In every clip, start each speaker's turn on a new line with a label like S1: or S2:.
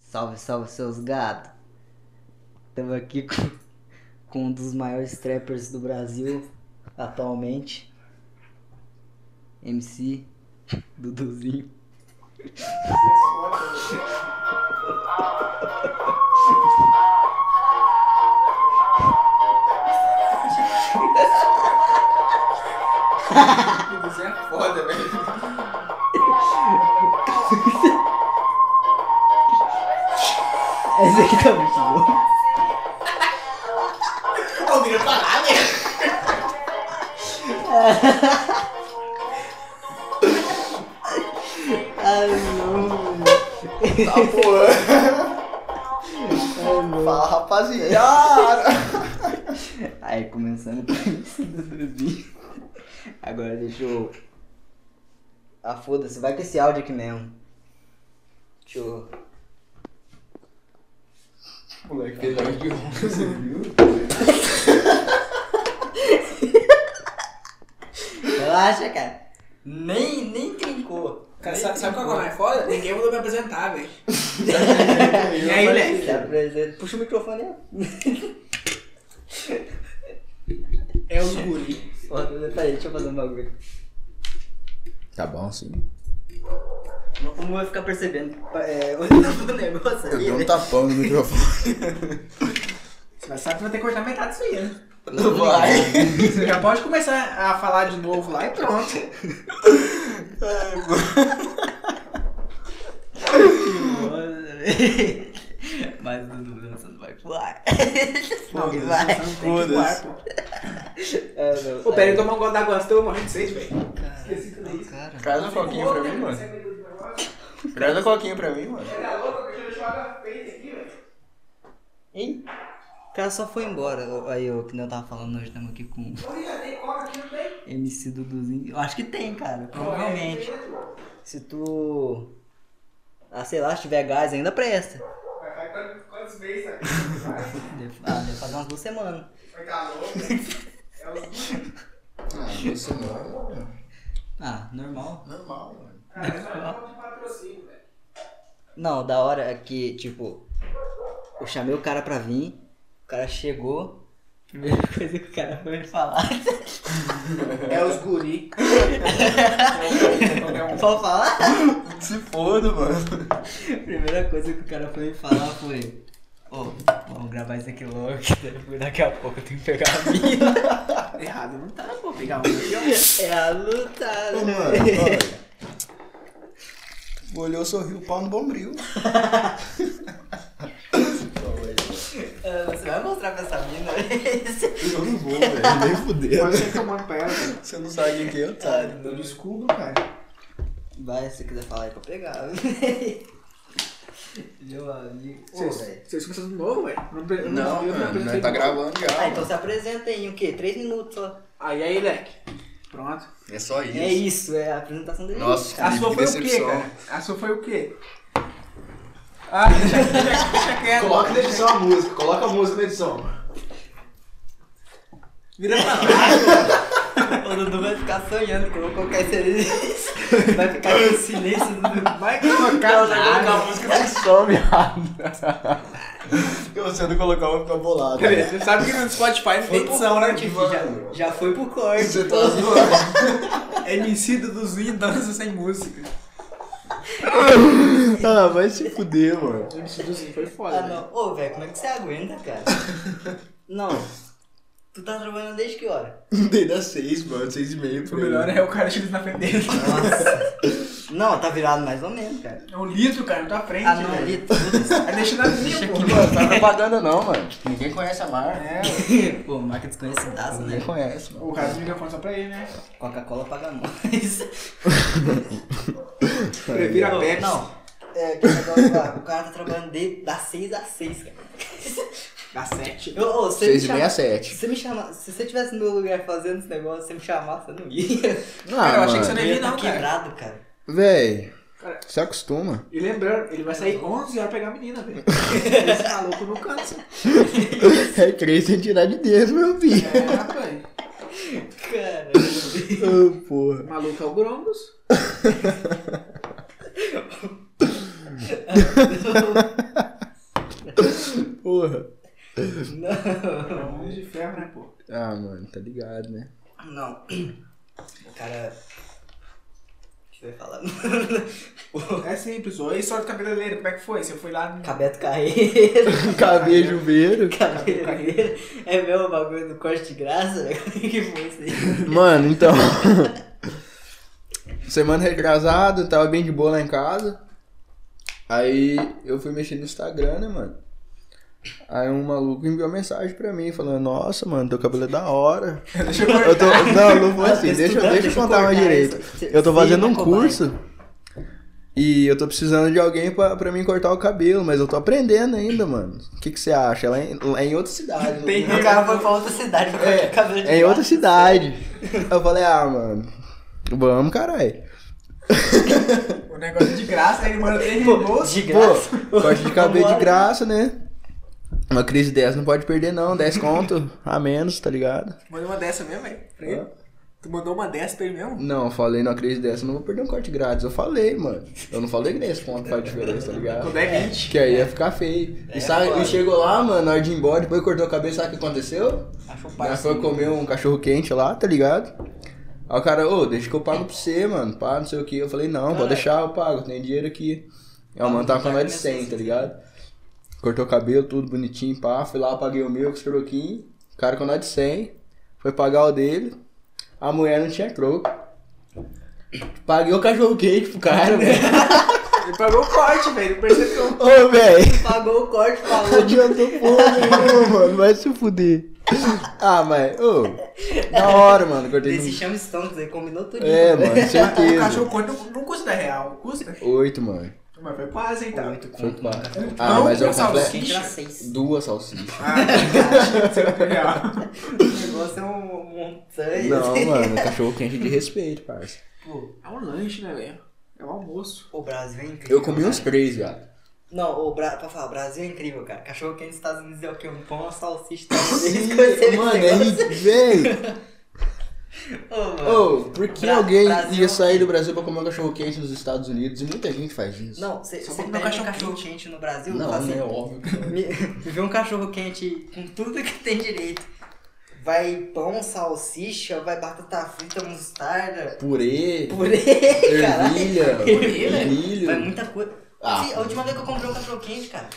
S1: Salve, salve, seus gatos. Estamos aqui com, com um dos maiores trappers do Brasil atualmente. MC Duduzinho.
S2: Você é foda, velho.
S1: Esse aqui tá muito bom.
S2: Ô, vira pra lá, velho.
S1: Ai, não. velho.
S2: Tá voando.
S1: Ai, não.
S2: Fala, rapaziada.
S1: Aí começando com esse Duduzinho. Agora deixa eu. Ah, foda-se, vai com esse áudio aqui mesmo. Deixa eu.
S2: Moleque, fez áudio de ronco, você viu?
S1: Relaxa, cara. Nem, nem trincou.
S3: Cara, sabe, sabe qual que é o mais foda? Ninguém mandou me apresentar, velho.
S1: é
S2: E
S3: aí, moleque?
S1: Se apresenta. Puxa o microfone aí.
S3: É os guri.
S1: Ó, Peraí, deixa eu fazer um bagulho.
S2: Tá bom, sim.
S1: Como eu vou ficar percebendo? É, olhando pro negócio
S2: Eu
S1: ali.
S2: dei um
S1: né?
S2: tapão no microfone.
S3: Você vai saber que vai ter que cortar metade disso aí, né?
S2: Não vai.
S3: Você já pode começar a falar de novo lá e pronto.
S1: Mas Dudu, você não vai pular.
S3: Não,
S1: Foda-se.
S3: vai. Tem que voar, pô.
S1: É, não.
S3: Pô, pera, eu tomar um gole d'água antes, tô morrendo de sede, velho.
S1: Esqueci tudo isso.
S2: Traz um coquinho pra mim, mano. Traz um coquinho pra mim, mano.
S1: Hein? O cara só foi embora. Ó, Aí, ó, que nem eu tava falando, nós estamos aqui com. MC Duduzinho. Eu acho que tem, cara. Provavelmente. Se tu. Ah, sei lá, se tiver gás ainda presta.
S3: Quantos meses, velho?
S1: Deve, ah, deve fazer umas duas semanas.
S3: Vai calor, É os guri.
S2: Ah, isso não é
S1: Ah, normal.
S2: normal, mano.
S3: Cara, isso é um pouco de patrocínio, velho.
S1: Não, da hora é que, tipo, eu chamei o cara pra vir, o cara chegou, primeira coisa que o cara foi me falar.
S3: É os guri.
S2: é um
S1: Pode falar?
S2: Se foda, mano.
S1: primeira coisa que o cara foi me falar foi. Ô, vamos gravar isso aqui logo, que daqui a pouco eu tenho que pegar a mina.
S3: Errado, não tá, pô. Pegar um aqui,
S1: é a lutada,
S2: Ô, mano,
S1: né?
S2: ó. Olhou, sorriu, pau no bombril.
S1: Ah, Você vai mostrar pra essa mina?
S2: Eu não vou, velho. Nem
S3: ó. Pode
S2: fudendo.
S3: ser tomando pra ela, velho.
S2: Você não sabe quem que é, otário.
S3: Eu descubro, cara.
S1: Vai, se você quiser falar aí pra pegar. Meu amigo. Ô, velho.
S3: Vocês começaram de novo, velho? eu
S2: Não,
S3: eu
S2: mano,
S3: apresentei
S2: nós tá
S3: de novo.
S2: gravando já.
S1: Ah, então
S2: mano.
S1: se apresenta aí, o quê? Três minutos só.
S3: Aí, aí, leque. Pronto.
S2: É só isso.
S1: É isso, é a apresentação dele.
S2: Nossa,
S3: A
S2: que
S3: sua foi o quê,
S2: decepção.
S3: cara? A sua foi o quê? Ah, deixa, deixa, deixa quieto.
S4: Coloca na edição a música, coloca a música na edição.
S3: Vira pra lá.
S1: O Dudu vai ficar sonhando que eu vou colocar esse silêncio. Vai ficar com silêncio, Dudu. Vai colocar
S2: a música tem som, viado. Se você não colocar, eu vou ficar bolado. né?
S3: Peraí, Você sabe que no Spotify não tem edição, né? Tipo,
S1: Já, já foi pro corte.
S2: Você
S1: pô.
S2: tá zoando.
S3: MC Duduzinho dança sem música.
S2: Ah, vai se fuder, mano.
S3: MC Duduzinho foi foda,
S1: Ah,
S3: né?
S1: não. Ô, velho, como é que você aguenta, cara? Não. Tu tá trabalhando desde que hora?
S2: Dei das seis, mano. Seis e meio.
S3: O melhor é o cara chega na frente dele.
S1: Nossa. Não, tá virado mais ou menos, cara.
S3: É um litro, cara, na tua frente.
S1: Ah, não,
S3: velho.
S1: ali tudo.
S3: Aí deixa na minha, pô.
S2: Mano, tá propaganda não, mano. Ninguém conhece a marca.
S3: É,
S1: Pô, marca desconhecidaça, né?
S2: Ninguém conhece, mano.
S3: o cara do microfone só pra ele, né?
S1: Coca-Cola paga nós.
S3: Prefiro a
S1: Ô,
S3: Pepsi.
S1: Não. É, que negócio lá. O cara tá trabalhando de, das 6 às 6, cara.
S3: Dá sete.
S1: Ô, ô, você me
S2: Seis e
S1: chama-
S2: meia, sete.
S1: Se você me chama, se você tivesse no meu lugar fazendo esse negócio, você me chamasse, eu não ia.
S2: Não,
S3: Cara, eu achei que você
S1: Eu
S3: não
S1: ia
S3: ia vir,
S1: tá
S3: não, cara.
S1: quebrado, cara.
S2: Ah, Véi,
S3: Cara.
S2: se acostuma.
S3: E lembrando, ele vai sair 11 horas pegar a menina, velho. Esse maluco não cansa.
S2: É três sem tirar de dentro, meu filho.
S3: É, rapaz.
S1: Cara.
S2: Ah, porra.
S3: O maluco é o Grombus.
S2: porra.
S3: Pelo menos de ferro, né, pô?
S2: Ah, mano, tá ligado, né?
S1: Não. O cara. O que eu ia falar?
S3: É simples, ô. E só do cabeleireiro, como é que foi? Você foi lá no
S1: Cabeto Carreiro.
S2: Cabejo beiro.
S1: Cabeleireiro. É meu bagulho do corte de graça, né? O que foi isso aí?
S2: Mano, então. Semana retrasada, tava bem de boa lá em casa. Aí eu fui mexer no Instagram, né, mano? Aí um maluco enviou mensagem pra mim falando, nossa, mano, teu cabelo é da hora.
S3: Deixa eu cortar.
S2: Eu tô- Não, não foi
S1: Ah,
S2: assim,
S1: tá
S2: deixa,
S1: estudando,
S2: deixa eu
S1: deixa eu
S2: contar mais
S1: cortar
S2: direito.
S1: isso. Você-
S2: Eu tô
S1: você
S2: fazendo
S1: é
S2: um
S1: uma cobaia.
S2: curso e eu tô precisando de alguém pra, pra mim cortar o cabelo, mas eu tô aprendendo ainda, mano. O que, que você acha? Lá em, lá em outra cidade. né?
S3: Tem
S2: não-
S1: O cara foi pra outra cidade pra cortar o cabelo de
S2: é em outra
S1: graça.
S2: cidade. Eu falei, ah, mano, vamos, caralho.
S3: O negócio é de graça, aí ele manda três reembolsos.
S1: De graça.
S2: Pô, corte de cabelo de
S1: Vambora.
S2: graça, né? Uma crise 10 não pode perder, não. 10 conto a menos, tá ligado?
S3: Mandou uma dessa mesmo, aí, pra ele. Tu mandou uma dessa pra ele mesmo?
S2: Não, eu falei numa crise dessa, eu não vou perder um corte grátis. Eu falei, mano. Eu não falei que 10 conto faz diferença, tá ligado?
S3: Quando é 20.
S2: Que aí ia ficar feio. E, sabe, e chegou lá, mano, na hora de ir embora, depois cortou a cabeça, sabe o que aconteceu?
S3: Achou
S2: Ela foi comer um cachorro quente lá, tá ligado? Aí o cara, ô, deixa que eu pago pra você, mano. Pá, não sei o que. Eu falei, não, pode deixar, eu pago, tem dinheiro aqui. É uma tava com mais de 100, tá ligado? Cortou o cabelo, tudo bonitinho, pá. Fui lá, paguei o meu, com os troquinhos. O cara com nota de 100. Foi pagar o dele. A mulher não tinha troco. Paguei o cachorro quente pro cara, velho.
S3: Ele pagou o corte, velho. Não percebeu.
S2: Ô, velho.
S1: Pagou o corte,
S2: Não
S1: falou.
S2: adiantou porra nenhuma, mano. Vai se fuder. Ah, mas, ô. da hora, mano. Cortei
S1: Desse
S2: no...
S1: chama Stonks aí, combinou tudo.
S2: um- É, mano,
S3: O
S2: certeza.
S3: cachorro corte não, não custa 10 real. Custa?
S2: Oito, mano.
S3: Mas foi quase, então.
S1: Oito
S2: Foi
S1: conto,
S2: quatro.
S1: mano.
S2: Ah, mas eu
S3: Não, salsicha.
S2: completo.
S1: Quem tirar seis?
S2: Duas salsichas.
S3: Ah, tá. Cinco real.
S1: O negócio é um montanha.
S2: Não, mano, cachorro quente de respeito, parça.
S3: Pô, é um lanche, né, velho? É um almoço.
S1: O Brasil é incrível.
S2: Eu comi
S1: cara.
S2: uns três, gato.
S1: Não, o Bra... pra falar, o Brasil é incrível, cara. Cachorro quente nos Estados Unidos é o quê? Um pão, uma salsicha. tá? Eles conhecem
S2: Mano,
S1: esse
S2: é
S1: negócio.
S2: ri- velho.
S1: Ô, mano.
S2: Ô, por que
S1: Bra-
S2: alguém
S1: Brasil-
S2: ia sair do Brasil pra comer um cachorro quente nos Estados Unidos? E muita gente faz isso.
S1: Não, você
S3: Só
S1: você
S3: comer
S1: pega um
S3: cachorro
S1: cachorro, quente. no Brasil
S2: não,
S1: fala assim,
S2: né? Óbvio. que não.
S1: me, me vê um cachorro quente com tudo que tem direito. Vai pão, salsicha, vai batata frita, mostarda,
S2: Purê,
S1: purê, caralho.
S2: ervilha,
S1: Purê, velho.
S2: milho.
S1: Vai muita coisa.
S2: Ah.
S1: Sim, a última vez que eu comprei um cachorro quente, cara.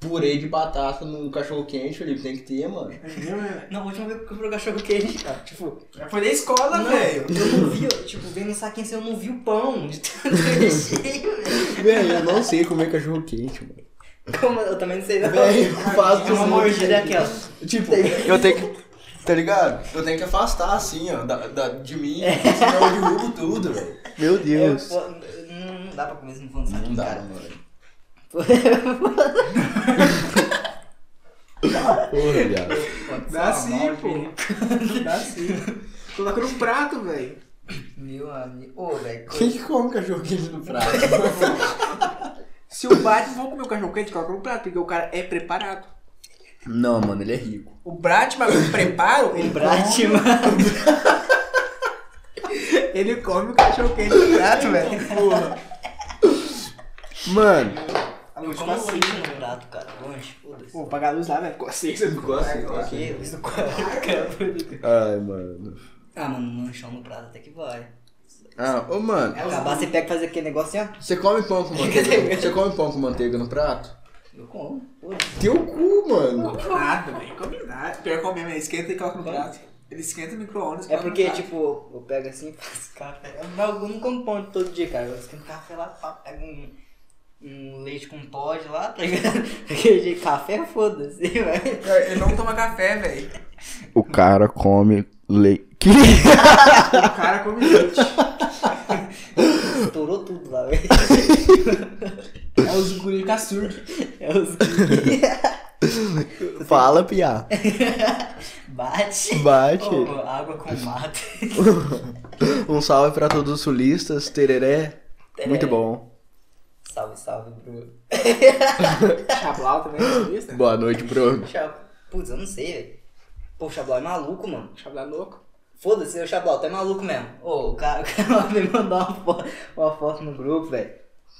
S2: Purê de batata no cachorro quente, Felipe, tem que ter, mano.
S3: Entendeu, É né, velho? É,
S1: Não, a última vez que eu comprei um cachorro quente, cara. Tipo,
S3: Foi da escola,
S1: Não,
S3: velho.
S1: Eu não vi, eu, tipo, vendo um saquinho assim, eu não vi o pão de tanto recheio, velho.
S2: Velho, eu não sei comer cachorro quente, mano.
S1: Como eu também não sei não.
S2: Velho, eu faço
S1: É uma
S2: isso.
S1: mordida aqui, ó.
S2: Tipo, eu tenho que. Tá ligado? Eu tenho que afastar assim, ó, da, da- de mim, senão eu derrubo tudo, velho. Meu
S1: Eu, É, pô, não, não dá pra comer se não for um
S2: Não
S1: saquinho,
S2: dá,
S1: cara.
S2: mano.
S1: Pô,
S2: Porra, viado.
S1: pô, é
S3: Dá
S1: só
S3: sim,
S1: mal,
S3: pô.
S1: filho.
S3: Dá sim. Coloca num prato, velho.
S1: Meu amigo. Ô, velho.
S2: Quem
S1: coisa-
S2: que come cachorro quente no prato?
S3: Se o Brad for comer o cachorro quente, coloca num prato, porque o cara é preparado.
S2: Não, mano, ele é rico.
S3: O Bratman com preparo, ele,
S1: O Bratman.
S3: Come, ele come o cachorro quente no prato, velho. Porra.
S2: Mano,
S1: Eu como longe no Tipo assim, prato, cara. Longe, foda-se.
S3: Pô, apagar a luz lá, velho. Ficou assim, você ficou
S2: gosta?
S1: Porque eu sou quadrado.
S2: Ai, mano.
S1: Ah, mano, um lanchão no prato até que vai.
S2: Ah, ô, mano.
S3: É
S1: Acabar, você pega e faz aquele negócio assim, ó.
S2: Você come pão com manteiga? Você come pão com manteiga no prato?
S1: Eu como. foda-se.
S2: Teu cu, mano.
S3: Nada, velho. Come nada. Pior que mesmo, ele esquenta e coloca no prato. Ele esquenta no micro-ondas.
S1: É
S3: coloca no
S1: porque,
S3: prato.
S1: tipo, eu pego assim e faço café. Eu não, eu não como pão todo dia, cara. Eu esquento café lá, pá, pego um, um leite com Todd lá, tá ligado? Aquele jeito, café foda-se, velho.
S3: Ele não toma café, velho.
S2: O cara come leite.
S3: O cara come leite.
S1: Estourou tudo lá, velho.
S3: É os guri ficar surdo.
S1: É os que
S2: Fala, piá.
S1: bate.
S2: Bate.
S1: Ô, água com mato.
S2: Um salve pra todos os sulistas, tereré.
S1: Tereré.
S2: Muito bom.
S1: Salve, salve, Bruno.
S3: Chablau também é turista.
S2: Boa noite, Bruno.
S1: Chab- Putz, eu não sei, velho. Pô, o Xablau é maluco, mano.
S3: Chablau é louco.
S1: Foda-se, o Xablau, tu é maluco mesmo. Ô, o cara, o cara me mandou uma foto, uma foto no grupo, velho.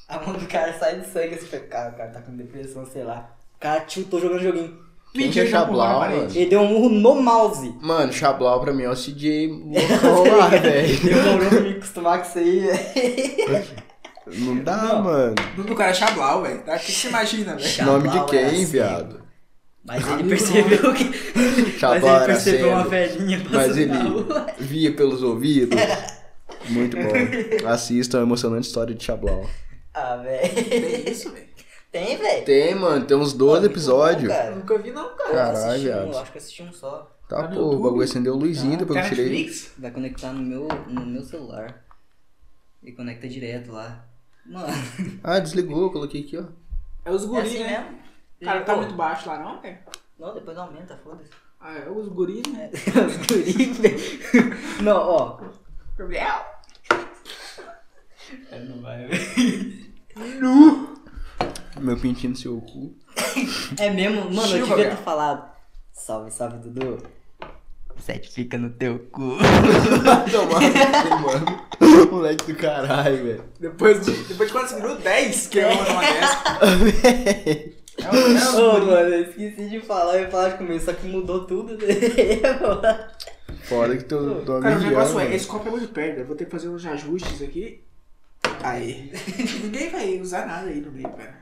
S1: A mão do cara sai de sangue, assim, falei, cara, o cara tá com depressão, sei lá. O cara tiltou jogando joguinho.
S2: Quem que é Chablau, mano?
S1: Ele deu um murro no mouse. Tá
S2: Mano, Chablau pra mim é o CJ loucão lá, velho.
S1: Demorou pra um me acostumar com isso aí, velho.
S2: Não dá, mano.
S3: O nome do cara é Chablau, velho. Tá? O que que você imagina, velho?
S1: Chablau
S2: Nome de quem,
S1: era assim.
S2: viado?
S1: Mas ele percebeu que. Mas
S2: Chablau
S1: ele
S2: era
S1: percebeu uma
S2: cego.
S1: velhinha passando
S2: Mas ele
S1: na rua.
S2: via pelos ouvidos. Muito bom. Assistam a emocionante história de Chablau.
S1: Ah, velho.
S3: É isso, velho.
S1: Tem, velho.
S2: Tem, mano, tem uns
S1: Pô, muito
S2: 12 episódios.
S1: bom,
S3: Eu
S1: cara.
S3: nunca vi, não, cara.
S1: Eu
S2: Caralho,
S1: assisti um,
S2: viado.
S1: eu acho que eu assisti um só.
S2: Tá,
S3: Tá no
S2: pô, o
S3: YouTube?
S2: bagulho acendeu luzinha
S1: Ah,
S2: depois que eu
S3: Tá
S2: tirei.
S3: Netflix?
S1: Vai conectar no meu, no meu celular. E conecta direto lá. Mano,
S2: Ah, desligou, eu coloquei aqui, ó.
S3: É os
S1: é
S3: guris,
S1: assim
S3: né?
S1: mesmo.
S3: Cara, tá
S1: Pô,
S3: muito baixo lá, não, velho?
S1: Não, depois não aumenta, tá foda-se.
S3: Ah, é os guris, né?
S1: Os guri, velho. Não, ó.
S3: Gabriel!
S1: Não vai, velho.
S2: Meu pintinho no seu cu.
S1: É mesmo? Mano,
S3: Chico,
S1: eu devia
S3: Gabriel.
S1: ter falado. Salve, salve, Dudu. Sete fica no teu cu.
S2: Tomar mano. Moleque do caralho, velho.
S3: Depois de, depois de quantos minutos? 10 que eu mando uma dessa. É o
S1: Ô,
S3: é o-
S1: mano, eu esqueci de falar, eu ia falar de comer, só que mudou tudo. né?
S2: Foda que teu tô
S3: Cara, o negócio é,
S2: mano.
S3: esse copo é muito perto. Eu vou ter que fazer uns ajustes aqui. Aí. Ninguém vai usar nada aí no meio, cara.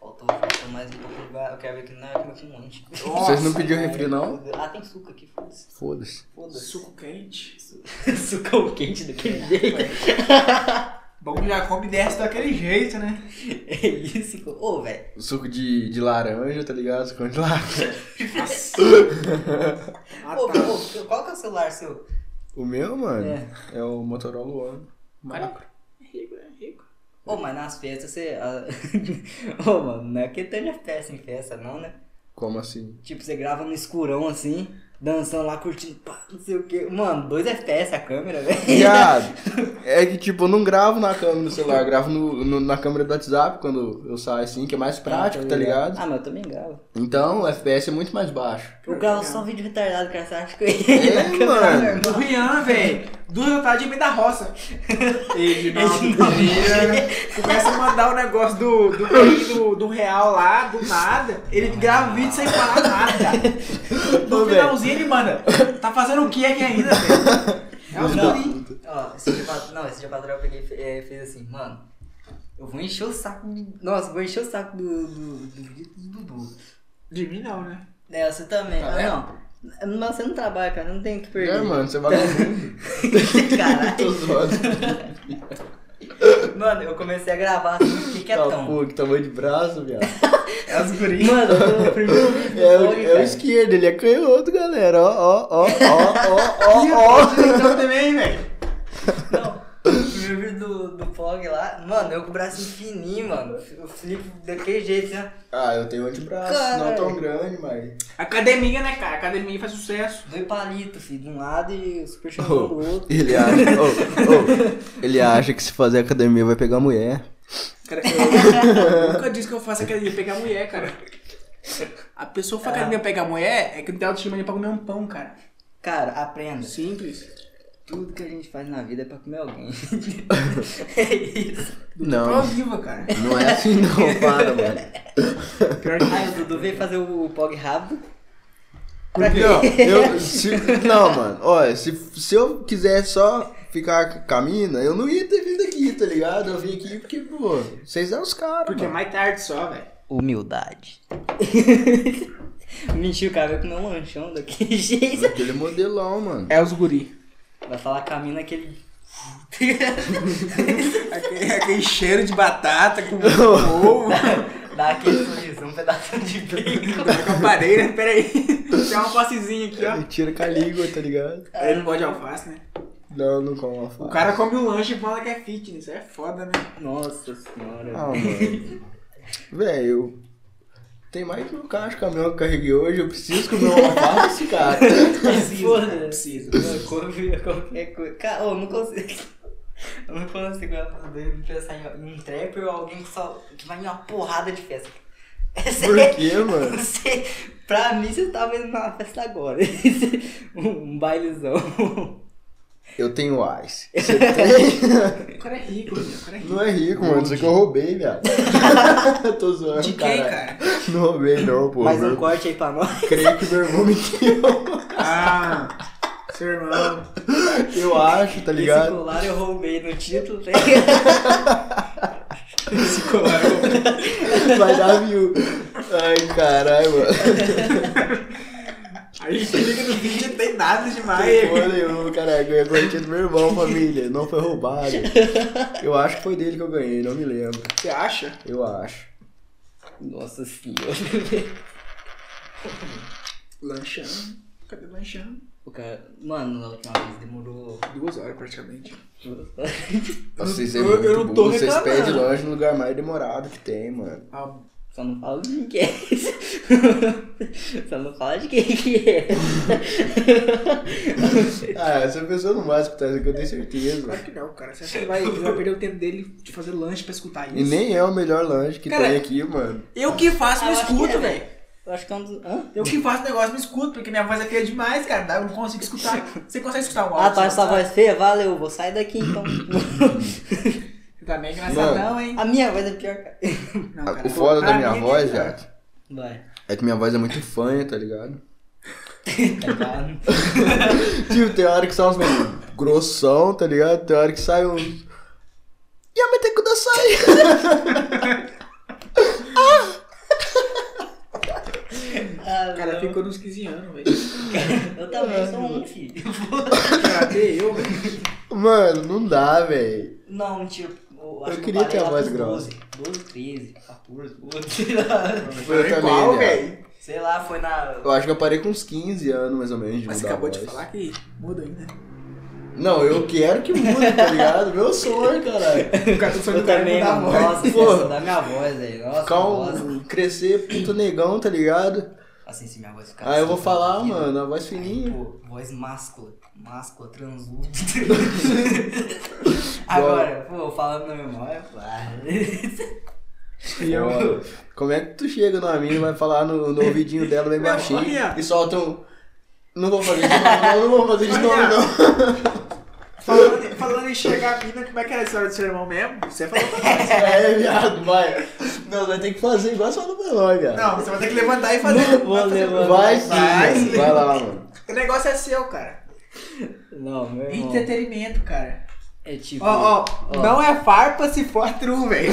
S1: faltou, faltou mais um pouco lugar. Eu quero ver que não é aquilo aqui um monte.
S2: Vocês não
S3: Nossa,
S2: pediram refri, não?
S1: Ah, tem suco aqui, foda-se.
S2: Foda-se.
S1: Foda-se. É.
S3: Suco quente.
S1: Sucão quente daquele jeito.
S3: Bom que já come desce daquele jeito, né?
S1: É isso, pô. Ô, velho.
S2: Suco de, de laranja, tá ligado? Suco de laranja.
S3: Nossa. Ah,
S1: Ô,
S3: tá.
S1: ô, qual que é o celular seu?
S2: O meu, mano,
S1: É.
S2: é, o Motorola One. Macro.
S3: É rico, é rico.
S1: Ô, mas nas festas você. ah, Ô, mano, não é que tenha festa em festa, não, né?
S2: Como assim?
S1: Tipo, você grava no escurão assim, dançando lá, curtindo, pá, não sei o que. Mano, dois FPS a câmera, velho.
S2: Viado, é que tipo, eu não gravo na câmera do celular, eu gravo no, no- na câmera do WhatsApp quando eu saio assim, que é mais prático, tá ligado?
S1: Ah, mas eu também gravo.
S2: Então o FPS é muito mais baixo.
S1: Eu gravo só um vídeo retardado, cara. Você acha que eu
S2: É,
S1: ia na câmera
S2: mano.
S1: normal?
S3: Do Rian, velho. Duas da tarde em meio da roça. Edinaldo
S1: Edinaldo
S3: Pereira começa a mandar o negócio do, do, PI do, do real lá, do nada. Ele grava o vídeo sem falar nada.
S2: Ô,
S3: No
S2: velho.
S3: finalzinho ele manda. Tá fazendo o que aqui ainda, velho? É os
S1: Não.
S3: guri.
S1: Ó, esse dia pra- não, esse dia padrão eu peguei e eh, fez assim, mano. Eu vou encher o saco de. Nossa, eu vou encher o saco do. do. do, grito do Dudu.
S3: De mim não, né?
S1: É, você também.
S2: Tá
S1: Ah,
S2: vendo?
S1: não. Mas você não trabalha, cara, não tem o que perder.
S2: É, mano, você vai Tô
S1: Caralho.
S2: zoando.
S1: Mano, eu comecei a gravar assim, fiquei
S2: Tá,
S1: quietão.
S2: pô, que tamanho de braço, viado.
S3: É os guri.
S1: Mano, o primeiro vídeo do
S2: É, o-
S1: blog,
S2: é o
S1: cara.
S2: esquerdo, ele é canhoto, galera. Ó, ó, ó, ó,
S3: E
S2: ó, ó, ó.
S3: o direitão também, velho.
S1: Não, o primeiro vídeo do, do Pog lá, mano, eu com o braço fininho, mano. Eu flipo daquele jeito, né?
S2: Ah, eu tenho antebraço,
S1: Caralho.
S2: não é tão grande, mas.
S3: Academia, né, cara? Academia faz sucesso.
S1: Dois palitos, filho, de um lado e o super chão do
S2: Ô,
S1: outro.
S2: ele acha. ô, ô, ele acha que se fazer academia vai pegar mulher.
S3: Cara, eu nunca disse que eu faço academia pegar mulher, cara. A pessoa que faz academia pegar mulher é que não tem autoestima nem pra comer um pão, cara.
S1: Cara, aprenda.
S3: Simples.
S1: Tudo que a gente faz na vida é pra comer alguém. é isso.
S3: Prova
S2: Não,
S3: viva, cara.
S2: não é assim não, para, mano.
S3: Pior que
S1: Aí o Dudu veio fazer o Pog rápido.
S2: Não, eu, se, não, mano, olha, se, se eu quisesse só ficar com a mina, eu não ia ter vindo aqui, tá ligado? Eu vim aqui porque, pô, vocês é os caras.
S3: Porque é
S2: mano.
S3: mais tarde só, velho.
S1: Humildade. Mentira, o cara vai comer um lanchão daquele jeito.
S2: Aquele modelão, mano.
S3: É os guri.
S1: Vai falar com a mina que ele.
S3: Aquele, aquele cheiro de batata com com ovo.
S1: Dá aquele sorriso, um pedaço de bacon.
S3: Eu parei, né? Pera aí. Tem uma alfacezinha aqui, ó.
S2: Ele tira com a língua, tá ligado?
S3: Ele não gosta de alface, né?
S2: Não, não como
S3: O
S2: alface.
S3: cara come um lanche e fala que é fitness. É foda, né?
S1: Nossa senhora.
S2: Ah, mano. Velho, tem mais de um caixa de caminhão que eu carreguei hoje, eu preciso comer uma alface, cara.
S3: É
S1: Foda.
S3: cara, Precisa.
S1: Mano, come qualquer coisa. Cara, eu não consigo. Eu não consigo eu pensar em um trapper ou alguém que, só, que vai em uma porrada de festa. É
S2: Por
S1: sério.
S2: quê, mano?
S1: Você, tá pra mim, você tava indo numa festa agora. um bailezão.
S2: Eu tenho Ice. Você tem?
S3: O cara é rico, meu. O cara é rico.
S2: Não é rico, mano. Isso que eu roubei, viado. Tô zoando,
S3: De quem,
S2: caralho.
S3: cara?
S2: Não roubei, não, pô.
S1: Mais um
S2: Meu-
S1: corte aí pra nós.
S2: Creio que meu irmão me deu.
S3: Ah, seu irmão.
S2: Eu acho, tá
S1: Esse
S2: ligado?
S1: colar eu roubei no título. né?
S3: Esse colar. eu-
S2: Vai dar view. Ai, caralho, mano.
S3: A gente liga no vídeo não tem nada
S2: Porra
S3: demais.
S2: nenhuma, um caralho. Ganhei a quantia do meu irmão, família. Não foi roubado. Eu acho que foi dele que eu ganhei, não me lembro.
S3: Você acha?
S2: Eu acho.
S1: Nossa senhora.
S3: Lanchão. Cadê o lanchão?
S1: O cara. Mano, na última vez demorou.
S3: Duas horas praticamente.
S2: Nossa, vocês é
S3: Eu-
S2: muito
S3: eu não tô
S2: burro. Vocês
S3: reclamando.
S2: pedem lanche no lugar mais demorado que tem, mano.
S3: Ah,
S1: Só não fala de quem que é. Só não fala de quem que é.
S2: Ah, essa pessoa não vai escutar isso aqui, eu tenho certeza.
S3: claro que não, cara. Você acha que ele vai, ele vai perder o tempo dele de fazer lanche pra escutar isso?
S2: E nem é o melhor lanche que
S3: Cara,
S2: tem aqui, mano.
S3: Eu que faço, não
S1: Ah, eu acho que
S3: escuto,
S1: é,
S3: velho.
S1: Eu acho que é um dos. Hã?
S3: Eu que faço negócio, não escuto, porque minha voz aqui é demais, cara. Eu não consigo escutar. Você consegue escutar o áudio?
S1: Ah, tá essa
S3: sabe?
S1: voz feia? Valeu, vou sair daqui então.
S3: Você tá meio engraçadão, hein?
S1: A minha voz é pior, cara.
S3: Não,
S2: o foda da
S3: pra
S2: minha
S3: mim é
S2: voz,
S3: que-
S2: Jack,
S1: Vai.
S2: é que minha voz é muito fanha, tá ligado?
S1: Tá ligado?
S2: tipo, tem hora que sai uns meio grossão, tá ligado? Tem hora que sai uns. Yamete kudasai!
S1: Ah,
S3: O cara
S1: não.
S3: ficou nos 15 anos, velho.
S1: Eu também sou um, filho.
S3: Cadê eu, velho?
S2: Mano, não dá, velho.
S1: Não, tipo. Eu, acho que
S2: queria
S1: parei
S2: ter a
S1: lá
S2: voz
S1: pros
S2: grossa.
S1: 12, 12, 13, 14, 12, sei lá.
S2: Eu
S3: Igual,
S2: também,
S3: velho.
S2: velho.
S1: Sei lá, foi na.
S2: Eu acho que eu parei com uns 15 anos, mais ou menos, de
S3: Mas você
S2: mudar a
S3: acabou de
S2: voz.
S3: falar que muda ainda.
S2: Não, eu quero que mude, tá ligado? Meu sonho, caralho.
S3: O cara só
S1: Eu também,
S3: mudar a
S1: mano.
S3: voz.
S1: Nossa,
S2: Porra.
S1: esquece da minha voz, velho. Nossa,
S2: Ficar
S1: minha voz.
S2: um, crescer puto negão, tá ligado?
S1: Assim, se minha voz ficar
S2: Aí Ah, eu vou
S1: assim,
S2: falar,
S1: tranquila.
S2: mano, a voz
S1: Aí,
S2: fininha.
S1: pô, voz máscula. Máscula, transudo. Agora, pô, falando na memória, pá.
S2: E eu- Como é que tu chega na mina e vai falar no, no ouvidinho dela bem baixinho
S3: Olha.
S2: e solta um. Não vou fazer de novo, não, não vou fazer de novo,
S3: Olha.
S2: não.
S3: Falando, falando em chegar a mina, como é que era a história do seu irmão mesmo? Você falou pra nós.
S2: É, viado, vai. Não, vai ter que fazer igual só no Belói, viado.
S3: Não, você vai ter que levantar e fazer.
S1: Vou levantar.
S2: vai sim,
S3: vai.
S2: mano. vai lá, mano.
S3: O negócio é seu, cara.
S1: Não, meu irmão.
S3: Entretenimento, cara.
S1: É tipo.
S3: Ó, Tá ó, não é farpa se for true, velho.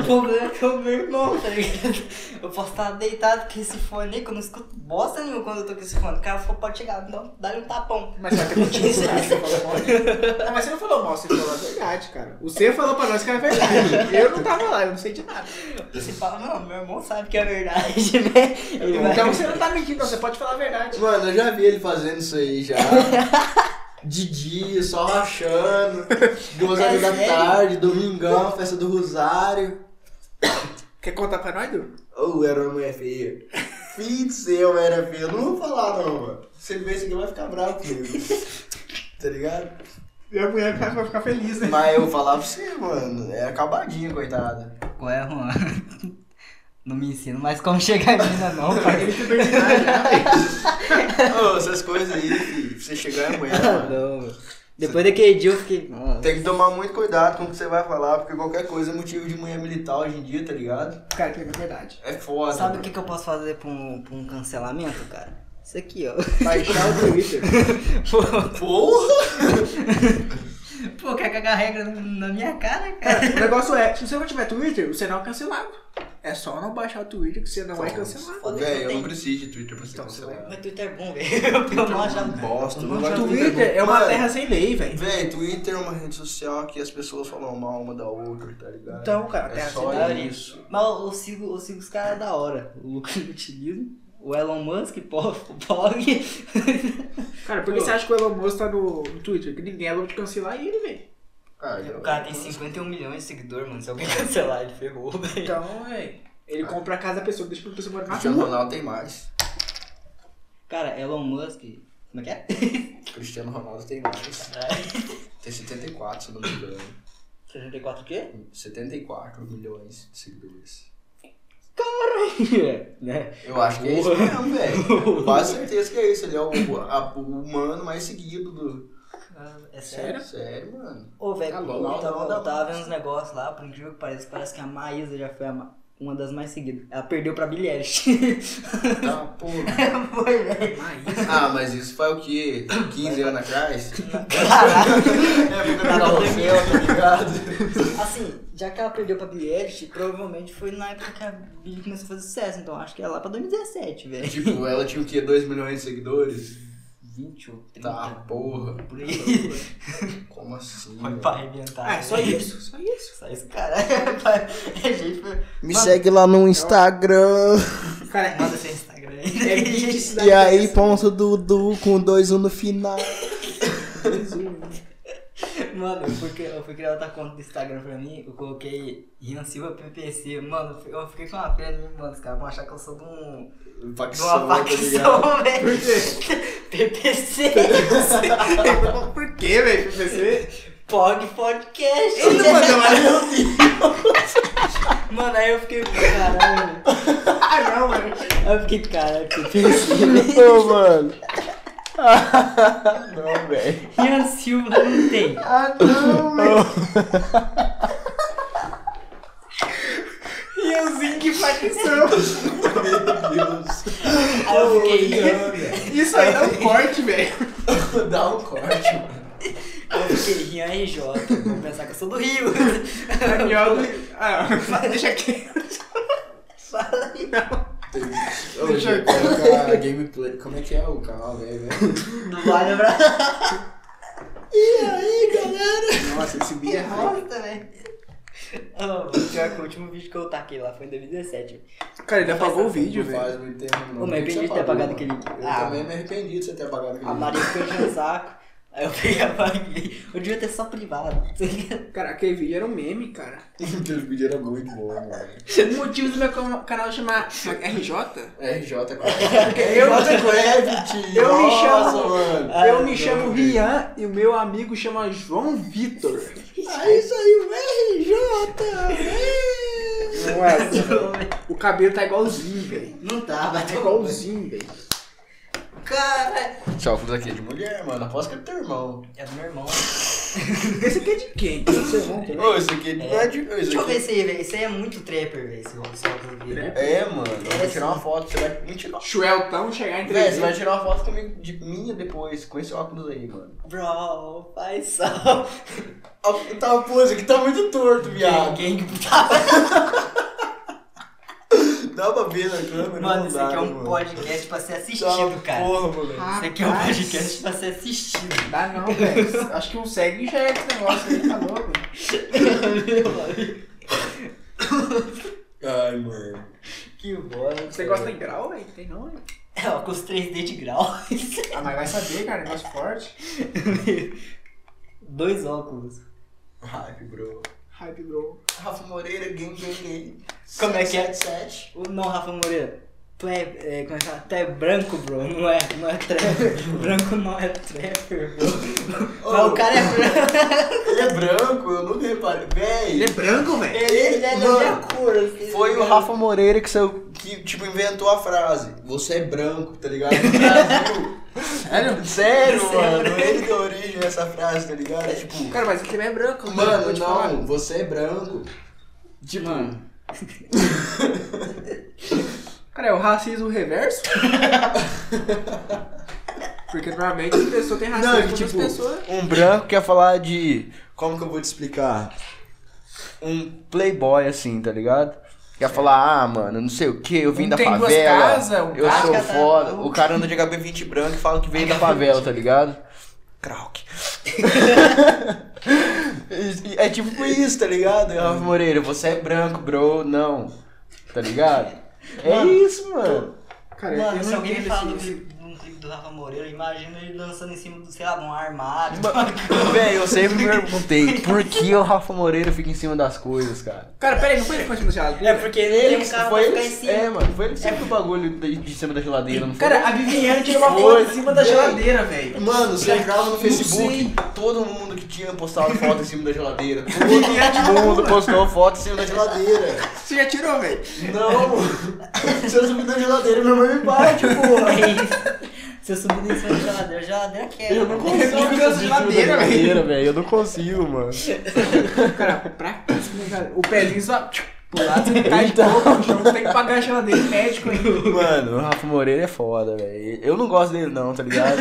S1: O problema é que é o meu irmão, tá ligado? Eu posso estar deitado com esse fone aí, que eu não escuto bosta nenhuma quando eu tô com esse fone. O cara falou, pode chegar, não, dá-lhe um tapão.
S3: Mas vai ter motivo pra você falar mal. Não, mas você não falou mal, você falou a verdade, cara. Você falou pra nós que era verdade. Eu não tava lá, eu não sei de nada.
S1: Você fala, não, meu irmão sabe que é verdade, velho. Ele vai-
S3: Então você não tá mentindo, não. Você pode falar a verdade.
S2: Mano, eu já vi ele fazendo isso aí já. De dia, só rachando. Duas horas da
S1: sério?
S2: tarde, domingão, festa do Rosário.
S3: Quer contar pra nós, Du?
S2: Ou era uma mulher feia. Fim de seu, era feia. Eu não vou falar, não, mano. Se ele ver isso aqui, vai ficar bravo comigo. tá ligado?
S3: Minha mulher vai ficar feliz, né?
S2: Mas eu vou falar pra você, mano. É acabadinha, coitada.
S1: Qual é, Juan? Não me ensina mais como chegar em mina, não, pai.
S2: Ô, essas coisas aí, filho. Pra você chegar é mulher,
S1: Ah,
S2: mano.
S1: não. Depois daquele dia eu fiquei. "Ah,
S2: Tem que tomar muito cuidado com o que você vai falar, porque qualquer coisa é motivo de mulher militar hoje em dia, tá ligado?
S3: Cara, que é verdade.
S2: É foda.
S1: Sabe o
S2: mano.
S1: que, que eu posso fazer pra um, pra um cancelamento, cara? Isso aqui, ó.
S3: Baixar o Twitter.
S1: Pô,
S2: Porra!
S1: pô quer cagar regra na- na minha cara, cara?
S3: Cara, o negócio é, se você não tiver Twitter, você não é cancelado. É só não baixar o Twitter que você não é cancelado.
S1: Foda-se,
S2: Véi,
S1: eu
S2: eu não
S1: tenho.
S2: preciso de Twitter pra ser
S3: Então, você
S2: cancelado.
S1: Mas Twitter é bom, velho. Eu não achava.
S2: Bosta,
S1: eu
S2: não vai-
S1: achava-
S3: Twitter é uma
S2: Mano.
S3: terra sem lei, velho.
S2: Véi, Twitter é uma rede social que as pessoas falam mal uma da outra, tá ligado?
S3: Então, cara,
S2: é
S3: terra
S2: só
S1: sem lei.
S2: isso.
S1: Mas eu eu sigo, eu sigo os caras da hora. O Lucas Utilismo, o Elon Musk, pô, o Pog.
S3: Cara, por que você acha que o Elon Musk tá no, no Twitter? Que ninguém é louco de cancelar ele, velho.
S2: Ah,
S1: O cara tem 51 milhões de seguidores, mano. Se alguém cancelar, ele ferrou, velho.
S3: Então, velho, ele compra a casa da pessoa, deixa pra pessoa morar na
S2: Cristiano
S3: rua.
S2: Ronaldo tem mais.
S1: Cara, Elon Musk. Como é que é?
S2: Cristiano Ronaldo tem mais. Tem 74, se eu não me engano.
S1: 64 o quê?
S2: 74 milhões de seguidores.
S1: Caralho! né?
S2: Eu acho que é isso mesmo, velho. Quase certeza que é isso. Ele é o, a- o humano mais seguido do,
S1: Ah, É sério?
S2: Sério, mano.
S1: Ô, velho,
S2: Tá
S1: eu
S2: louco, tá
S1: tava,
S2: louco.
S1: eu tava vendo uns negócios lá, por incrível que pareça, parece que a Maísa já foi a ma- uma das mais seguidas. Ela perdeu pra Billie Eilish.
S2: Tá, porra.
S1: foi, velho.
S3: Maísa.
S2: Ah, mas isso faz o quê? 15 anos
S1: É,
S2: atrás? Tá
S1: Ela perdeu.
S2: ligado?
S1: Assim, já que ela perdeu pra Billie Eilish, provavelmente foi na época que a Billie começou a fazer sucesso, então acho que é lá pra 2017, velho.
S2: Tipo, ela tinha o quê? 2 milhões de seguidores?
S1: 20 ou 30.
S2: Tá, porra.
S1: Por aí.
S2: Como assim?
S1: Foi
S2: velho?
S1: pra arrebentar. né?
S3: Ah, é só isso, só isso.
S1: Só isso, cara. É gente. foi-
S2: Me segue lá no Instagram.
S3: Cara,
S1: Manda seu Instagram
S3: é
S1: aí.
S3: vídeo de cidade
S2: E aí,
S3: dessa.
S2: ponto Dudu com 2 1 no final.
S3: tá né?
S1: Mano, eu fui, cri- eu fui criar outra conta do Instagram pra mim, eu coloquei Ian Silva PPC. Mano, eu fiquei com uma pena de mim, mano. Os caras vão achar que eu sou de, um, de uma
S2: tá
S1: facção, velho. Por quê? PPC.
S3: Por que, velho? Você-
S1: Pog Podcast.
S3: Ele não mandou mais
S1: Mano, aí eu fiquei, caralho.
S3: Ah, não, mano.
S1: Aí eu fiquei, caralho, PPC.
S2: Ô, mano. um Não, velho.
S1: Ian Silva não tem.
S3: Ah, não, velho. Ianzinho que facção.
S1: Aí eu fiquei,
S3: Isso aí é um corte, velho.
S2: Dá um corte.
S1: eu fiquei Ian RJ. Vou pensar que eu sou do Rio.
S3: Daniel É do- Ah, deixa aqui.
S1: Fala aí.
S2: Deixa eu colocar a gameplay. Como é que é o canal, velho?
S1: Não vai lembrar. E aí, galera?
S3: Nossa, esse
S1: Que
S3: vídeo é raro.
S1: bosta, velho. Oh, pior que o último vídeo que eu taquei lá foi em 2017.
S3: Cara, ele apagou o vídeo,
S2: Não
S3: velho.
S2: Faz muito tempo, não.
S1: Ô, mas
S2: Por que
S1: eu
S2: que
S1: arrependi de ter
S2: você apagou,
S1: apagado
S2: mano?
S1: aquele-
S2: Eu
S1: Ah.
S2: também me arrependi de você ter apagado aquele
S1: A Maria ficou enchendo o saco. Aí eu peguei a paguei. Eu devia ter só privado. tá
S3: Cara, aquele vídeo era um meme, cara.
S2: vídeo. Aquele vídeo era muito bom, mano.
S3: O motivo do meu cam- canal chamar RJ?
S2: RJ
S3: Eu-
S2: Craft!
S3: eu me chamo-
S2: mano.
S1: Ah,
S3: eu me
S1: não,
S3: chamo
S2: velho.
S3: Rian e o meu amigo chama João Vitor.
S2: É isso aí, o RJ!
S3: Não é? O cabelo tá igualzinho, velho.
S1: Não tá,
S3: Tá
S1: vai ter
S3: igualzinho, velho.
S1: Cara!
S2: Tchau, fundo aqui é de mulher, mano. Aposto que é teu irmão.
S1: É do meu irmão.
S3: Esse aqui é de quem? Seu irmão também?
S2: Ô, isso aqui não é de.
S1: Deixa
S2: Isso
S1: eu ver
S2: aqui...
S1: esse aí, velho. Esse aí é muito trapper, velho. Esse óculos aqui.
S2: É, mano. Eu vou tirar uma foto. Você vai me tirar.
S3: Chueltão chegar em
S2: Véi,
S3: três
S2: você vai tirar uma foto comigo de minha depois, com esse óculos aí, mano.
S1: Bro, faz sal.
S2: Tá uma pose aqui, tá muito torto, viado.
S1: Gang tá.
S2: Dá pra ver na câmera.
S1: Mano,
S2: não
S1: isso
S2: dá,
S1: aqui é um
S2: mano.
S1: podcast pra ser
S2: Tá uma
S1: assistido, cara.
S2: Porra, moleque.
S1: Isso aqui é um podcast pra ser assistido.
S3: Dá não, velho. Acho que um segue já é esse negócio aí, tá louco.
S2: Ai, mano.
S1: que bosta.
S3: Você gosta de grau, velho? Tem não, velho.
S1: É, ó, com os 3D de grau.
S3: Ah, mas vai saber, cara, negócio forte.
S1: Dois óculos.
S2: Hype, bro.
S3: Hype, bro.
S2: Rafa Moreira, game, game, game.
S1: Como é que é?
S2: 7.
S1: O, não, Rafa Moreira. Tu é, é, como é que fala? Tu é branco, bro. Não é, não é trapper. branco não é trapper, bro. Mas o cara é branco.
S2: Ele é branco, eu nunca reparei.
S3: Ele é
S2: Véi.
S3: branco, velho.
S1: Ele é da
S2: Mano,
S1: minha cor. assim,
S2: Foi o
S1: né?
S2: Rafa Moreira que, saiu- que, tipo, inventou a frase. Você é branco, tá ligado? No Brasil.
S3: Sério?
S2: Sério,
S1: Você é
S2: mano.
S1: branco.
S2: Ele deu origem a essa frase, tá ligado? Tipo,
S3: Cara, mas ele também é branco, velho. Vou
S2: mano,
S3: te falar.
S2: não, você é branco. Tipo,
S3: Cara, é o racismo reverso? Porque normalmente a pessoa tem racismo
S2: Não,
S3: não,
S2: que, tipo,
S3: pessoas.
S2: um branco quer falar de. Como que eu vou te explicar? Um playboy, assim, tá ligado? Quer falar, ah, mano, não sei o que, eu vim
S3: Um
S2: da
S3: tem duas
S2: favela.
S3: casas, um
S2: eu
S1: casca
S2: sou
S1: tá
S2: foda.
S1: maluco.
S2: O cara anda de HB20 branco e fala que veio da favela, tá ligado? Krauk. E- e é tipo isso, tá ligado? Rafa Moreira, você é branco, bro, não. Tá ligado? É
S1: Mano,
S2: isso, mano.
S3: Cara, eu
S1: Mano, se
S3: não
S1: alguém me
S3: entendo
S1: fala
S3: esse-
S1: de um clipe do Rafa Moreira, imagina ele dançando em cima do, sei lá, de um armário.
S2: Mano, Véi, eu sempre me perguntei por que o Rafa Moreira fica em cima das coisas, cara.
S3: Cara, peraí, não foi ele que foi no gelado?
S1: É porque ele é um cara
S2: foi
S1: pra ficar em
S2: ele,
S1: cima.
S2: é, mano, foi ele que sempre o bagulho de, de cima da geladeira, não foi?
S3: Cara, a Viviane tirou uma
S2: Foi,
S3: foto em cima da
S2: bem.
S3: geladeira, velho.
S2: mano, você entrava no
S3: sei.
S2: Facebook, todo mundo que tinha postado foto em cima da geladeira. Todo mundo postou foto em cima da geladeira.
S3: Você já tirou, velho?
S2: Não, se eu subir da geladeira, minha mãe me bate, porra.
S1: tipo, É isso. Se eu subir em cima da geladeira, a geladeira quebra.
S2: Eu não consigo
S3: Eu
S1: tipo,
S3: não
S2: subir em cima da
S3: geladeira, velho.
S2: geladeira, velho. Eu não consigo, mano.
S3: Cara, pra que isso, né, cara? O pezinho só tchum, pro lado, você cai
S2: Então.
S3: de pouco, então tem que pagar a geladeira, médico ainda.
S2: Mano, o Rafa Moreira é foda, velho. Eu não gosto dele não, tá ligado?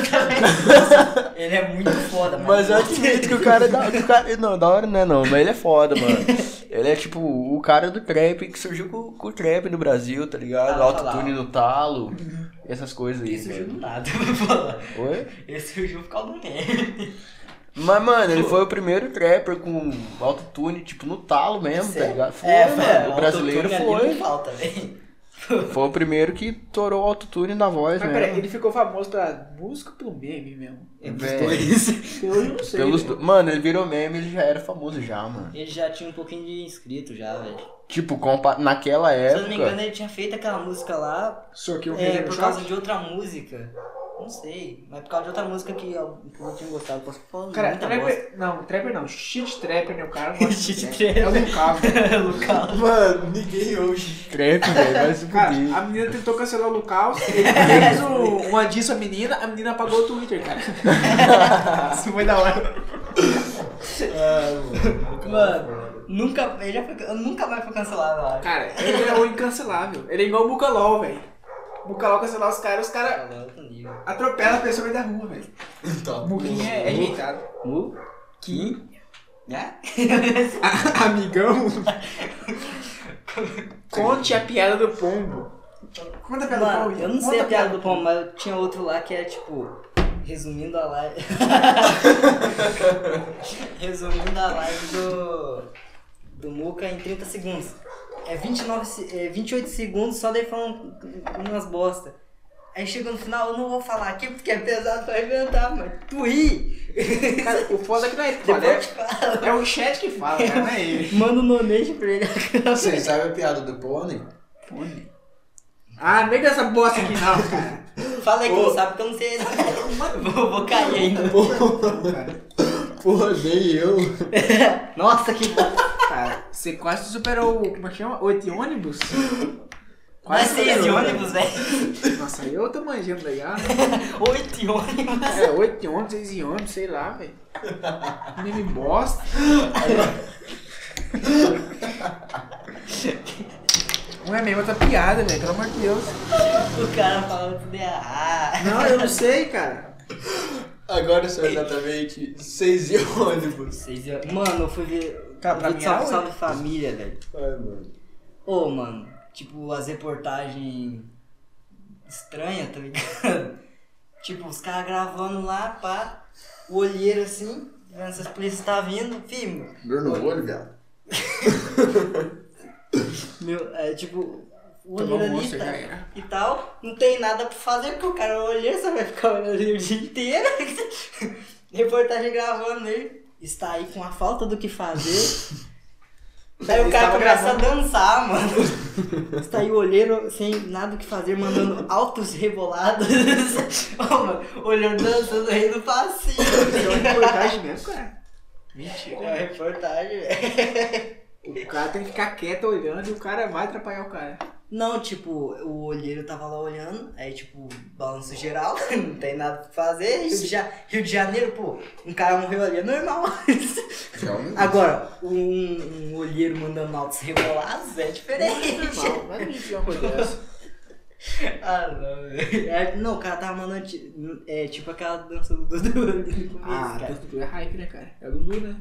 S1: Ele é muito foda, mano.
S2: Mas eu acredito que o cara é da, que o cara, não, da hora não é não, mas ele é foda, mano. Ele é tipo o cara do trap que surgiu com, com o trap no Brasil, tá ligado?
S1: Ah,
S2: Autotune no talo, essas coisas aí.
S1: Ele surgiu do
S2: velho.
S1: nada, eu vou falar.
S2: Oi?
S1: Ele surgiu por causa do meme.
S2: Mas, mano, ele foi o primeiro trapper com autotune, tipo, no talo mesmo, tá ligado? Foi,
S1: É,
S2: mano.
S1: velho,
S2: o é brasileiro
S1: autotune ali
S2: foi.
S1: Não falta, velho.
S2: Foi o primeiro que torou o autotune na voz,
S3: Mas
S2: né?
S3: peraí, ele ficou famoso pela música ou pelo meme mesmo?
S1: É dos
S2: Velho.
S1: dois.
S3: Até hoje eu não sei.
S2: Pelos
S3: né?
S2: do- Mano, ele virou meme, ele já era famoso já, mano.
S1: Ele já tinha um pouquinho de inscrito já, velho.
S2: Tipo, compa... naquela
S1: Se eu não me engano,
S2: época.
S1: ele tinha feito aquela música lá
S3: Só que o
S1: é,
S3: Regina
S1: por
S3: Choque-
S1: causa de outra música. Não sei, mas por causa de outra música que eu, que eu tinha gostado. Posso falar
S3: Cara,
S1: muita bosta.
S3: trapper. Não, trapper não. Shit trapper, né? O cara gosta de
S1: Shit
S3: trapper. É o Lucas.
S1: Lucas.
S2: Mano, ninguém hoje. Trap, velho, vai se
S3: Cara,
S2: fuder.
S3: a menina tentou cancelar o Lucas, ele fez um, uma disso à menina, a menina apagou o Twitter, cara. Isso foi da hora.
S2: É,
S1: Mano, nunca, ele já foi, nunca mais foi cancelado, eu acho.
S3: Cara, ele é o incancelável. Ele é igual o Bucalol, velho. Bucalol cancelar os caras, os caras
S1: Caralho, outro Tá nível.
S3: atropelam a pessoa no meio da rua, velho.
S1: Tá,
S4: Então.
S3: Muquinha é rejeitado.
S1: Mu? Kim? Né?
S3: Amigão? Conte a piada do pombo. Conta a piada do
S1: Mano,
S3: pombo.
S1: eu não
S3: Conta
S1: sei a piada do Pão, mas eu tinha outro lá que era tipo. Resumindo a live. resumindo a live do. Do Muca em 30 segundos. É, 29, se- é 28 segundos só daí falando umas bosta. Aí chega no final, eu não vou falar aqui porque é pesado pra inventar, mas tu ri.
S3: Cara, o foda é que não é ele que fala,
S1: Depois eu te
S3: é,
S1: falo.
S3: é o chat que fala, cara, não é ele.
S1: Manda um donate pra ele.
S4: Vocês sabem a piada do pônei?
S3: Ah, não vem com essa bosta aqui não, cara.
S1: Fala aí que não sabe, porque eu não sei. vou, vou cair ainda.
S2: Porra, nem eu.
S1: Nossa, que bom.
S3: Cara, você quase superou o. Como é que chama? Oito ônibus?
S1: Mas seis de
S3: superou, né?
S1: ônibus, velho.
S3: Nossa, aí eu tô manjando tá legal.
S1: Oito e um. ônibus.
S3: É, oito ônibus, seis de ônibus, sei lá, velho. Meme bosta. Não é mesmo outra piada, velho, pelo amor de Deus.
S1: O cara falando tudo errado.
S3: Não, eu não sei, cara.
S2: Agora são exatamente seis e um ônibus.
S1: Seis de ônibus. Mano, eu fui ver.
S3: Cara, pra
S1: eu vi
S3: mim era
S1: salve, salve
S3: oito.
S1: família, velho.
S2: Ai, mano.
S1: Ô, mano, tipo, as reportagens estranhas, tá ligado? Tipo, os caras gravando lá, pá, o olheiro assim, vendo se as polícias tá vindo, filho.
S2: Dor no olho, viado.
S1: Meu, é tipo, o
S3: Tomou
S1: olheiro
S3: um
S1: ali
S3: monstro,
S1: tá-
S3: já era.
S1: e tal, não tem nada pra fazer, porque o cara olheiro só vai ficar olhando ali o dia inteiro. Reportagem gravando ele, está aí com a falta do que fazer. Daí o
S3: Ele
S1: cara
S3: estava
S1: começa a
S3: gravando.
S1: dançar, mano. Está aí o olheiro sem nada o que fazer, mandando altos rebolados. Ô, mano, olhando dançando aí no passinho.
S3: É uma reportagem mesmo, cara. Mentira.
S1: É uma reportagem, velho.
S3: O cara tem que ficar quieto olhando e o cara vai atrapalhar o cara.
S1: Não, tipo, o olheiro tava lá olhando, aí tipo, balanço geral, não tem nada pra fazer. Rio de, Ja- Rio de Janeiro, pô, um cara morreu ali, é normal. Agora, um, um olheiro mandando altos rebolados é diferente.
S3: Normal, não é mentira uma coisa dessa.
S1: ah, não, velho. É, Não, o cara tava mandando, ti- é, tipo aquela dança do Dudu ali no começo,
S3: Ah,
S1: cara.
S3: Dudu é hype, né, cara? É o Dudu, né?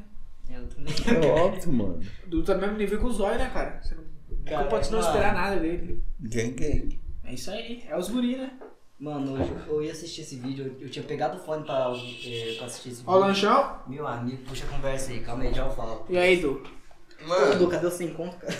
S1: É, eu também.
S2: É óbvio, mano.
S3: O Dudu tá no mesmo nível que o Zóio, né, cara? Você não
S1: Cara,
S3: nunca pode não
S1: mano.
S3: esperar nada dele.
S2: Gang, gang.
S3: É isso aí, é os guri, né?
S1: Mano, hoje eu ia assistir esse vídeo, eu- eu tinha pegado o fone pra, ouvir, eh, pra assistir esse vídeo.
S3: Ó o lanchão.
S1: Meu amigo, puxa a conversa aí, calma aí, já eu falo.
S3: E aí, Du?
S1: Ô,
S4: Mano,
S1: Dudu, cadê o sem conto, cara?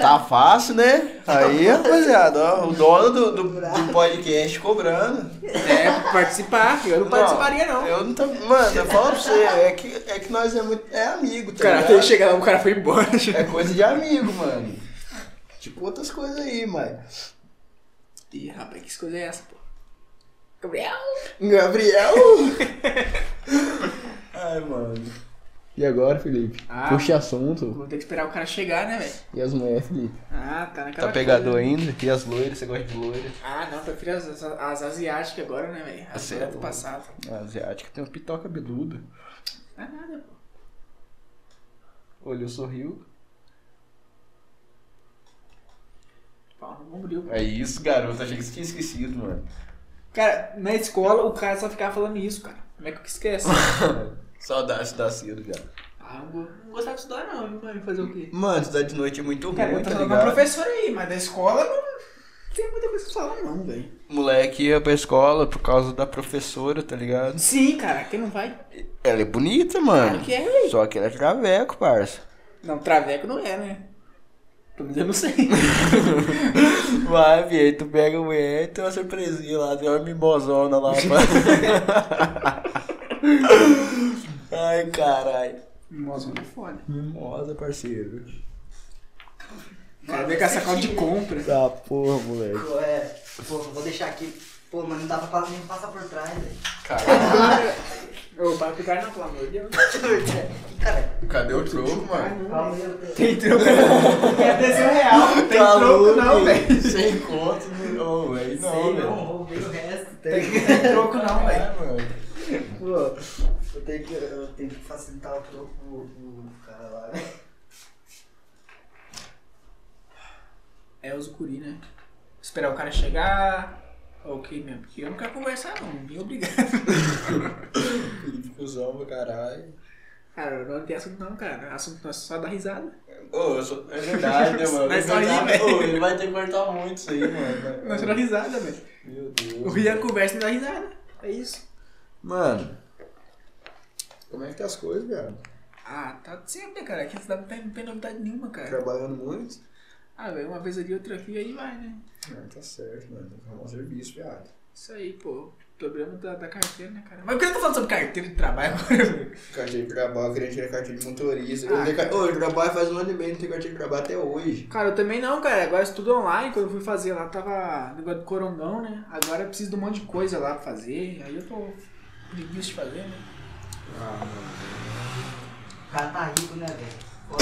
S2: Tá fácil, né? Aí, rapaziada, ó, o dono do, do, do podcast cobrando.
S3: É, participar. Eu não, participaria, não.
S2: Eu não tô. Mano, eu falo pra você, é que, é que nós é muito. É amigo, tá
S3: Cara, até ele
S2: ligado?
S3: chegar lá, o cara foi embora.
S2: É coisa de amigo, mano. Tipo outras coisas aí, mano.
S3: Ih, rapaz, que coisa é essa, pô? Gabriel!
S2: Gabriel! Ai, mano. E agora, Felipe?
S3: Ah.
S2: Puxa assunto.
S3: Vou ter que esperar o cara chegar, né, velho?
S2: E as mulheres, Felipe?
S3: Ah, tá naquela.
S2: Tá pegador
S3: coisa.
S2: ainda? E as loiras? Você gosta de loira?
S3: Ah, não, prefiro as, as, as asiáticas agora, né, velho? As
S2: Você
S3: do
S2: é
S3: do
S2: louco.
S3: passado.
S2: A asiática tem uma pitoca beluda. é
S3: Ah, nada, pô.
S2: Olhou, sorriu.
S3: Pau no bombril.
S2: É isso, garoto. Achei que você tinha esquecido, mano.
S3: Cara, na escola o cara só ficava falando isso, cara. Como é que eu esqueço?
S2: Saudades da cedo, cara.
S3: ah, não, go- não gostava de estudar, não, viu, mãe? Fazer o quê?
S2: Mano, estudar de noite é muito ruim,
S3: Cara, eu
S2: tá
S3: tava
S2: ligado?
S3: uma professora aí, mas da escola não tem muita coisa pra falar, não, velho.
S2: Moleque ia pra escola por causa da professora, tá ligado?
S3: Sim, cara, quem não vai?
S2: Ela é bonita, mano.
S3: Claro que é, velho.
S2: Só que ela é traveco, parça.
S3: Não, traveco não é, né? Pelo menos eu não sei.
S2: Vai, vi, aí tu pega a mulher e tem uma surpresinha lá, tem uma mimosona lá, mano. Ai, caralho.
S3: Nossa, é foda.
S2: Mimosa, parceiro.
S3: O cara veio com a sacola de compra.
S2: Tá, porra, moleque.
S1: Pô, é. Pô, vou deixar aqui. Pô, mas não dá pra passar, nem passar por trás, velho.
S3: Ô, para pro cara não, pelo amor de Deus.
S1: Cara,
S4: Cadê o troco, mano?
S1: calma aí, eu-
S3: Tem troco. É desenho real. Tem
S2: Tá
S3: troco,
S2: louco,
S3: não, velho.
S2: Sem conto, não, Ô, velho.
S1: Sei,
S2: Não,
S1: não,
S2: velho.
S1: vou ver o resto. tá ligado?
S3: Tem troco, não, velho.
S2: É, mano.
S1: Pô, eu tenho que, eu tenho que facilitar o troco pro, pro cara lá, né?
S3: É os guri, né? Esperar o cara chegar. Ok mesmo, porque eu não quero conversar não, me obrigado.
S2: Felipe cuzão pra caralho.
S3: Cara, não tem assunto não, cara. Assunto nosso é só dar risada.
S2: Ô, eu sou... é verdade, né, mano?
S3: Mas
S2: Eu
S3: aí,
S2: cortava-
S3: velho.
S2: Ô, ele vai ter que cortar muito isso aí, mano.
S3: Nós é só dá risada, velho.
S2: Meu
S3: O
S2: Deus.
S3: rir a conversa e dá risada. É isso.
S2: Mano, como é que tá as coisas, velho?
S3: Ah, tá sempre, cara. Aqui você não tá tem, não tem novidade nenhuma, cara.
S2: Trabalhando muito?
S3: Ah, velho, uma vez ali, outra aqui, aí vai, né?
S2: Ah, tá certo, mano. Tem que arrumar um serviço, viado.
S3: Isso aí, pô. Problema da, da carteira, né, cara? Mas por que eu tô falando sobre carteira de trabalho agora, velho?
S2: Carteira de trabalho, eu queria tirar carteira de motorista.
S3: Ah,
S2: eu, tenho car- Ô, eu trabalho faz um ano e meio, não tenho carteira de trabalho até hoje.
S3: Cara, eu também não, cara. Agora estudo online. Quando eu fui fazer lá, tava negócio do corongão, né? Agora eu preciso de um monte de coisa lá pra fazer. Aí eu tô com preguiça de fazer, né?
S1: O cara tá rico, né, velho? Pô,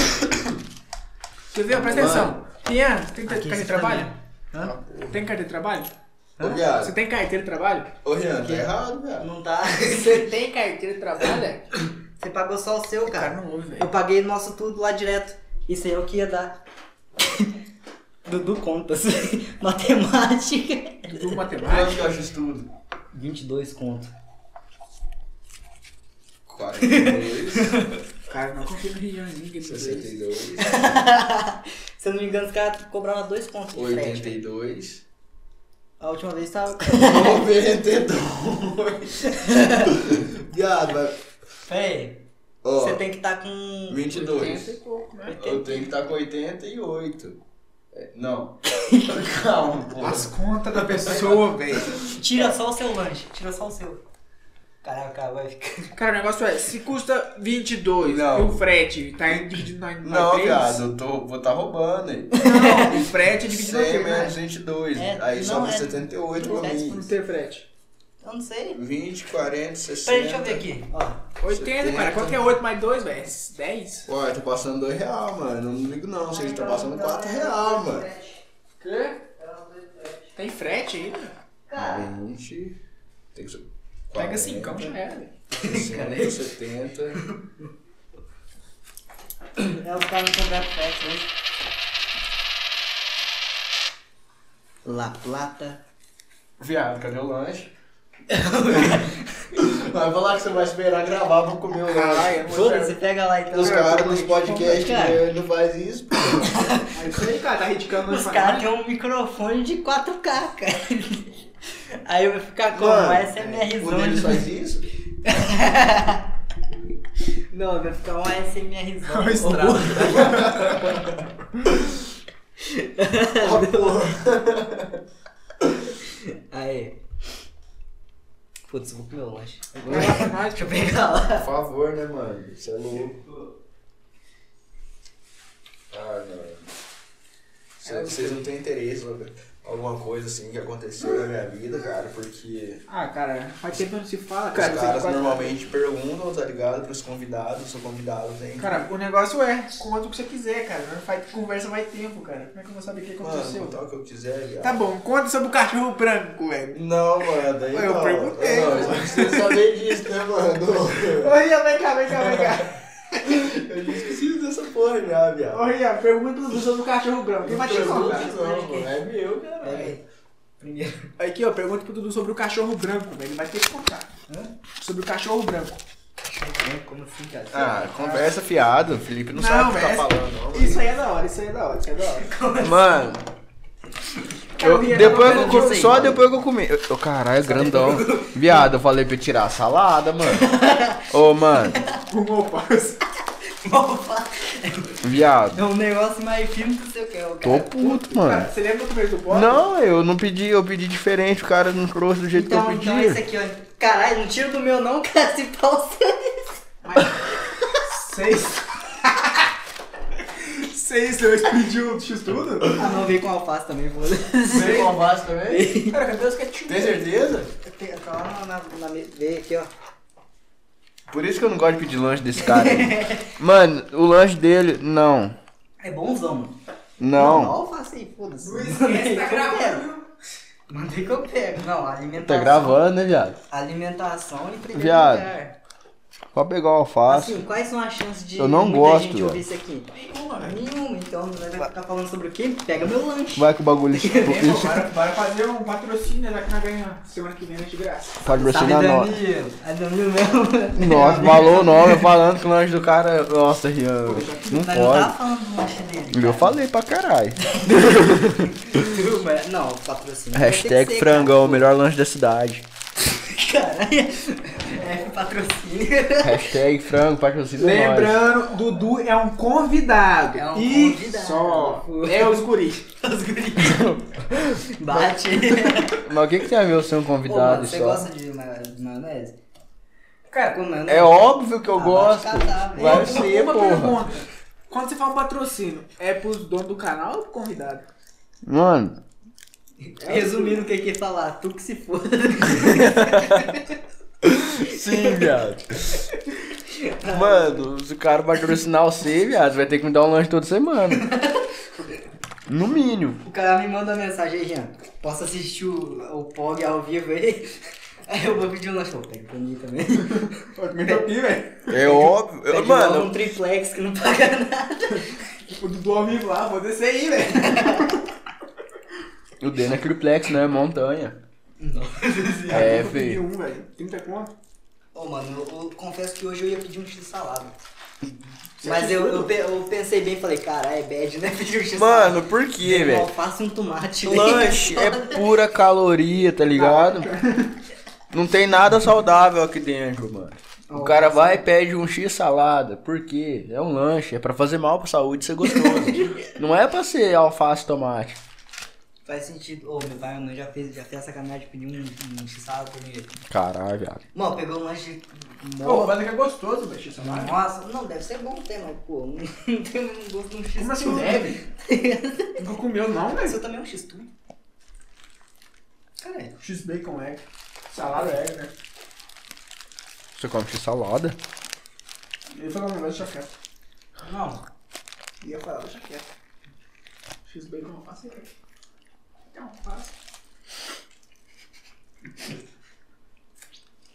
S3: Quer ver? Presta atenção. Pinha, tem
S1: Aqui
S3: carteira de
S1: você
S3: trabalho?
S1: Hã?
S3: Tem carteira de trabalho?
S2: Ah, Ô,
S3: Você
S2: viado.
S3: tem carteira de trabalho?
S2: Ô, Rian, tá errado, viado.
S1: Não tá.
S3: Você tem carteira de trabalho? é?
S1: Você pagou só o seu,
S3: O cara
S1: cara.
S3: não ouve,
S1: Eu
S3: velho.
S1: paguei nosso tudo lá direto. Isso aí é o que ia dar. Dudu contas. Matemática.
S3: Tudo
S2: Quanto
S3: matemática.
S2: que eu acho isso tudo?
S1: 22 conto.
S2: 42,
S3: O cara não confia no Rian, ninguém precisa.
S2: 62,
S1: Se eu não me engano, os caras cobravam 2 contos de frete.
S2: 82,
S1: A última vez tava.
S2: 92. Viado, vai.
S1: Véi,
S2: Ó,
S1: você tem que estar tá com.
S2: 22.
S3: pouco, né?
S2: Eu tenho que estar com 88. É, Não. Calma, pô.
S3: As contas da pessoa, velho.
S1: Tira só o seu lanche, tira só o seu. Caraca, vai ficar.
S3: Cara, o negócio é, se custa 22
S2: Não.
S3: e o frete tá em- dividido na
S2: Não,
S3: três?
S2: viado, eu tô, vou estar roubando aí.
S3: Não, o frete é dividido na
S2: 100
S3: três, né?
S2: menos 22.
S1: É,
S2: aí
S1: não,
S2: sobra
S1: é-
S2: 78 pra
S3: Não
S2: mim.
S3: tem frete.
S1: Eu não sei.
S2: 20, 40, 60.
S1: Peraí, deixa eu ver aqui. Ó,
S3: 80, cara. Quanto que é 8 mais 2, velho? 10?
S2: Pô, eu tô passando 2 real, mano. Não ligo não. Vocês estão passando 4 real, mano.
S3: Quê? Tem frete ainda?
S2: 20. Tem que ser.
S3: Pega
S4: Tá
S2: 40,
S3: 5, já era, velho.
S2: 60, 70.
S1: é os caras não compraram frete, né? La Plata.
S2: Viado, cadê o lanche? Vai falar que você vai esperar gravar pra comer o
S3: Caralho,
S2: lanche.
S1: Foda-se, pega lá então.
S2: Os caras nos podcasts
S1: Cara,
S2: que não faz isso, pô.
S3: Aí você, cara, tá
S2: né?
S3: ridicando
S1: Os caras têm um microfone de 4K, cara. Aí eu vou ficar como?
S2: Mano,
S1: Essa é minha
S2: O deles
S1: risonha.
S2: faz isso?
S1: Não, vai ficar um ASMR
S3: É um estrago.
S1: Aí. Putz, vou comer o lanche.
S3: Deixa
S1: Deixa eu pegar lá.
S2: Por favor, né, mano? Você é louco.
S3: É,
S2: Ah, não. Vocês não têm interesse, mano.
S4: alguma coisa assim que aconteceu na minha vida, cara, porque
S3: Ah, cara, faz tempo que não se fala, cara.
S4: os
S3: Você
S4: caras
S3: quase-
S4: normalmente perguntam, tá ligado? Pros convidados, se o convidado tem.
S3: Cara, o negócio é, conta o que você quiser, cara. Não faz conversa vai tempo, cara. Como é que eu vou saber o que aconteceu?
S4: mano, tal que eu quiser, viado.
S3: Tá bom, conta sobre o cachorro branco, velho.
S4: Não, mano, daí
S3: Eu
S4: não.
S3: perguntei,
S4: Não,
S3: mano.
S4: eu preciso saber disso, né, mano?
S3: Ô, Rian, vem cá, vem cá, vem cá.
S4: Eu já esqueci dessa porra já,
S3: Ô,
S4: viado.
S3: Rian, pergunta do- sobre o cachorro branco. Quem vai te
S4: Não,
S3: contar?
S4: não, mano, é meu, cara.
S1: Peraí. Primeiro.
S3: Aqui, ó, pergunta pro Dudu sobre o cachorro branco, velho. Ele vai ter que contar. Sobre o cachorro branco.
S1: Como assim, cara?
S2: Ah, conversa fiado. O Felipe não, sabe o que tá
S3: velho,
S2: falando, não. mano.
S3: Isso aí é da hora, isso aí é da hora, isso aí é da hora.
S2: Mano,
S3: Cara,
S2: eu-
S3: o Rian
S2: depois
S3: tá
S2: que eu,
S3: falando
S2: co-
S1: disso aí,
S2: só
S1: mano.
S2: depois que eu comi. Eu, eu, caralho, é grandão. Viado, eu falei pra eu tirar a salada, mano. Ô, mano,
S3: de Rumo parça.
S2: viado.
S1: É um negócio mais fino que você quer, cara.
S2: Tô puto, mano.
S3: Cara, você lembra do começo do bolo?
S2: Não, eu não pedi, eu pedi diferente, o cara não trouxe do jeito
S1: Então,
S2: que eu pedi.
S1: então esse aqui, ó. Caralho, não tira do meu não, cara. Se pau
S3: Mas. Seis. Seis, dois, pediu o X tudo?
S1: Ah, não, veio com alface também, foda-se.
S4: Tem com alface também?
S3: Cara, cadê os ketchup?
S4: Tem certeza?
S1: Calma, tá na, na, me- veio aqui, ó.
S2: Por isso que eu não gosto de pedir lanche desse cara. aí. mano, o lanche dele, não.
S1: É bonzão, mano. Não,
S2: Não.
S1: alface aí, foda-se.
S3: Não esquece, tá gravando, viu?
S1: Mandei que eu pego. Não,
S2: Tá
S1: alimentação.
S2: gravando, né, viado?
S1: Alimentação em primeiro
S2: Viado.
S1: lugar.
S2: Só pegar o alface.
S1: Assim, quais são as chances de
S2: Eu não
S1: muita
S2: gosto,
S1: gente ouvir
S2: velho.
S1: isso aqui?
S3: né?
S1: Nenhuma, então vai ficar falando sobre o quê? Pega meu lanche.
S2: Vai que o bagulho explode.
S3: Bora, bora fazer um patrocínio da Cana ganha semana que vem, né, de graça.
S2: Patrocina
S1: Salve,
S2: nós.
S1: Danilo. É Danilo mesmo.
S2: Nossa, falou o nome, falando que o lanche do cara. Nossa, Rian. Não
S1: Mas não tava
S2: pode.
S1: falando do lanche dele.
S2: Eu
S1: cara.
S2: falei pra caralho.
S1: Tu, mas- Não, patrocínio. vai ter que
S2: Hashtag
S1: ser,
S2: frangão, o melhor lanche da cidade.
S1: Cara. Caralho. É patrocínio.
S2: Hashtag frango, patrocina nós.
S3: Lembrando, Dudu é um convidado.
S1: É um
S3: e
S1: convidado.
S3: só. É os guris.
S1: Os guris. Bate.
S2: Mas o que, que tem a ver eu ser um
S1: Ô, mano,
S2: convidado
S1: você
S2: só?
S1: gosta de ma- de maionese? Cara, com maionese.
S2: É óbvio que eu
S1: Ah,
S2: gosto.
S1: vai te catar, velho.
S2: Vai
S1: Uma-
S2: ser, porra.
S3: Quando você fala patrocínio, é pros donos do canal ou pro convidado?
S2: Mano,
S1: Resumindo o que eu ia falar, tu que se foda.
S2: sim, viado. Mano, se o cara patrocinar você, viado, você vai ter que me dar um lanche toda semana. No mínimo.
S1: O cara me manda mensagem aí, Jean. Posso assistir o, o POG ao vivo aí? Aí eu vou pedir um lanche. Pô, pega pra mim também.
S3: Pode me aqui, velho.
S2: É óbvio.
S1: Pede logo
S2: Eu-
S1: um
S2: Mano, tipo,
S1: triplex que não paga nada.
S3: O Dudu ao vivo
S2: ah,
S3: lá, vou descer aí, velho.
S2: o Dena é triplex, né? Montanha. É,
S3: Eu pedi
S2: filho.
S3: um, velho. 30 conto.
S1: Ô, mano, eu, eu confesso que hoje eu ia pedir um x-salada. Mas eu, eu, pe- eu pensei bem e falei, caralho, é bad, né? Pedir um x-salada.
S2: Mano, por quê,
S1: Tem um
S2: velho?
S1: alface e um tomate. velho.
S2: Lanche é pura caloria, tá ligado? Não tem nada saudável aqui dentro, mano. O cara vai e pede um X salada. Por quê? É um lanche, é pra fazer mal pra saúde, ser gostoso. Não é pra ser alface e tomate.
S1: Faz sentido. Ô, meu pai e minha mãe já fez, já fez a sacanagem de pedir um, um x-salada comigo.
S2: Caralho, viado.
S1: Mano, pegou um lanche
S3: Pô,
S1: mó
S3: mas é que é gostoso, velho. X salada.
S1: Nossa, não, deve ser bom ter, mas pô, não tem um gosto de um x
S3: Como assim deve? Nunca comeu, não, velho.
S1: Você também é um x tudo. Caralho.
S3: X-Bacon é. Salada é, né?
S2: Você come X salada?
S3: Ele falou um negócio de chaqueta.
S1: Não.
S3: Ia falar de chaqueta. X-Bacon não passa aí. Não, passa.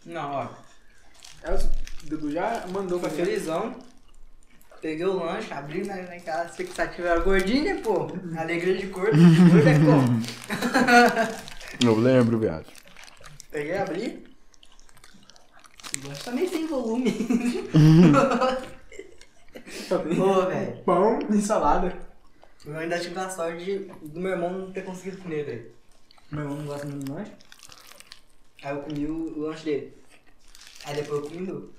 S1: Não, ó.
S3: É, o Dudu já mandou pra
S1: Tô
S3: feliz.
S1: felizão. Peguei o lanche, abri na, naquela expectativa era gordinha, pô. Alegria de corpo, gorda é como?
S2: Eu lembro, viado.
S1: Peguei, abri. O lanche também tem volume.
S3: Só tem
S1: Pô, velho.
S3: pão e salada.
S1: Eu ainda tive a sorte de- do meu irmão não ter conseguido comer, velho. Meu irmão não gosta muito de lanche. Aí eu comi o, o lanche dele. Aí depois eu comi o meu.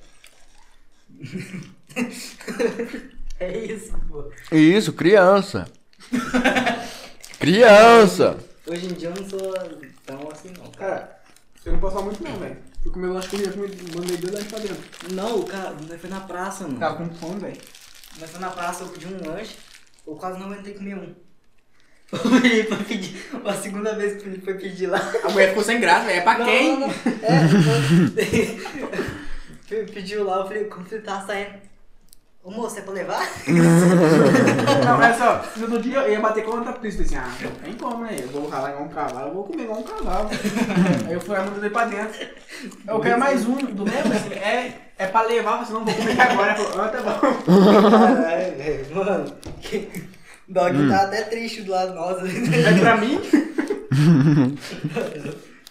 S1: é isso, pô.
S2: E isso, criança. criança!
S1: Hoje em dia eu não sou tão assim, não. cara.
S3: Cara, eu não posso falar muito não, velho. Fui comer lanche comigo, comi, mandei dois lanches pra dentro.
S1: Não, cara, nós foi na praça, mano.
S3: Tava com fome, velho.
S1: Nós foi na praça, eu pedi um lanche. Eu quase não aguentei comer um. Eu olhei pra pedir. A segunda vez que ele foi pedir lá.
S3: A mulher ficou sem graça, velho. É pra
S1: Não,
S3: quem?
S1: não, não. É, foi- pediu lá, eu falei, quando ele tava saindo. Ô moço, é pra levar?
S3: Não, olha só, se no dia eu ia bater contra a polícia, falei assim, ah, não tem como, né? Eu vou ralar igual um cavalo, eu vou comer igual um cavalo. Aí eu fui lá, mandei pra dentro. Eu quero mais um do mesmo, assim, é, é pra levar, senão eu vou comer agora. Eu falei, ah, tá bom.
S1: Caralho, velho, mano. que- Dog tá até triste do lado nosso.
S3: É pra mim?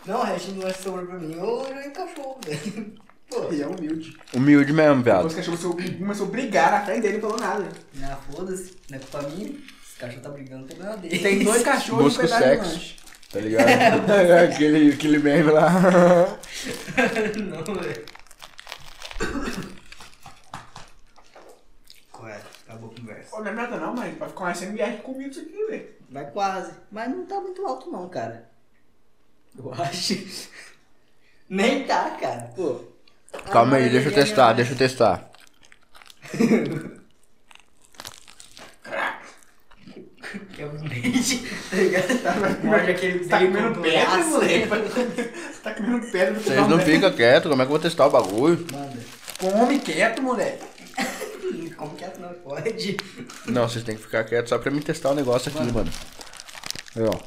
S1: Não, o resto não é sobrou pra mim. Eu já encaixou, velho. Pô,
S3: Ele é humilde.
S2: Humilde mesmo, viado.
S3: Os cachorros se obri- começou a brigar na frente dele, não falou nada.
S1: na foda-se, não é culpa minha. Esse cachorro tá brigando, tem problema
S3: E
S1: dele.
S3: tem dois cachorros e um
S2: Busca o
S3: pedaço de
S2: sexo.
S3: lanche.
S2: Tá ligado? É, aquele, aquele meme lá.
S1: Não, velho. Correto, acabou a conversa.
S3: Pô, não é nada não, mas vai ficar uma SMR comigo isso aqui, velho.
S1: Vai quase. Mas não tá muito alto não, cara. Eu acho. Nem tá, cara. Pô. Ah,
S2: Calma aí, deixa eu testar, deixa eu testar.
S1: testar. É um dente, tá ligado? Morde aquele
S3: Você tá
S1: bico
S3: comendo
S1: do
S3: pedra,
S1: laço.
S3: moleque. Você tá comendo pedra no
S2: Vocês não
S3: né?
S2: ficam quietos, como é que eu vou testar o bagulho?
S1: Manda.
S3: Come quieto, moleque.
S1: Como que é que não pode?
S2: Não, vocês têm que ficar quietos só pra mim testar o negócio aqui, mano. Aí, ó.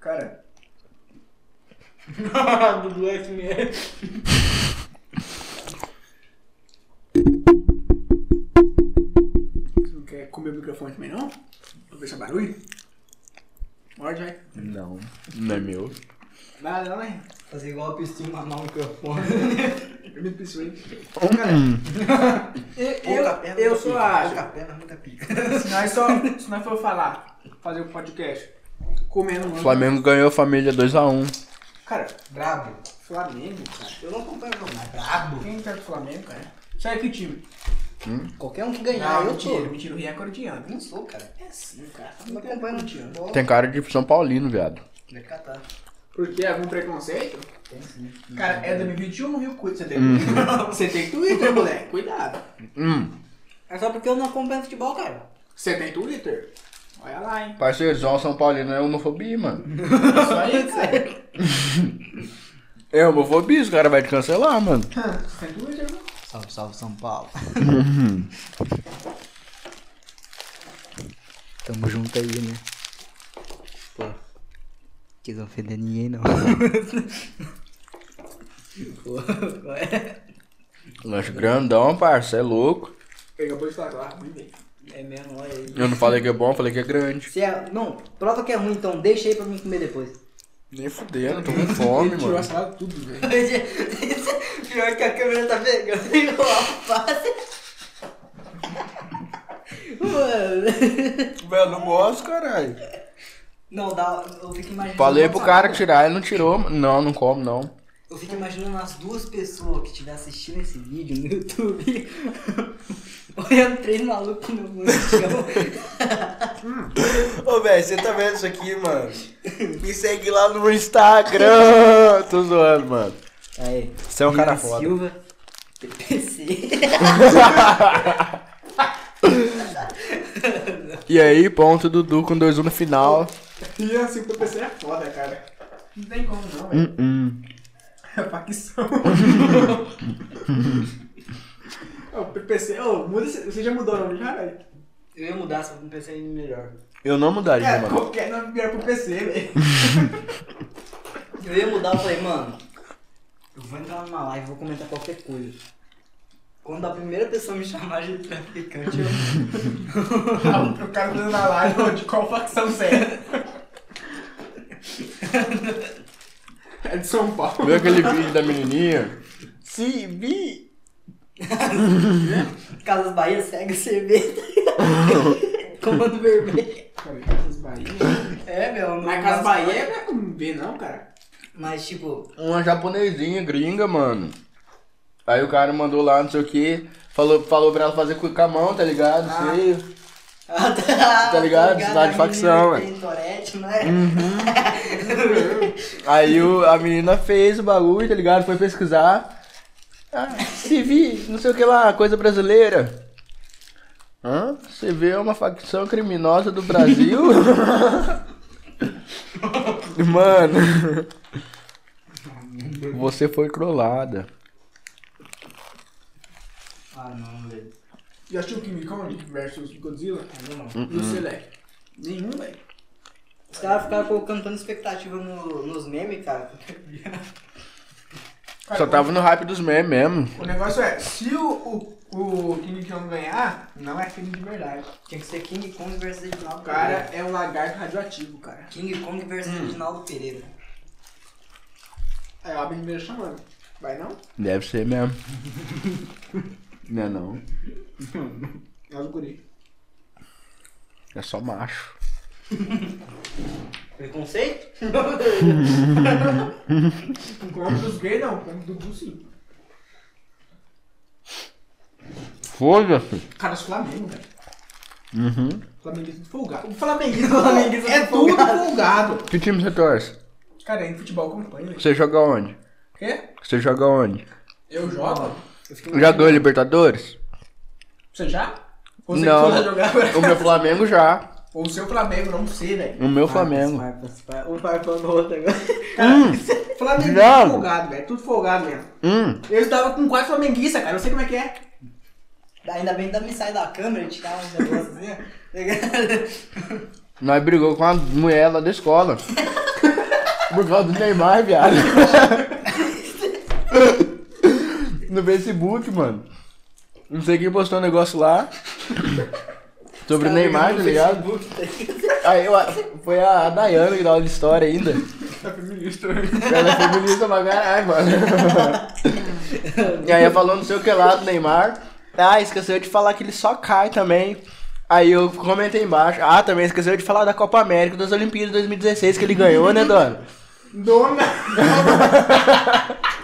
S3: Cara.
S1: Dudu é que mesmo.
S3: Você não quer comer o microfone também, não? Pra deixar barulho? Morde, vai.
S2: Não, não é meu.
S3: Nada, não, né?
S1: Fazer igual a pistinha mamar o microfone.
S3: Eu me pensei. Cara,
S1: Pouca
S3: eu, eu,
S1: perna,
S3: eu
S1: muita
S3: só
S1: pica.
S3: acho.
S1: Pouca perna, muita pica.
S3: Se nós só. Se nós for falar, fazer o podcast, comendo um.
S2: Flamengo ganhou família 2x1.
S3: Cara,
S1: Brabo.
S3: Flamengo, cara.
S1: Eu não acompanho o jogo, mas brabo.
S3: Quem tá do Flamengo, cara? Sai que time?
S1: Qualquer um que ganhar, eu
S3: mentira,
S1: tô.
S3: mentira, o Rio é corintiano.
S1: Não sou, cara.
S3: Ah, É sim, cara.
S1: Não acompanho o futebol.
S2: Tem cara de São Paulino, viado.
S1: Deve catar.
S3: Por que? Algum preconceito?
S1: Tem sim.
S3: Cara,
S2: Uhum.
S3: é 2021 Rio Cuido, você tem Você tem Twitter, moleque. Cuidado.
S2: Hum.
S1: É só porque eu não acompanho futebol, cara.
S3: Você tem Twitter? Olha lá, hein.
S2: Parceiro, só o São Paulino é homofobia, mano.
S3: Isso aí, cara.
S2: É homofobia, os caras vão te cancelar, mano.
S3: Você tem Twitter, não?
S1: Salve, salve São Paulo. Tamo junto aí, né? Pô. Quis ofender ninguém, não. Pô, qual é?
S2: Lanche grandão, parça, é louco.
S3: Ele acabou de falar, claro, muito bem.
S1: É mesmo, olha aí.
S2: Eu não falei que é bom, falei que é grande.
S1: Se é, não, prova que é ruim, então deixa aí pra mim comer depois.
S2: Nem fudendo, tô com fome,
S3: Ele tirou a
S2: mano.
S3: salada tudo, velho.
S1: Pior que a câmera tá pegando igual a face. Mano.
S2: Velho, não gosto, caralho.
S1: Não, dá, eu fico imaginando.
S2: Falei pro
S1: nossa,
S2: cara
S1: mano,
S2: tirar, ele não tirou. mano. Não, não como, não.
S1: Eu fico imaginando as duas pessoas que estiver assistindo esse vídeo no YouTube. Olhando três malucos no chão.
S4: Ô, velho, você tá vendo isso aqui, mano? Me segue lá.
S2: Lá no Instagram. Tô zoando, mano.
S1: Aí.
S2: Você é um cara
S1: Ian
S2: foda.
S1: Silva, PPC.
S2: E aí, ponto Dudu com 2-1 no final.
S3: E assim, o PPC é foda, cara. Não tem como, não, velho.
S2: Hum,
S3: É facção. Ô, O PPC, ô, muda, esse- você já mudou o nome já, velho?
S1: Eu ia mudar se eu não pensei em é melhor.
S2: Eu não mudaria,
S3: É,
S2: mano.
S3: qualquer nome vira pro PPC, velho.
S1: Eu ia mudar, eu falei, mano, eu vou entrar numa live, vou comentar qualquer coisa. Quando a primeira pessoa me chamar de traficante, eu.
S3: O cara fazendo na live, ô, de qual facção você é? É de São Paulo.
S2: Viu aquele vídeo da menininha? Se vi.
S1: Casas Bahia segue o CV. Comando vermelho.
S3: Cara, Casas Bahia.
S1: É, meu.
S3: Mas Casas Bahia não é com B, não, cara.
S1: Mas, tipo,
S2: uma japonesinha gringa, mano. Aí o cara mandou lá, não sei o que, falou, falou pra ela fazer com a mão, tá ligado? Sei.
S1: ah, tá,
S2: Tá ligado? Sinal
S1: A
S2: de facção,
S1: menina Tem Tourette, né? Uhum.
S2: Aí o- a menina fez o bagulho, tá ligado? Foi pesquisar. Ah, se vi, não sei o que lá, coisa brasileira. Hã? Você vê uma facção criminosa do Brasil? Mano. Você foi trollada.
S1: Ah, não, velho.
S3: Já assistiu King Kong versus Godzilla?
S1: Ainda não.
S3: E o Select? Nenhum, velho.
S1: Os caras ficaram colocando tanta expectativa no- nos memes, cara.
S3: Cara,
S2: Só tava no hype dos memes mesmo.
S3: O negócio é, se o, o, o King Kong ganhar, não é filme de verdade.
S1: Tinha que ser King Kong versus Edinaldo
S3: O cara
S1: Pereira.
S3: é um lagarto radioativo, cara.
S1: King Kong versus Edinaldo Pereira.
S3: Aí o Abin me chamando. Vai não?
S2: Deve ser mesmo. Não é não.
S3: É os guri.
S2: É só macho.
S1: Preconceito?
S3: Como dos gays não, como do Bull sim.
S2: Foda-se.
S3: Cara, os Flamengo, né? velho.
S2: Uhum.
S3: Flamenguista folgado. O Flamenguista,
S1: Flamenguista
S3: é tudo
S1: folgado.
S3: folgado.
S2: Que time você torce?
S3: Cara, é em futebol acompanha, velho.
S2: Você joga onde?
S3: Quê?
S2: Você joga onde?
S3: Eu jogo?
S1: Eu fiquei
S2: Já ganhou Libertadores?
S3: Você já? Ou você
S2: Não.
S3: que foi jogar agora?
S2: O meu Flamengo já.
S3: Ou o seu Flamengo, não sei, velho.
S2: O meu Flamengo.
S1: Um farpando no outro agora.
S2: Hum.
S3: Flamengo é
S2: Não.
S3: tudo folgado, velho. Tudo folgado mesmo.
S2: Hum.
S3: Eu estava com quatro flamenguistas, cara. Eu sei como é que é.
S1: Ainda bem que ainda me sai da câmera e tirar né? uns negócios assim.
S2: Nós brigou com a mulher lá da escola. Por causa do Neymar, viado. no Facebook, mano. Não sei quem postou um negócio lá. Sobre o Neymar, tá ligado? Aí eu- foi a Dayana que dá aula de história ainda.
S3: Tá feminista.
S2: Ela é feminista pra caralho, mano. E aí falou não sei o que lá do Neymar. Ah, esqueceu de falar que ele só cai também. Aí eu comentei embaixo. Ah, também esqueceu de falar da Copa América, das Olimpíadas de 2016 que ele ganhou, né, Dona?
S3: Dona.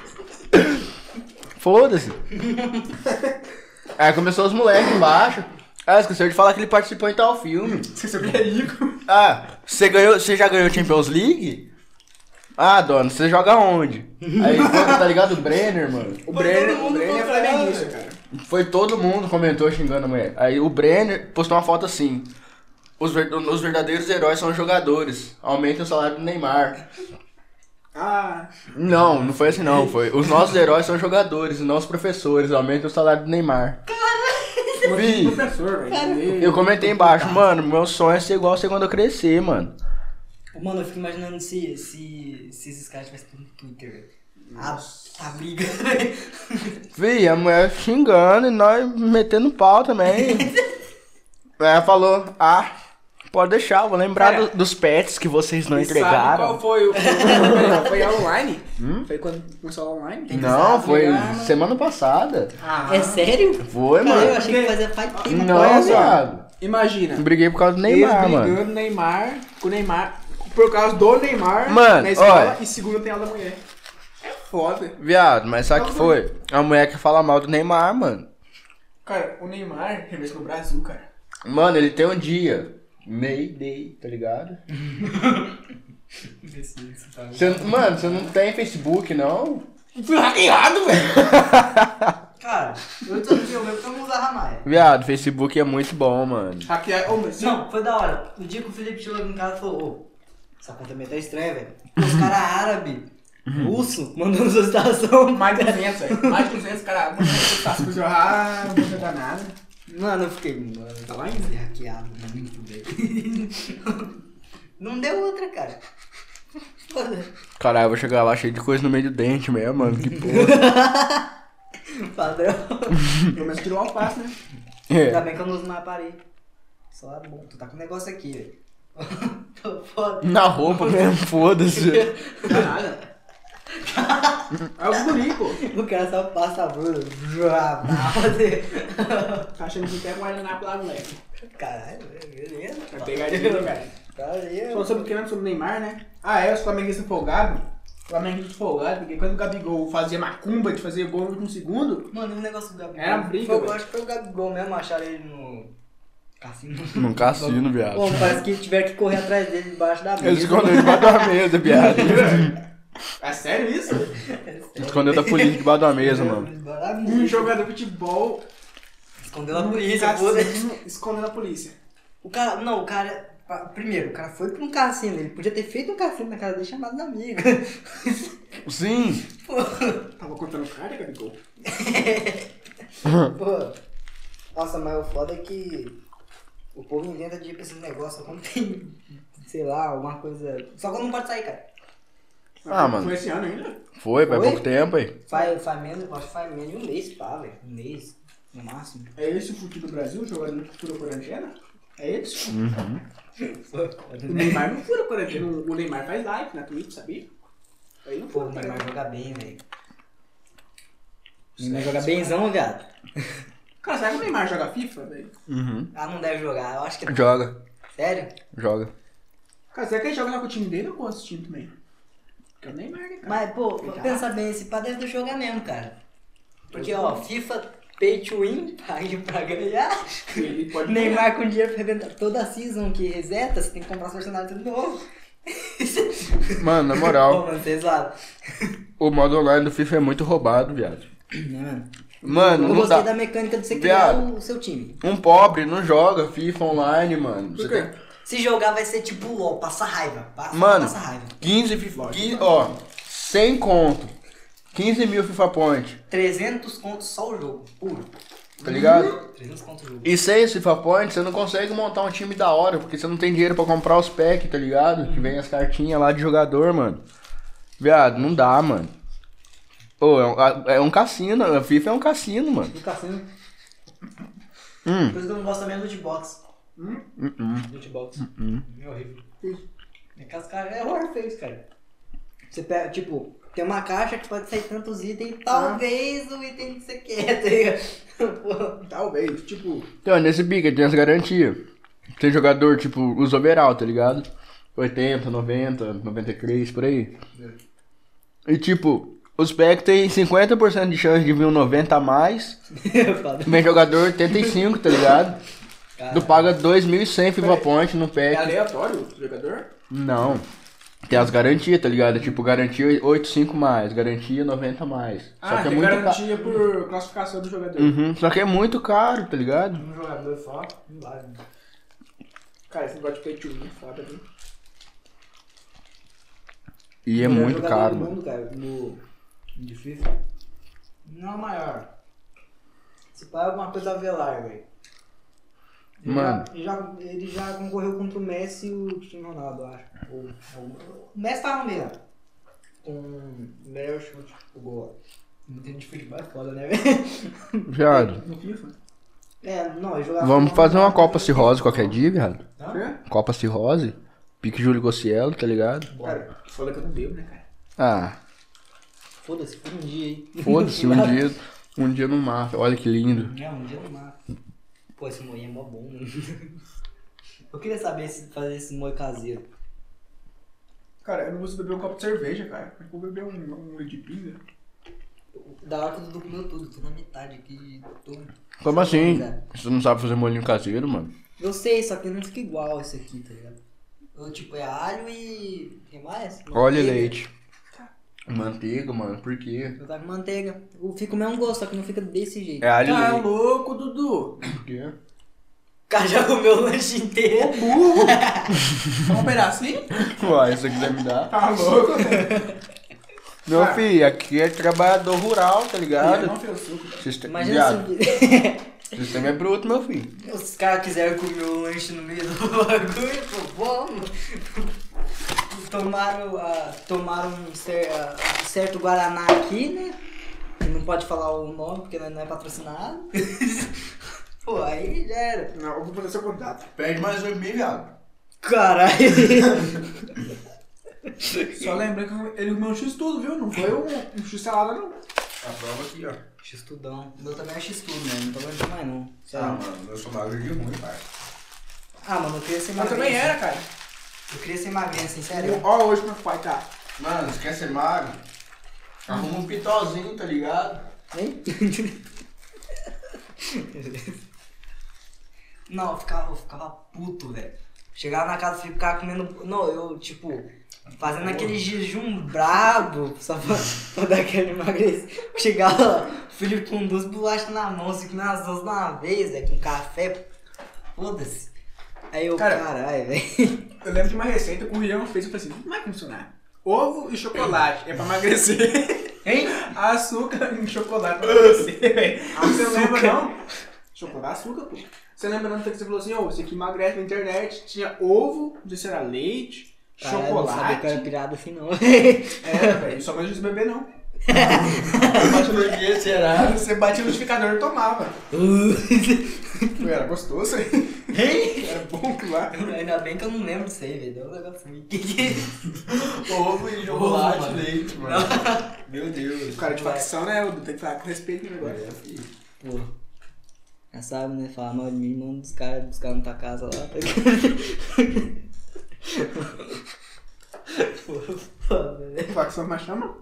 S2: Foda-se. Aí começou os moleques embaixo. Ah, esqueceu de falar que ele participou em tal filme.
S3: Você sabia rico?
S2: Ah, você ganhou, você já ganhou Champions League? Ah, Dona, você joga onde? Aí, tá ligado? O Brenner, mano. O
S1: Foi
S2: Brenner,
S1: todo
S2: o
S1: mundo
S2: Brenner é
S1: contra ela,
S2: flamenguista.
S3: Isso, cara.
S2: Foi todo mundo comentou xingando a mulher. Aí o Brenner postou uma foto assim. Os, ver- os verdadeiros heróis são os jogadores. Aumentem o salário do Neymar.
S3: Ah,
S2: Não, não foi assim não. Foi. Os nossos heróis são os jogadores, e não os professores. Aumentem o salário do Neymar.
S3: motivo
S2: Vi.
S3: do professor, velho.
S2: Eu comentei embaixo, mano, meu sonho é ser igual você quando eu crescer, mano.
S1: Mano, eu fico imaginando se, se, se esses caras tivessem no Twitter. A, a briga.
S2: Vi, a mulher xingando e nós metendo pau também. Ela falou, ah, pode deixar, eu vou lembrar
S3: Cara,
S2: do- dos pets que vocês não
S3: E Sabe
S2: entregaram. Hum?
S3: qual foi o. foi online? Foi quando começou a online?
S2: Não,
S1: Exato,
S2: foi
S1: ligado.
S2: semana passada.
S3: Ah,
S1: é sério?
S2: Foi,
S1: Cara, eu
S2: mano.
S1: achei que fazia faz tempo.
S2: Não,
S3: Olha só.
S2: viado.
S3: Imagina.
S2: Briguei por causa do
S3: Eles
S2: Neymar, mano.
S3: brigando Neymar com o Neymar. Por causa do Neymar
S2: Mano,
S3: na escola
S2: olha.
S3: e segunda tem aula da mulher. É foda.
S2: Viado, mas sabe o que foi? A mulher que fala mal do Neymar, mano.
S3: Cara, o Neymar revezou no Brasil, cara.
S2: Mano, ele tem um dia. Mayday, tá ligado? Cê- mano, você não tem Facebook, não?
S3: Fui hackeado, velho.
S1: Cara, eu tô aqui, eu mesmo tô usar Ramaia.
S2: Viado, Facebook é muito bom, mano.
S3: Hackeado. é, Ô, mas-
S1: Não, foi da hora. No dia que o Felipe chegou aqui em casa e falou, ô, essa conta minha tá estranha, velho. Os caras árabe, russo, mandando solicitação.
S3: Mais de 200, velho. Mais de 200, cara. As coisas, ah, não vou jogar nada.
S1: Mano, eu fiquei, mano, tá lá ainda fui hackeado, muito bem. Não deu outra, cara. Foda.
S2: Caralho, eu vou chegar lá cheio de coisa no meio do dente mesmo, mano. Que porra.
S1: Padrão.
S3: Pelo menos tirou o alface, né?
S1: Ainda
S2: É.
S1: bem que eu não uso mais aparelho. Só é bom, tu tá com um negócio aqui, velho. Tô foda.
S2: Na roupa mesmo, foda-se.
S3: Não dá nada. É o guri, pô.
S1: O cara só passa a bunda. Joá, fazer.
S3: Tá achando que quer guardanapo lá, moleque.
S1: né? Caralho, beleza. Tá
S3: É pegadinha, velho. Falou sobre o que antes, sobre o Neymar, né? Ah, é, os flamenguistas folgados. Flamenguista folgado, porque quando o Gabigol fazia macumba de fazer gol no último segundo,
S1: Mano, o negócio do Gabigol.
S3: Era briga,
S1: Foi- Eu
S3: velho.
S1: acho que foi o Gabigol mesmo, acharam ele no. Cassino.
S2: Num cassino, viado.
S1: Bom, parece que tiveram que correr atrás dele debaixo da
S2: Ele
S1: mesa.
S2: escondeu debaixo da mesa, viado.
S3: é sério isso?
S2: Escondeu da polícia debaixo da mesa, mano.
S1: Debaixo da
S3: Um
S1: mesa.
S3: jogador de futebol
S1: Escondeu na polícia, pô.
S3: Cassino escondendo a polícia.
S1: O cara. Não, o cara. pa- Primeiro, o cara foi pra um cassino. Ele podia ter feito um cassino na casa dele chamado da amiga.
S2: Sim.
S1: Pô,
S3: Tava contando cara, Gabigol.
S1: pô. Nossa, mas o foda é que o povo inventa de ir pra esses negócios só quando tem, sei lá, alguma coisa. Só quando não pode sair, cara.
S2: Ah, mano.
S3: Foi esse ano ainda?
S2: Foi, faz
S1: Foi?
S2: pouco tempo aí.
S1: Faz, faz menos, acho que faz menos de um mês, pá, velho. Um mês, no máximo.
S3: É esse o futuro do Brasil, jogando no futuro quarentena? É
S1: Hum.
S3: esse? O Neymar não fura quarentena. O Neymar faz live na Twitch, sabia? Aí não
S1: Pô,
S3: fura
S1: o Neymar
S3: quarentena.
S1: joga bem, velho. O Neymar joga benzão, viado.
S3: Cara, será que o Neymar joga FIFA, velho?
S2: Uhum.
S1: Ah, não deve jogar, eu acho que.
S2: Joga,
S1: Sério?
S2: joga.
S3: Cara, será que ele joga lá com o time dele ou com outro time também? Porque é o Neymar, né, cara?
S1: Mas, pô, pra pensar bem, esse pá deve jogar mesmo, cara. Porque, ó, FIFA pay to win, pague pra ganhar.
S3: Ele pode
S1: Neymar com dinheiro perdendo toda a season que reseta, você tem que comprar os personagens tudo novo.
S2: Mano, na
S1: Pô,
S2: moral,
S1: mano, vocês lá.
S2: o modo online do FIFA é muito roubado, viado.
S1: Né, mano?
S2: Mano,
S1: Eu
S2: não
S1: gostei
S2: dá.
S1: da mecânica de você criar
S2: Viado.
S1: o seu time.
S2: Um pobre não joga FIFA online, mano. Você
S3: Por quê?
S2: tem
S1: Se jogar vai ser tipo LOL, passa raiva. Passa,
S2: Mano.
S1: passa raiva.
S2: 15 FIFA. 15, ó, 100 conto. 15 mil FIFA Point,
S1: 300 conto só o jogo, puro.
S2: tá ligado?
S1: 300 conto o jogo.
S2: E sem esse FIFA Point, você não consegue montar um time da hora, porque você não tem dinheiro pra comprar os packs, tá ligado? Que vem as cartinhas lá de jogador, mano. Viado, não dá, mano. Pô, é um, a- é um cassino, a FIFA é um cassino, mano.
S1: Do cassino.
S2: Hum.
S1: Por isso que eu não gosto também é do lootbox.
S2: Hum,
S1: Lootbox. É horrível. É que as caixas é horror face, cara. Você pega, tipo, tem uma caixa que pode sair tantos itens, talvez o item que você quer, tá ligado? Pô.
S3: Talvez, tipo...
S2: Então, nesse bica tem as garantias. Tem jogador, tipo, os overall, tá ligado? 80, 90, 93, por aí.
S3: É.
S2: E tipo, os packs tem 50% de chance de vir um 90 a mais.
S1: Foda.
S2: Vem jogador 85, tá ligado? Tu paga 2.100 FIFA Point no
S3: É
S2: pack.
S3: aleatório o jogador?
S2: Não. Tem as garantias, tá ligado? Tipo, garantia 85 mais, garantia 90 mais. Só
S3: Ah,
S2: que é
S3: tem
S2: muito caro.
S3: garantia por classificação do jogador.
S2: Uhum, só que é muito caro, tá ligado?
S1: Um jogador só, não dá, né?
S3: Cara, esse negócio de pay to win é foda, viu?
S2: E é
S1: Melhor
S2: muito
S1: jogador
S2: caro,
S1: do
S2: mano.
S1: mundo, cara, no... De FIFA. Não é o maior. Se pá é alguma coisa a velar, velho. Ele
S2: Mano.
S1: já- ele, já, ele já concorreu contra o Messi e o Cristiano Ronaldo, eu acho. Ou, ou- o Messi tava no meio. Com o melhor chute o gol. Não tem de futebol, é foda, né, velho?
S2: Viado,
S3: No FIFA?
S1: É, não, ele jogava...
S2: vamos fazer uma Copa Cirrose qualquer dia, viado.
S1: Hã?
S3: Hã?
S2: Copa Cirrose, pique Júlio Gocielo, tá ligado?
S1: Bora.
S3: Cara, falou que eu não devo, né, cara?
S2: Ah,
S1: Foda-se, por um dia, hein?
S2: foda-se, um dia, um dia no mar. Olha que lindo.
S1: Não, um dia eu mato. Pô, esse moinho é mó bom, mano. Eu queria saber se fazer esse moinho caseiro.
S3: Cara, eu não vou beber um copo de cerveja, cara. Eu vou beber um, um de pinga.
S1: Da hora que o Dudu comeu tudo, tô na metade aqui. Tô...
S2: Como assim? Você não sabe fazer molinho caseiro, mano?
S1: né? Eu sei, só que não fica igual esse aqui, tá ligado? Eu, tipo, é alho e. O que mais?
S2: Olha e
S1: Manteiga.
S2: leite. Manteiga, mano, por quê?
S1: Eu tava com manteiga. Eu fico o mesmo gosto, só que não fica desse jeito.
S2: É alho e
S3: Tá
S2: leite.
S3: louco, Dudu?
S2: Por quê?
S1: O cara já comeu o lanche inteiro.
S3: Burro! Só um pedacinho?
S2: Uai, se você quiser me dar.
S3: Tá louco, velho?
S2: Meu
S3: Ah.
S2: filho, aqui é trabalhador rural, tá
S3: Eu
S2: ligado?
S3: não fez suco.
S2: Sistema,
S1: Imagina
S2: viado,
S1: se
S2: sistema é bruto, meu filho.
S1: os caras quiserem comer o lanche no meio do bagulho, pô, vamos. Tomaram, ah, tomaram um, cer- ah, um certo Guaraná aqui, né? Que não pode falar o nome porque não é patrocinado. pô, aí já era.
S3: Não, eu vou fazer seu contato.
S2: Pede mais um mil, viado.
S1: Caralho!
S3: Só lembra que ele comeu um x tudo, viu? Não foi um, um x salada, não.
S2: Tá
S4: A prova aqui, ó.
S1: X-Tudão. O meu também é X-Tudo, né? Não tô aguentando mais, não. Sei
S4: Ah,
S1: lá.
S4: mano, eu sou magro de ruim, pai.
S1: Ah, mano, eu queria ser
S3: Mas
S1: magrinho.
S3: também era, cara.
S1: Eu queria ser magrinho, assim, sério.
S3: Eu- Ó, hoje meu pai tá.
S4: Mano, você quer ser magro? Arruma um pitozinho, tá ligado?
S1: Hein? não, eu ficava, eu ficava puto, velho. Chegava na casa e ficava comendo... Não, eu, tipo... Fazendo aquele jejum brabo, só pra, pra dar aquela emagrecida. Chegava Filho com duas bolachas na mão, cinco nas duas de uma vez, velho, com café. Foda-se. Aí eu,
S3: Cara-
S1: caralho, velho.
S3: Eu lembro de uma receita que o Rian fez e eu falei assim: não vai funcionar. Ovo e chocolate é pra emagrecer.
S1: Hein?
S3: açúcar e chocolate pra emagrecer, velho. Você não lembra, não? Chocolate, é açúcar, pô. Você lembra não que você falou assim: ô, isso aqui emagrece na internet. Tinha ovo, não sei se era leite,
S1: Caralho, eu não sabia que eu era
S3: chocolate.
S1: pirado assim, não. velho.
S3: É, velho, só mais não beber, não.
S4: Por que será?
S3: Você batia no liquidificador e tomava.
S1: Uh,
S3: Pô, Era gostoso, hein?
S1: Hein?
S3: Era É bom lá.
S1: Ainda bem que eu não lembro disso aí, velho. É um negócio ruim. Que que é isso?
S4: Ovo e chocolate,
S1: mano.
S4: leite, mano. Meu Deus.
S3: O cara de facção, né? Eu tenho que falar com respeito né, no negócio.
S4: É, filho.
S1: Pô. Já sabe, né? Falar mal de mim, manda os caras buscar na tua casa lá. tá Pô, foda, né? velho.
S3: Facção é mais chama?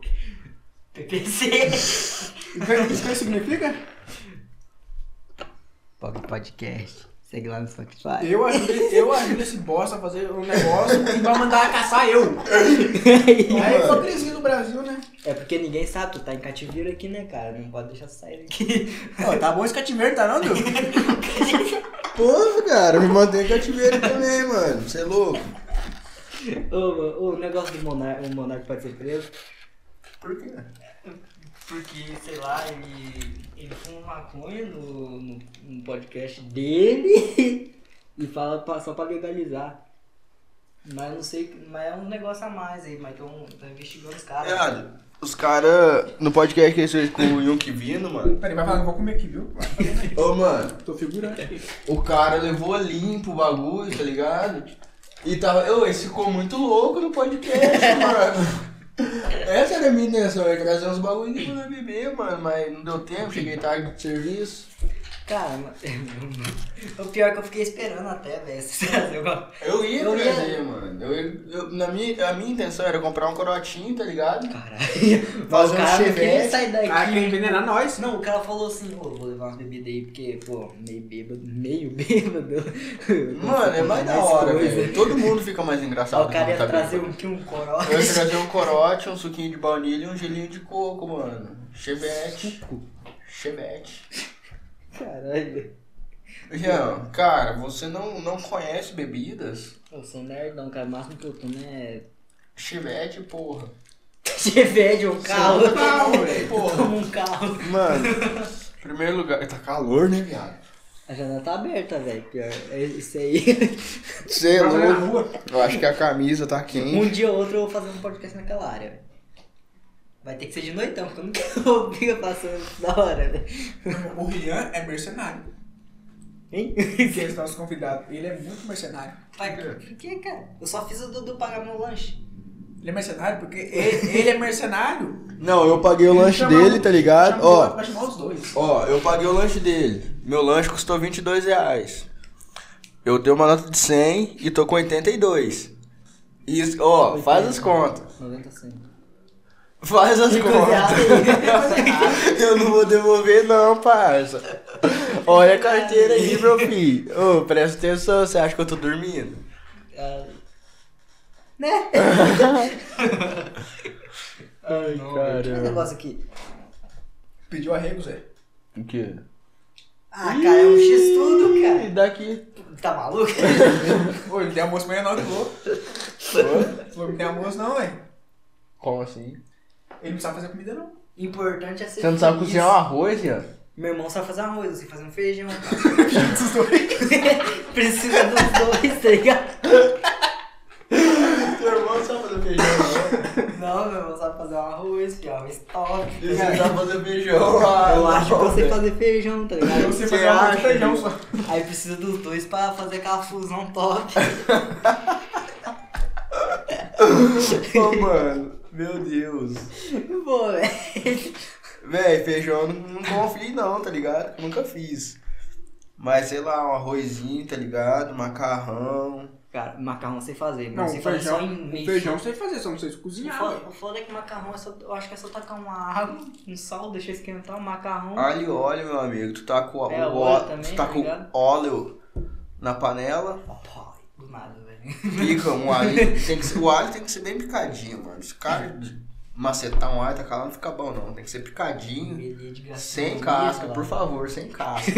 S1: PPC.
S3: Isso que significa?
S1: Pog Podcast. Segue lá no Spotify.
S3: Eu ajudo, eu ajudo esse bosta a fazer um negócio e vai mandar caçar eu. É a hipocrisia do Brasil, né?
S1: É porque ninguém sabe, tu tá em cativeiro aqui, né, cara? Não pode deixar sair daqui.
S3: Pô, tá bom esse cativeiro, tá não, Deus?
S2: Porra, cara, me mantém em cativeiro também, mano. Você é louco.
S1: Ô, mano, o negócio do Monarca, o Monarca pode ser preso.
S4: Por quê?
S1: Porque, sei lá, ele, ele fuma maconha no, no, no podcast dele e fala pra- só pra legalizar. Mas eu não sei, mas é um negócio a mais aí, mas tão, tão investigando os caras.
S4: É.
S2: Viado, os caras no podcast que eles fez com o Yun Kivino, mano.
S3: Peraí, vai falar que eu vou comer aqui, viu?
S2: Ô, mano,
S3: Ah, Tô figurando aqui.
S2: o cara levou limpo o bagulho, tá ligado? E tava. Ô, esse ficou muito louco no podcast, mano. Essa era a minha intenção, eu ia trazer uns bagulho de pra beber, mano, mas não deu tempo, cheguei tarde do serviço.
S1: Cara, mas- o pior é que eu fiquei esperando até, velho, se trazer alguma-
S2: Eu ia
S1: Eu ia-
S2: trazer, mano. Eu, ia- eu- na minha, a minha intenção era comprar um corotinho, tá ligado?
S1: Caralho.
S2: Fazer
S1: o
S2: um
S1: cara não queria
S2: chevette.
S1: sair daqui.
S3: Ah, quer envenenar nós?
S1: Não, o cara falou assim, pô, vou levar umas bebidas aí, porque, pô, meio bêbado, meio bêbado.
S2: Mano, é mais da hora,
S1: coisa.
S2: velho. Todo mundo fica mais
S1: Aí
S2: engraçado.
S1: o cara
S2: quando
S1: ia
S2: tá
S1: trazer
S2: bêbado.
S1: um que um coral.
S2: Eu ia trazer um corote, um suquinho de baunilha e um gelinho de coco, mano. Chevette. Chevette.
S1: Caralho.
S2: Jean, cara, você não, não conhece bebidas?
S1: Eu sou um nerdão, cara. O máximo que eu tomo é.
S2: Chevette, porra.
S1: Chevette ou um carro.
S2: Você tá não toma, velho,
S1: Eu
S2: porra.
S1: tomo um carro.
S2: Mano, primeiro lugar, tá calor, né, viado?
S1: A janela tá aberta, velho. Pior. É isso aí.
S2: Você é
S3: Vai jogar na
S2: louco. Eu acho que a camisa tá quente.
S1: Um dia ou outro eu vou fazer um podcast naquela área, velho. Vai ter que ser de noitão, porque eu não quero ouvir passando da hora, né? velho.
S3: O Rian é mercenário.
S1: Hein?
S3: Que é nosso convidado. Ele é muito mercenário.
S1: Pai, por que, cara? Eu só fiz o Dudu pagar meu lanche.
S3: Ele é mercenário porque ele, ele é mercenário.
S2: Não, eu paguei o lanche
S3: Chama-
S2: dele, tá ligado?
S3: chama o outro
S2: Ó,
S3: Pra chamar os dois.
S2: ó, eu paguei o lanche dele. Meu lanche custou 22 reais. Eu dei uma nota de 100 e tô com 82. Isso, ó, faz as contas.
S1: 90 centos.
S2: Faz as contas. eu não vou devolver não, parça. Olha a carteira aí, meu filho. Ô, presta atenção, você acha que eu tô dormindo?
S3: É.
S1: Ah, Né?
S2: Ai,
S1: Que negócio aqui?
S3: Pediu arrego, Zé.
S2: O quê?
S1: Ah, cara, é um X tudo, cara.
S2: Ih, Daqui.
S1: Tá maluco?
S3: Ô, ele tem almoço amanhã não, que louco. Falou, não tem almoço não, ué.
S2: Como assim?
S3: Ele não sabe fazer comida não.
S1: Importante é ser
S2: Você não sabe
S1: feliz.
S2: cozinhar um arroz, Ian?
S1: Meu irmão sabe fazer arroz, eu sei fazer um feijão. cara. Precisa dos dois, tá ligado?
S4: Meu irmão sabe fazer feijão, não?
S1: Não, meu irmão sabe fazer um arroz, fio, arroz top.
S4: Ele sabe fazer feijão. ah,
S1: Eu acho que eu sei
S4: velho.
S1: fazer feijão, tá
S3: Eu
S1: ligado?
S3: sei
S2: Você
S3: fazer arroz
S2: acha,
S3: e feijão
S2: viu?
S3: só.
S1: Aí precisa dos dois pra fazer aquela fusão top.
S2: Ô, mano, meu Deus.
S1: Boa, velho.
S2: Véi, feijão eu não, não confio não, tá ligado? Nunca fiz. Mas sei lá, um arrozinho, tá ligado? Macarrão.
S1: Cara, macarrão eu sei fazer, mas
S3: Não,
S1: eu
S3: o
S1: sei fazer só
S3: feijão,
S1: em
S3: o
S1: meio.
S3: feijão eu sei fazer, só não sei se
S1: O
S3: cozinhar.
S1: foda,
S3: ué.
S1: o foda é que macarrão é só. Eu acho que é só tacar uma água, um sal, deixar esquentar o macarrão.
S2: Alho e óleo, meu amigo. Tu tá com
S1: É, óleo
S2: o ó-
S1: também,
S2: tu
S1: tá
S2: tá com
S1: ligado?
S2: óleo na panela.
S1: Pô, do nada, velho.
S2: Pica um alho. Tem que ser- o alho tem que ser bem picadinho, mano. Os caras macetar um alho, tacar lá, não fica bom não. Tem que ser picadinho.
S1: é
S2: Sem casca, por favor, sem casca.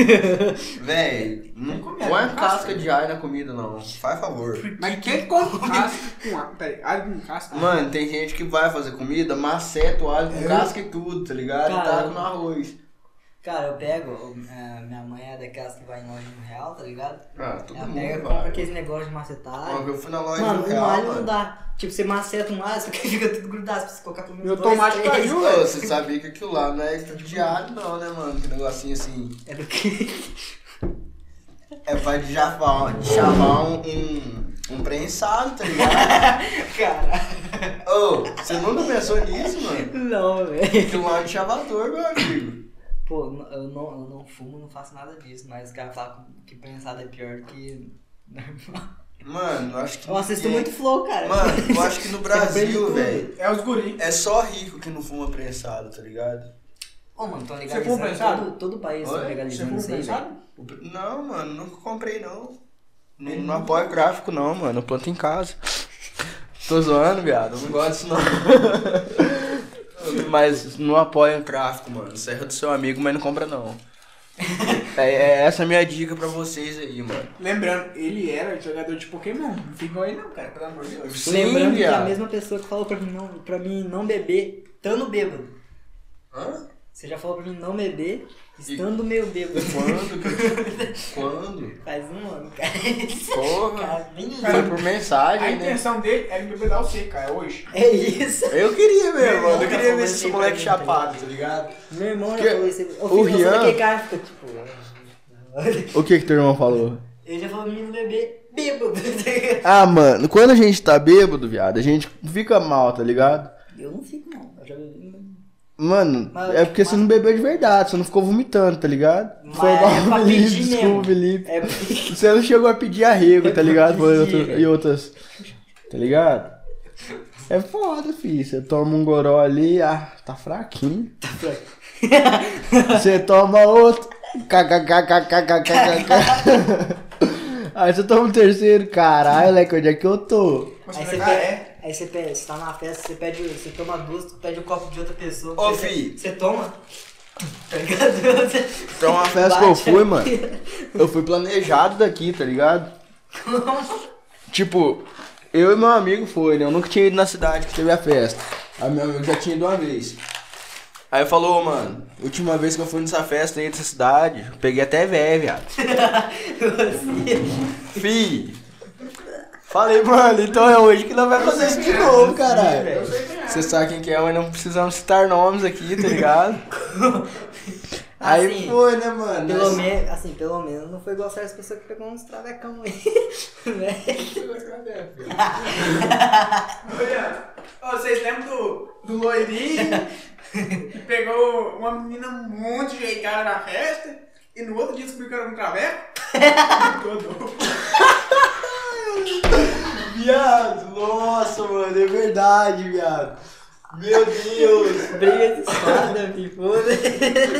S2: Véi, não
S3: comer,
S2: põe a
S3: não
S2: casca de alho na comida não. Faz favor.
S3: Mas quem come casca com alho? Peraí, alho com casca?
S2: Mano, tem gente que vai fazer comida, maceta o alho com
S1: Eu?
S2: casca e tudo, tá ligado? E
S1: Cara.
S2: taca no arroz.
S1: Cara, eu pego, eh, minha mãe é daquelas que vai em loja de um real, tá ligado?
S2: Ah, todo
S1: Ela
S2: mundo
S1: pega,
S2: vai.
S1: compra aqueles negócios de macetar.
S2: Mano, eu fui na loja
S1: Mano,
S2: do
S1: um
S2: real,
S1: alho não
S2: mano.
S1: dá. Tipo, você maceta um alho, só que fica tudo grudado. Se você colocar pelo menos
S3: Meu
S1: dois,
S3: tomate
S1: três.
S3: caiu.
S2: Ô, Você sabia que aquilo lá não é extra de alho não, né, mano? Que negocinho assim.
S1: É do que?
S2: É, vai de chavar, de chavar um, um, um prensado, tá ligado?
S1: Cara,
S2: Ô, você nunca pensou nisso, mano?
S1: não, velho.
S2: Aquilo lá é um chavador, meu amigo.
S1: Pô, n- eu não, eu não fumo, não faço nada disso, mas o cara fala que pensado é pior que normal.
S2: Mano, eu acho que. é
S1: Eu assisto
S2: ninguém-
S1: muito flow, cara. é
S2: Mano, eu acho que no Brasil,
S1: tudo.
S2: velho,
S3: É os guri.
S2: é só rico que não fuma prensado, tá ligado?
S1: Ô, mano, tô
S3: fuma
S1: legalizando.
S3: prensado?
S1: Todo, todo o país tá
S2: é Oi? Você é
S1: legalizando
S3: fuma
S1: isso aí,
S3: prensado?
S1: velho.
S2: O pre- Não, mano, nunca comprei, não. Não,
S1: Hum.
S2: não apoio gráfico, não, mano. Eu planto em casa. Tô zoando, viado. Eu não gosto disso, não. mas não apoia em gráfico, mano. Serra do seu amigo, mas não compra, não. É, é essa a minha dica pra vocês aí, mano.
S3: Lembrando, ele era jogador de Pokémon. Não ficou aí não, cara, pelo amor de Deus.
S2: Sim,
S1: Lembrando que é a
S2: viado.
S1: mesma pessoa que falou pra mim não, pra mim não beber, estando bêbado.
S2: Hã?
S1: Você já falou pra mim não beber, estando meio bêbado.
S2: Quando? cara? Quando?
S1: Faz um ano, cara.
S2: Porra.
S1: Cara, nem
S2: Foi
S1: lembro.
S2: por
S3: A
S2: mensagem, né?
S3: intenção dele é era embebedar você, cara, hoje.
S1: É isso.
S2: Eu queria mesmo, mano. Eu
S1: Nunca
S2: queria ver
S1: falei
S2: esse
S1: assim pra
S2: moleque
S1: mim,
S2: chapado, tá ligado?
S1: Meu irmão
S2: Que-
S1: já falou isso. Eu
S2: o
S1: fiz- eu sou
S2: Rian-
S1: daquele cara que fica tipo.
S2: O que que teu irmão falou?
S1: Ele já falou pra mim não beber, bêbado. tá
S2: Ah, mano, quando a gente tá bêbado, viado, a gente fica mal, tá ligado?
S1: Eu não fico, não. Eu já bebi. muito.
S2: Mano,
S1: Mas-
S2: é porque você
S1: mas-
S2: não bebeu de verdade, você não ficou vomitando, tá ligado?
S1: Mas
S2: Foi
S1: é pra
S2: igual o Felipe,
S1: pedir
S2: desculpa,
S1: mesmo.
S2: Felipe.
S1: É porque.
S2: Você não chegou a pedir arrego, tá ligado?
S1: pra pedir,
S2: E outra-
S1: velho.
S2: e outras. Tá ligado? É foda, filho. Você toma um goró ali, ah, tá fraquinho. Você toma outro. kkkkkkkk. Aí você toma um terceiro, caralho, moleque, onde é que eu tô?
S1: Aí você,
S3: cara,
S2: é?
S1: pede, aí você pede, você tá na festa, você pede, você toma duas, tu pede o copo de outra pessoa.
S2: Ô,
S1: você,
S2: fi.
S1: Você toma? Tá ligado? Você-
S2: Pra uma festa que eu
S1: Bate
S2: fui, mano, eu fui planejado daqui, tá ligado? Tipo, eu e meu amigo foi, né? Eu nunca tinha ido na cidade que teve a festa. Aí meu amigo já tinha ido uma vez. Aí falou, mano, última vez que eu fui nessa festa aí dessa cidade, eu peguei até véia, viado.
S1: Você-
S2: Fi! Falei, mano, então é hoje que nós vamos fazer isso de novo, caralho. Você sabe quem que é, mas não precisamos citar nomes aqui, tá ligado? Aí
S1: Assim,
S2: foi, né, mano?
S1: Pelo
S2: Nós-
S1: menos, assim, pelo menos não foi igual certas pessoas que pegou uns travecão aí. né?
S3: Olha, ó, vocês lembram do, do loirinho que pegou uma menina muito jeitada na festa e no outro dia descobriu que era um traveco? Todo.
S2: Viado, nossa, mano, é verdade, viado. Meu Deus.
S1: Briga de espada, me foda.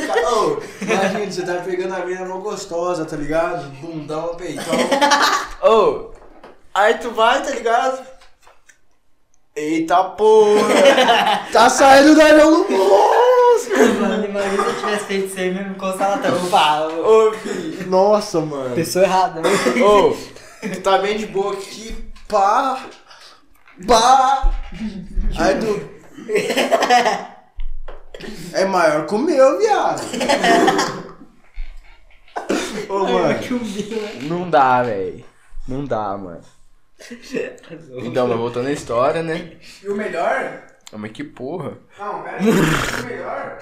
S2: Ca- Ô, imagina, você tá pegando a mina mó gostosa, tá ligado? Bundão, peitão. Ô, aí tu vai, tá ligado? Eita porra! tá saindo da meu monstro,
S1: Mano, imagina se eu tivesse feito isso aí mesmo com o salatão. Opa,
S2: Ô, filho. Nossa, mano.
S1: pessoa errada, né?
S2: Ô, tu tá bem de boa aqui, pá, pá. Aí tu. É maior que o meu, viado. Ô, mano. Não dá, velho. Não dá, mano. Então, mas voltando à história, né?
S3: E o melhor?
S2: Mas que porra.
S3: Não, pera. o melhor?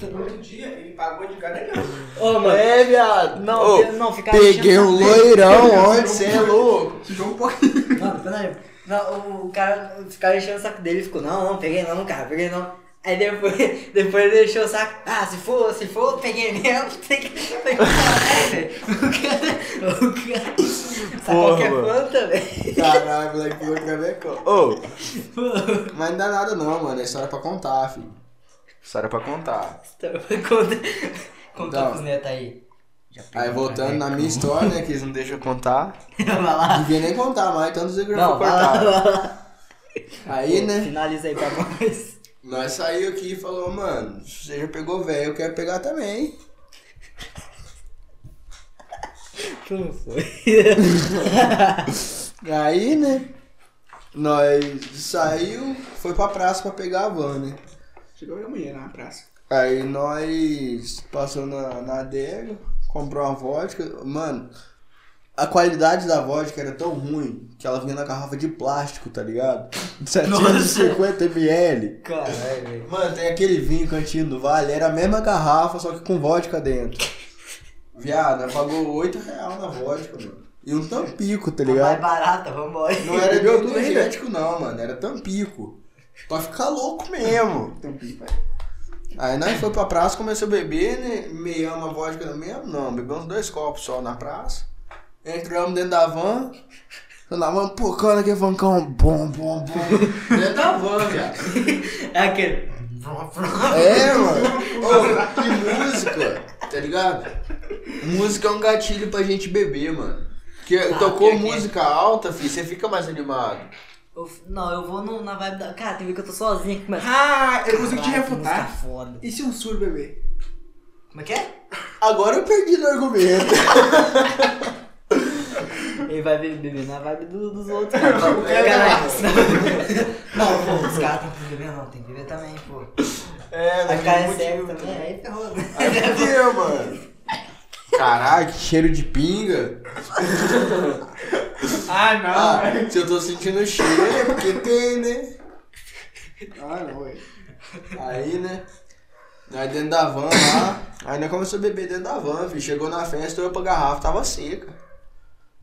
S3: No outro dia ele pagou de garanhão.
S1: Ô, mano.
S2: É, viado.
S1: Não, eu não, ficar
S2: Peguei
S1: achando-
S2: um loirão onde você é louco.
S3: Sujou um pouquinho.
S1: Mano, peraí. Não, o, o cara, os caras enchendo o saco dele e ficou, não, não, peguei não, cara, peguei não. Aí depois, depois ele deixou o saco, ah, se for, se for, peguei mesmo, tem que. Tem que é, velho. o cara. O cara. Sabe qual que é
S2: Porra, mano.
S1: planta, velho?
S2: Caralho, moleque, pegou travecão. Ô, Mas não dá nada não, mano. É história pra contar, filho. História pra contar.
S1: Então, conta, conta
S2: Então.
S1: pros netos aí.
S2: Aí voltando na minha história, né, que eles não deixam eu contar.
S1: Vai lá.
S2: Não devia nem contar mais, tanto que eu
S1: Ah.
S2: já
S1: Não,
S2: fui
S1: vai lá,
S2: cortar.
S1: vai lá.
S2: Aí, né,
S1: Finaliza aí pra nós.
S2: Nós saiu aqui e falou, mano, você já pegou velho, eu quero pegar também.
S1: Como foi?
S2: Aí, né? Nós saiu, foi pra praça pra pegar a van, né?
S3: Chegou a mulher na praça.
S2: Aí nós passou na, na adega, comprou uma vodka. Mano, a qualidade da vodka era tão ruim que ela vinha na garrafa de plástico, tá ligado? De 750ml.
S1: Caralho, velho.
S2: Mano, tem aquele vinho cantinho do Vale, era a mesma garrafa, só que com vodka dentro. Viado, ela pagou 8 real na vodka, mano. E um tampico, tá
S1: Tá mais
S2: ligado?
S1: barata, vambora.
S2: Não era
S3: Bebeu tudo ainda?
S2: energético não, mano. Era tampico. Pra ficar louco mesmo. Aí nós foi pra praça, começou a beber, né? Meiamos a vodka mesmo. Não, bebemos dois copos só na praça. Entramos dentro da van. Na van, pô, cara, que vancão bom, bom, bom.
S4: Dentro da van, viado.
S1: É aquele.
S2: É, mano. Ô, que música, tá ligado? Música é um gatilho pra gente beber, mano. Porque tocou
S1: pior que é.
S2: música alta, filho, você fica mais animado.
S1: Eu f- não, eu vou no- na vibe da. Cara, tem que ver que eu tô sozinho aqui, mas.
S3: Ah, eu consigo te
S1: Caralho, que
S3: refutar.
S1: música foda.
S3: E se um surdo bebê?
S1: Como é que é?
S2: Agora eu perdi no argumento.
S1: Ele vai beber, beber na vibe do- dos outros. Cara,
S2: quero
S1: Caralho, senão- Não, pô, os caras tão bebendo, não, tem que beber também, pô.
S2: É,
S1: A cara é cego também, aí ferrou. né?
S2: Fudeu, mano. Caralho, que cheiro de pinga.
S3: Ah, não,
S2: Ah,
S3: velho.
S2: se eu tô sentindo cheiro é porque tem, né?
S3: Ah, não, velho.
S2: Aí, né? Aí dentro da van lá. Aí nós começamos a beber dentro da van, filho. Chegou na festa, olhou pra garrafa, tava seca. é.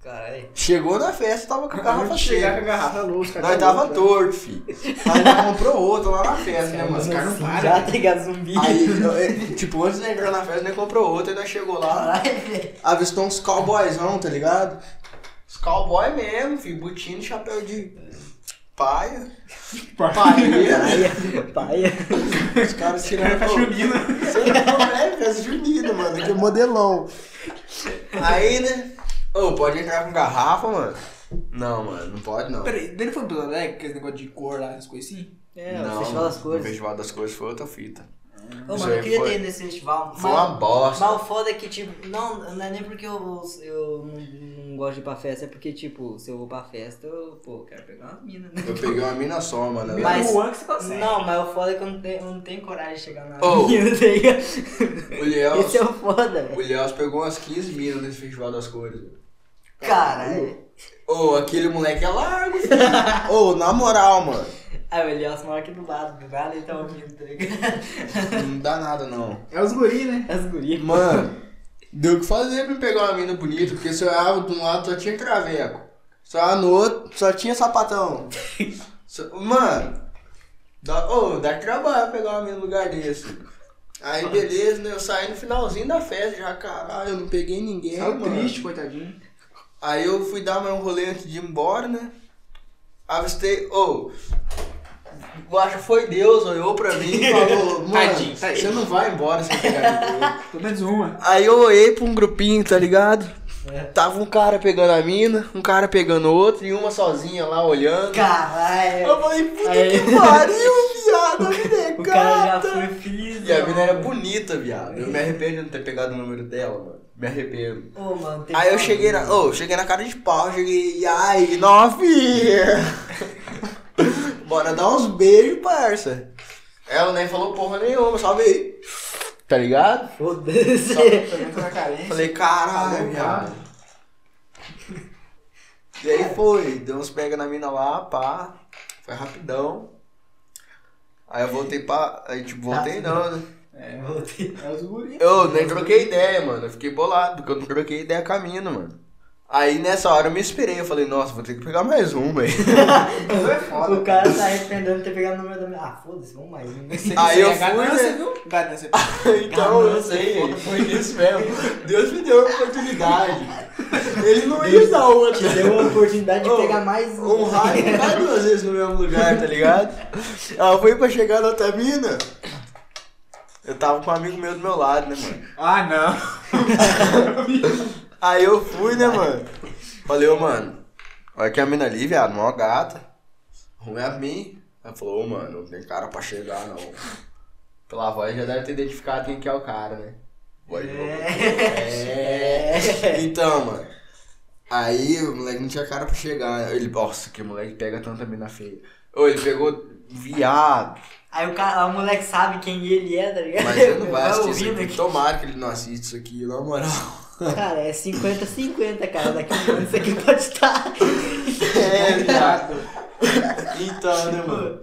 S1: Caralho.
S2: Chegou na festa, tava com a garrafa
S3: Vamos chegar com a
S2: cheia.
S3: garrafa louca.
S2: Nós tava torto, filho. Aí nós comprou outra lá na festa, né, mano? Os caras não
S1: Assim,
S2: param.
S1: Já tem gás zumbi.
S2: Aí, eu- eu- tipo, antes de entrar na festa, nós comprou outra, e nós chegou lá.
S1: Caralho, velho.
S2: avistou uns cowboyzão, tá ligado? Os cowboy mesmo, filho, botina e chapéu de paia, paia,
S1: Paia. Paia.
S2: os caras tirando...
S3: Tá chovendo.
S2: Você não é festa junina, mano, que é modelão. Aí, né? Ô, pode entrar com garrafa, mano? Não, mano, não pode não.
S3: Peraí, dele foi pro Porto Alegre, aquele negócio de cor lá, essas coisas assim?
S1: É,
S2: não,
S1: o Festival das
S2: mano,
S1: Cores.
S2: O Festival das Cores foi outra fita.
S1: Ô,
S2: Isso
S1: mano, eu
S2: aí
S1: queria
S2: foi-
S1: ter ido nesse festival.
S2: Foi
S1: mas-
S2: uma bosta.
S1: Mas o foda é que, tipo, não, não é nem porque eu, eu não, não gosto de ir pra festa, é porque, tipo, se eu vou pra festa, eu, pô, quero pegar umas minas, né?
S2: Eu peguei uma mina só, mano. ela-
S1: Mas-
S3: Luan que você consegue.
S1: Não, mas o foda é que eu não tenho, eu não tenho coragem de chegar na
S2: Oh.
S1: mina, tá ligado?
S2: O Léo-
S1: Esse é o foda,
S2: O
S1: velho.
S2: Léo pegou umas 15 minas nesse Festival das Cores, velho.
S1: Caralho.
S2: Ô, aquele moleque é largo, filho. Ô, na moral, mano.
S1: Ah, o Elias mora aqui do lado, do nada ele tá ouvindo, tá ligado?
S2: Não dá nada, não.
S3: É os guri, né?
S1: As gurias.
S2: Mano, deu o que fazer pra me pegar uma mina bonita, porque se eu olhava de um lado só tinha craveco. Se eu olhava no outro só tinha sapatão. Só- Mano, dá, ô, dá trabalho pegar uma mina no lugar desse. Aí, beleza, né? Eu saí no finalzinho da festa já, caralho, eu não peguei ninguém,
S3: Saiu
S2: mano.
S3: triste, coitadinho.
S2: Aí eu fui dar mais um rolê antes de ir embora, né? Avistei, ô. eu acho que foi Deus, olhou pra mim e falou, mano,
S3: Tadinho, tá aí.
S2: você não vai embora sem pegar ninguém.
S3: Pelo menos uma.
S2: Aí eu olhei pra um grupinho, tá ligado?
S1: É.
S2: Tava um cara pegando a mina, um cara pegando outro e uma sozinha lá olhando. Eu
S1: Caralho.
S2: falei, puta
S1: Aí-
S2: que pariu, viado, a mina é
S1: O cara já
S2: gata.
S1: foi feliz.
S2: E a mina era bonita, viado. Eu me arrependo de não ter pegado o número dela, mano. Me arrependo.
S1: Ô, mano, tem
S2: Aí eu
S1: foda,
S2: cheguei na. Ô, cheguei na cara de pau, cheguei. E aí, nove! Bora dar uns beijos, parça. Ela nem falou porra nenhuma, só veio. Tá ligado? Tá
S1: Foda-se.
S3: Também tá carente.
S2: Falei,
S3: Ah, é
S2: caralho, viado. E aí foi, deu uns pega na mina lá, pá. Foi rapidão. Aí eu voltei pra. Aí tipo, voltei não, né?
S1: É, voltei.
S3: É os guri.
S2: Eu nem troquei ideia, mano. Eu fiquei bolado, porque eu não troquei ideia com a mina, mano. Aí nessa hora eu me esperei, eu falei, nossa, vou ter que pegar mais um, velho.
S3: é foda.
S1: O cara tá arrependendo de ter pegado o número da minha. Ah, foda-se, vamos mais. um.
S2: Aí eu
S3: é ganância,
S2: fui,
S3: viu? Ganância.
S2: Então, eu sei, foi isso mesmo. Deus me deu a oportunidade. Ele não ia dar
S1: Te
S2: outra.
S1: deu a oportunidade de
S2: Ô,
S1: pegar mais um.
S2: Um raio cai duas vezes no mesmo lugar, tá ligado? Ela foi pra chegar na outra mina. Eu tava com um amigo meu do meu lado, né, mano?
S3: Ah, não.
S2: Aí eu fui, né, mano? Falei, ô, mano, olha que a mina ali, viado, mó gata. Ruim é a mim. Ela falou, ô mano, não tem cara pra chegar não. Pela voz já deve ter identificado quem que é o cara, né? Voz de robô.
S1: É.
S2: É. Então, mano. Aí o moleque não tinha cara pra chegar. né? Ele, nossa, que moleque pega tanta mina feia. Ô, ele pegou viado.
S1: Aí o, cara, o moleque sabe quem ele é, tá ligado?
S2: Mas ele não vai assistir isso
S1: ouvindo
S2: aqui.
S1: aqui.
S2: Tomara que ele não assista isso aqui, na moral.
S1: Cara, é 50-50, cara. Daqui a pouco isso aqui pode tá. estar.
S2: É,
S3: Exato.
S2: Então, né, mano?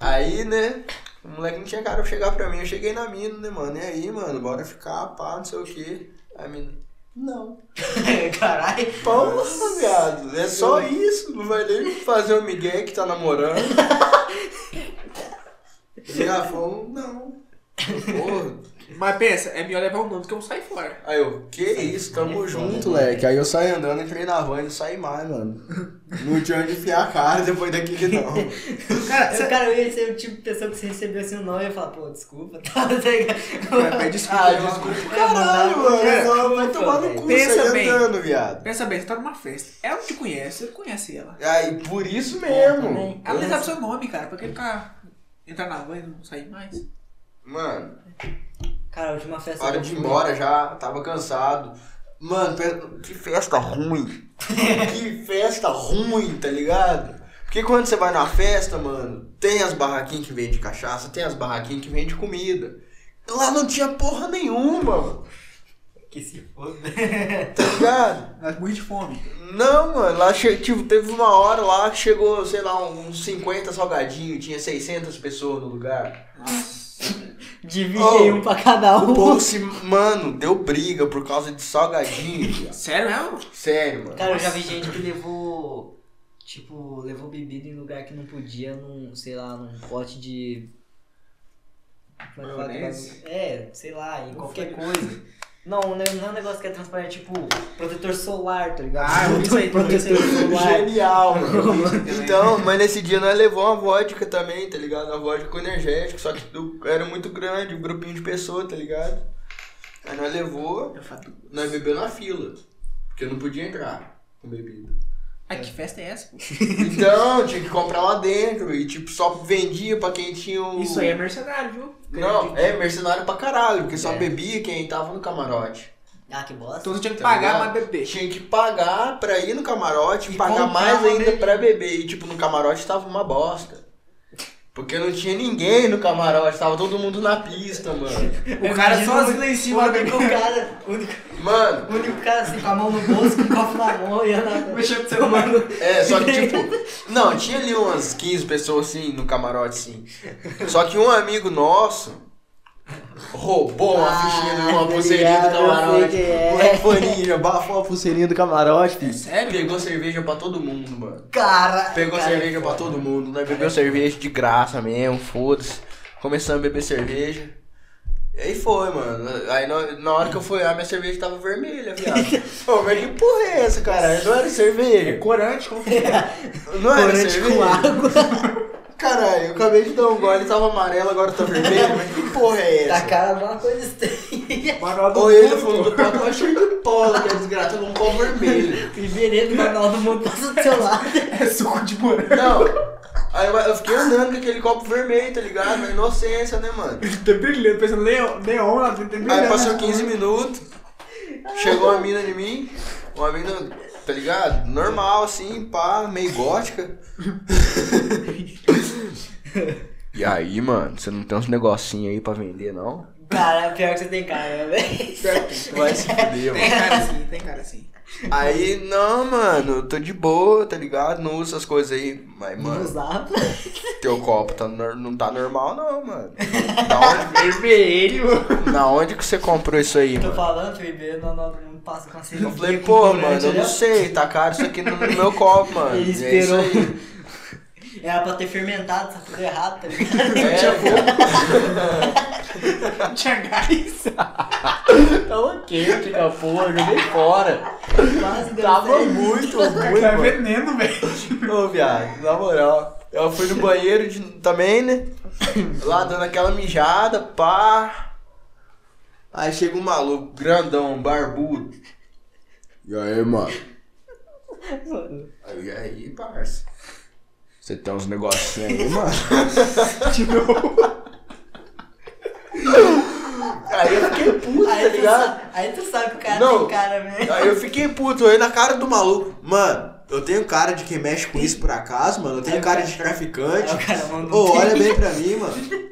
S2: Aí, né? O moleque não tinha cara pra chegar pra mim. Eu cheguei na mina, né, mano? E aí, mano, bora ficar, pá, não sei o quê. A mina. Não.
S1: Caralho.
S2: Porra, viado. É só isso. Não vai nem fazer o Miguel que tá namorando. E a Fon, não. Porra.
S3: Mas pensa, é melhor levar um nome que eu sair fora.
S2: Aí eu, que isso, tamo junto, leque. Aí eu saí andando, entrei na van e não saí mais, mano. Não tinha onde enfiar a cara depois daquele não.
S1: Cara, eu, cara, eu ia ser o tipo de pessoa que você recebeu assim o nome e ia falar, pô, desculpa, tá? tá ligado?
S3: Cara, pede desculpa.
S2: Ah,
S3: né, mano?
S2: desculpa. Caralho, mano.
S1: É,
S2: só vai
S1: desculpa,
S2: tomar no
S1: velho.
S2: cu,
S3: né? Pensa
S2: sai
S3: bem.
S2: andando, viado.
S3: Pensa bem, você tá numa festa. Ela te conhece, você conhece ela.
S2: Aí, por isso
S1: também.
S2: mesmo.
S3: Ela nem sabe seu nome, cara. Pra que ficar. Entrar na van e não sair mais?
S2: Mano,
S1: Cara, a última festa.
S2: hora
S1: que
S2: de
S1: eu
S2: ir
S1: fui-
S2: embora já, tava cansado. Mano, pe- que festa ruim. que festa ruim, tá ligado? Porque quando você vai na festa, mano, tem as barraquinhas que vende cachaça, tem as barraquinhas que vende comida. Lá não tinha porra nenhuma, mano,
S1: Que se foda.
S2: tá ligado?
S3: Nós morri de fome.
S2: Não, mano, lá che- tipo, teve uma hora lá que chegou, sei lá, uns 50 salgadinhos, tinha 600 pessoas no lugar.
S1: Divide
S2: Oh,
S1: aí um pra cada
S2: O
S1: um.
S2: povo se, mano, deu briga por causa de salgadinho. viado.
S3: Sério mesmo?
S2: Sério, mano.
S1: Cara, eu já vi gente que levou. Tipo, levou bebida em lugar que não podia, num, sei lá, num pote de. Como é que fala aquele
S3: Maionese?
S1: bagulho? É, sei lá, em qualquer coisa. Não, não é não é um negócio que é transparente, tipo, protetor solar, tá ligado?
S3: Ah, eu vi isso aí, eu vi isso
S1: protetor
S3: aí.
S1: solar.
S2: Genial, mano.
S3: também.
S2: Então, mas nesse dia nós levou uma vodka também, tá ligado? Uma vodka com energético, só que do- era muito grande, um grupinho de pessoas, tá ligado? Aí nós levou,
S3: Eu falo.
S2: nós bebeu na fila, porque eu não podia entrar com bebida.
S3: Ai, que festa é essa? pô?
S2: Então, tinha que comprar lá dentro e, tipo, só vendia pra quem tinha o...
S3: Isso aí é mercenário, viu?
S2: Não, é mercenário pra caralho, porque só
S1: É.
S2: bebia quem tava no camarote.
S1: Ah, que bosta.
S3: Então você tinha que
S2: Tá
S3: pagar
S2: ligado?
S3: mais beber.
S2: Tinha que pagar pra ir no camarote,
S3: E
S2: pagar
S3: comprar
S2: mais
S3: uma
S2: ainda
S3: bebida.
S2: pra beber. E, tipo, no camarote tava uma bosta. Porque não tinha ninguém no camarote, tava todo mundo na pista, mano.
S3: O cara sozinho lá em cima
S1: O único
S3: bebendo.
S1: cara, o único,
S2: Mano,
S1: o único cara assim, com a mão no bolso, com o copo na mão e andando.
S3: Mexendo com o celular.
S2: é, só que, tipo... Não, tinha ali umas 15 pessoas, assim, no camarote, sim. Só que um amigo nosso... Roubou uma
S1: Ah,
S2: fichinha de uma
S1: tá
S2: pulseirinha do
S1: ligado, eu sei
S2: camarote.
S1: quem é.
S2: Moleque faninha, abafou a pulseirinha do camarote, filho.
S3: Sério?
S2: Pegou cerveja pra todo mundo, mano.
S1: Cara.
S2: Pegou
S1: cara,
S2: cerveja pra todo mundo, né? Bebeu cerveja de graça mesmo, foda-se. Começamos a beber cerveja. E aí foi, mano. Aí na, na hora que eu fui lá, minha cerveja tava vermelha, viado. Ô, mas que porra é essa, cara? Não era cerveja.
S3: Corante, como que é?
S2: Não era
S1: Corante
S2: cerveja.
S1: com água.
S2: Caralho, eu acabei de dar um gole, tava amarelo, agora tá vermelho. Mas que porra é essa?
S1: Tá cara de uma coisa estranha.
S3: Manual do
S2: Ou ele no
S3: mundo,
S2: fundo
S3: pô.
S2: do copo, eu achei de pó, que é desgraça, num pó vermelho.
S1: Fevereiro, o manual do mundo passa do seu lado.
S3: É suco de morango.
S2: Não. Aí eu, eu fiquei andando com aquele copo vermelho, tá ligado? Na inocência, né, mano?
S3: Tá brilhando, pensando neon, neon lá dentro, tá brilhando.
S2: Aí passou 15 minutos, chegou uma mina de mim, uma mina, tá ligado? Normal, assim, pá, meio gótica. E aí, mano, você não tem uns negocinhos aí pra vender, não?
S1: Cara, pior que você tem cara, né, velho?
S2: Vai se fuder, mano.
S3: Tem cara assim, tem cara assim.
S2: Aí, não, mano, eu tô de boa, tá ligado? Não uso essas coisas aí. Mas,
S1: No
S2: mano,
S1: zap.
S2: teu copo tá, nor- não tá normal, não, mano. Da onde
S3: Vermelho.
S2: Na onde que você comprou isso aí,
S1: Tô
S2: mano?
S1: falando, fevereiro, o manual do mundo passa com a cerveja.
S2: Eu falei,
S1: com
S2: pô,
S1: corante,
S2: mano, eu
S1: né?
S2: não sei, tá caro isso aqui no no meu copo, mano.
S1: Ele
S2: É isso
S1: esperou.
S2: aí.
S1: Era pra ter fermentado, tá tudo errado, tá ligado?
S2: É,
S3: Tinha gás.
S2: tava quente, da porra, joguei fora.
S1: Quase deu
S2: Tava
S1: certo.
S2: muito ruim,
S3: Tá
S2: mano.
S3: veneno, velho.
S2: Ô, viado, na moral. Eu fui no banheiro de- também, né? Lá dando aquela mijada, pá. Aí chega um maluco, grandão, barbudo. E aí, mano? Aí, e aí, parça? Você tem uns negocinhos aí, mano.
S4: Aí eu fiquei puto, tá
S1: Aí tu,
S4: ligado?
S1: sa- aí tu sabe que o cara
S4: Não.
S1: tem cara né? mesmo.
S4: Aí eu fiquei puto, eu olhei na cara do maluco. Mano, eu tenho cara de quem mexe com isso por acaso, mano. Eu
S1: É
S4: tenho cara de traficante.
S1: Aí o cara mandou um
S4: Ô, olha bem pra mim, mano.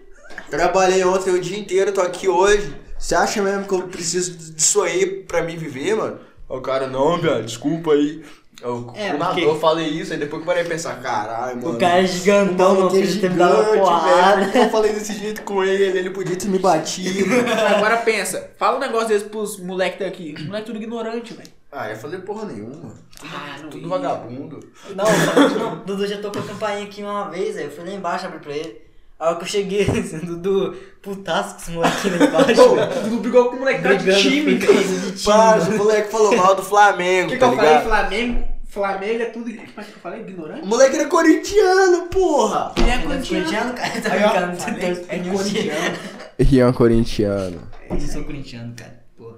S4: Trabalhei ontem o dia inteiro, tô aqui hoje. Você acha mesmo que eu preciso disso aí pra mim viver, mano?
S2: Aí O cara, não, velho, desculpa aí. Eu,
S1: É,
S2: eu nadou,
S1: porque-
S2: falei isso, aí depois que parei a pensar, caralho, mano.
S1: O cara é gigantão, não
S4: Maluco é
S1: filho, ter me dado uma
S4: gigante, velho. Por
S1: porrada.
S4: que Eu falei desse jeito com ele, ele podia ter me batido.
S3: Agora pensa, fala um negócio desse pros moleque daqui. Os moleque tudo ignorante, velho.
S4: ah, eu falei porra nenhuma.
S3: Ah, não
S4: Tudo
S3: ia.
S4: vagabundo.
S1: Não, eu- não, Dudu já tocou a campainha aqui uma vez, aí eu fui lá embaixo abrir pra ele. Aí que eu cheguei, assim, Dudu, putaço com esse molequinho lá embaixo. velho.
S3: Dudu brigou com o moleque tá de
S1: Brigando
S3: time,
S1: por causa
S3: velho.
S1: de time.
S4: Paz, o moleque falou mal do
S3: O
S4: Flamengo,
S3: que, que
S4: tá
S3: eu falei?
S4: ligado?
S3: Flamengo. Flamengo é tudo. Como é que eu falei? Ignorante?
S4: O moleque era corintiano, porra!
S3: Ele é
S1: Ele é
S3: corintiano.
S1: corintiano, cara. Tá
S3: Aí, ó,
S1: brincando, não
S3: falei,
S1: tem tempo
S3: é
S1: nenhum.
S3: corintiano.
S2: Rian Corintiano.
S1: Eu não sou corintiano, cara. Pô,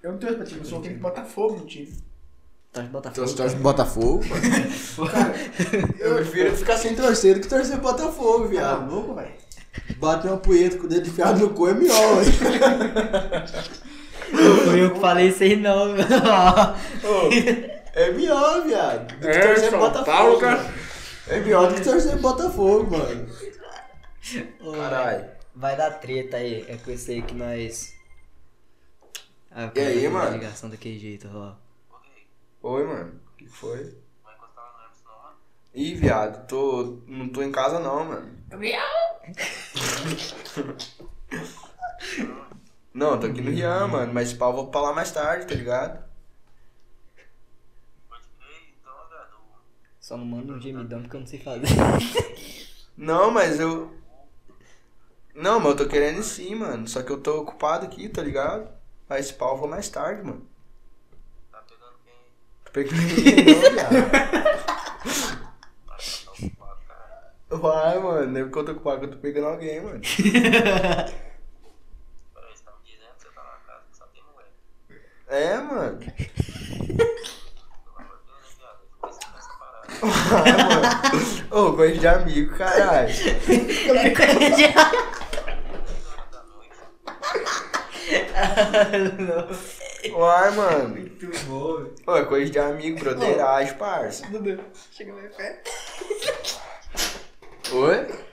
S3: Eu não tenho outro time, eu sou aquele que bota fogo no time.
S1: tá de
S2: Então
S1: Botafogo.
S2: você torce pro Botafogo, mano?
S4: Eu prefiro ficar sem torcer do que torcer pro Botafogo,
S3: Tá
S4: viado.
S3: louco, velho?
S4: Bater uma punheta com o dedo enfiado no cu é miol, hein?
S1: Não fui eu que falei isso aí, não.
S4: É miol, viado. Do que
S3: É,
S4: torcer pro
S3: São
S4: Botafogo.
S3: Paulo, cara.
S4: mano. É miol do que torcer pro Botafogo, mano.
S1: Ô,
S4: Caralho.
S1: Vai dar treta aí, é com esse aí que nós. Ah,
S4: E aí,
S1: cara,
S4: mano?
S1: a ligação daquele jeito, ó.
S2: Oi, mano. O que que foi? Ih, viado, tô, não tô em casa não, mano. Não, tô aqui no Rian, mano, mas pau, vou pra lá mais tarde, tá ligado?
S1: Só não manda um gemidão porque eu não sei fazer.
S2: Não, mas eu. Não, mas eu tô querendo ir sim, mano. Só que eu tô ocupado aqui, tá ligado? Mas pau, vou mais tarde, mano. Tá pegando quem? Tô pegando ninguém, não, viado.
S5: tá
S2: Vai, mano, não é porque eu tô ocupado que eu tô pegando alguém, mano.
S5: Peraí, você tá me dizendo que você tá numa casa que só tem mulher.
S2: É, mano.
S5: Pelo amor de Deus, né, viado? Eu fiquei sem essa parada.
S2: Ai, mano. Ô, coisa de amigo, caralho.
S1: É coisa de.
S2: Uai, mano.
S1: Muito bom, velho.
S2: Ô, é coisa de amigo, broderagem, parça.
S1: Dudu, chega mais perto.
S2: Oi?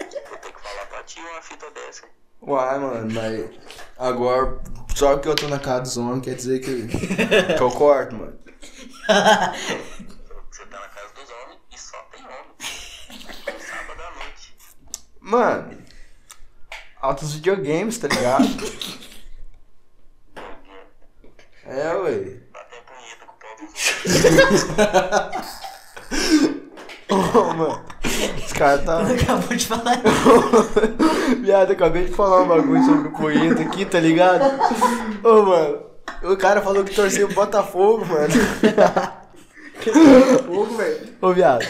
S5: Eu tinha uma fita dessa.
S2: Uai, mano, mas agora, só que eu tô na casa dos homens, quer dizer que, que eu corto, mano.
S5: Você tá na casa dos homens e só tem homem. Sábado à noite.
S2: Mano, altos videogames, tá ligado? É, ué.
S5: Bater punheta com o pau dos
S2: Ô, mano, os caras tá...
S1: Acabou de falar.
S2: Viado, eu acabei de falar um bagulho sobre o punheta aqui, tá ligado? Ô, mano, o cara falou que torceu pro Botafogo, mano.
S3: Fogo, velho.
S2: Ô, viado,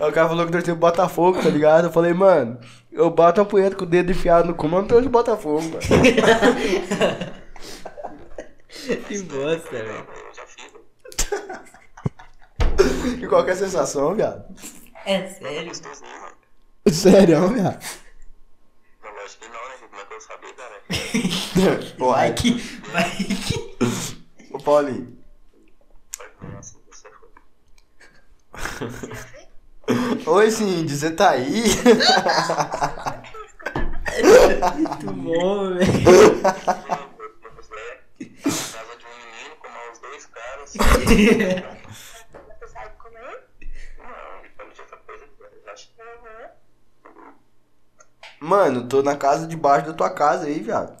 S2: o cara falou que torceu pro Botafogo, tá ligado? Eu falei, mano, eu bato uma punheta com o dedo enfiado no cu, mas eu não torço pro Botafogo, mano.
S1: Que bosta, velho.
S5: Eu já fiz.
S2: E qual que é a sensação, viado?
S1: É
S5: É
S1: sério.
S5: gostoso nenhum, mano.
S2: Sério, viado?
S5: Não, lógico que não, né? Como é que eu sabia, cara?
S1: Vai
S2: Uai,
S1: que. Vai que.
S2: ô, Paulinho.
S5: Pode falar assim, você foi.
S2: Oi, Cindy, você tá aí?
S1: Muito bom, velho.
S5: Vamos lá. né? Na casa de um menino, com mais dois caras.
S6: Você sabe comer?
S5: Não, depois de outra coisa, eu acho que não, né?
S2: Mano, tô na casa debaixo da tua casa aí, viado.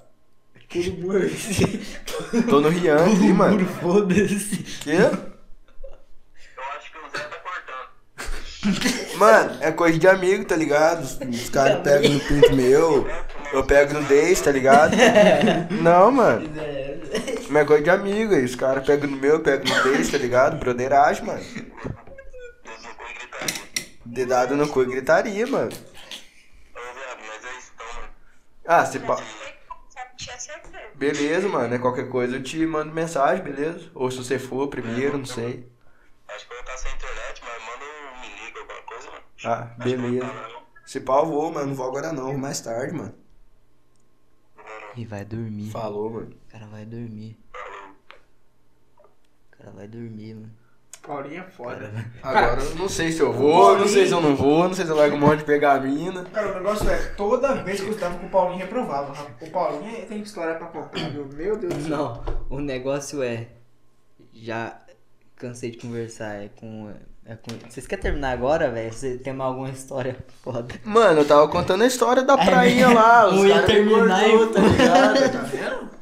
S3: Tudo bom.
S2: Tô no Rian aqui,
S1: Mano,
S2: mano.
S1: foda-se.
S2: Quê?
S5: Eu acho que o Zé tá cortando.
S2: Mano, é coisa de amigo, tá ligado? Os- Os caras pegam no pinto meu, eu pego no deles, tá ligado? Não, mano. Mas é coisa de amigo aí. Os caras pegam no meu, eu pego no deles, tá ligado? Broderagem, mano.
S5: Deus não foi gritaria.
S2: Dedado no cu e gritaria, mano.
S5: Ô, viado, mas é isso, então, mano.
S2: Ah, se pá.
S6: Sabe, tinha certeza.
S2: Beleza, mano. É qualquer coisa eu te mando mensagem, beleza? Ou se você for primeiro, não sei.
S5: Acho que eu tá sem internet, mas manda um me liga, alguma coisa, né? mano.
S7: Ah, beleza.
S2: Se pau, eu vou, mano. Não vou agora não. Vou mais tarde, mano.
S1: E vai dormir.
S2: Falou, mano.
S1: O cara vai dormir. O cara vai dormir, mano.
S3: Paulinho é foda.
S7: Agora, eu não sei se eu vou, não sei se eu não vou, não sei se eu largo um monte de pergaminho.
S3: Cara, o negócio é, toda vez que eu estava com o Paulinho, reprovava. rapaz. O Paulinho tem história pra contar, viu? Meu Deus do céu.
S1: Não, o negócio é. Já cansei de conversar. É com. É com... Vocês querem terminar agora, velho? Você tem mais alguma história foda?
S7: Mano, eu tava contando a história da prainha lá, os
S1: Eu É, né? ia
S7: caras me
S1: terminar e-
S7: cortou, tá ligado?
S3: Tá vendo?
S1: É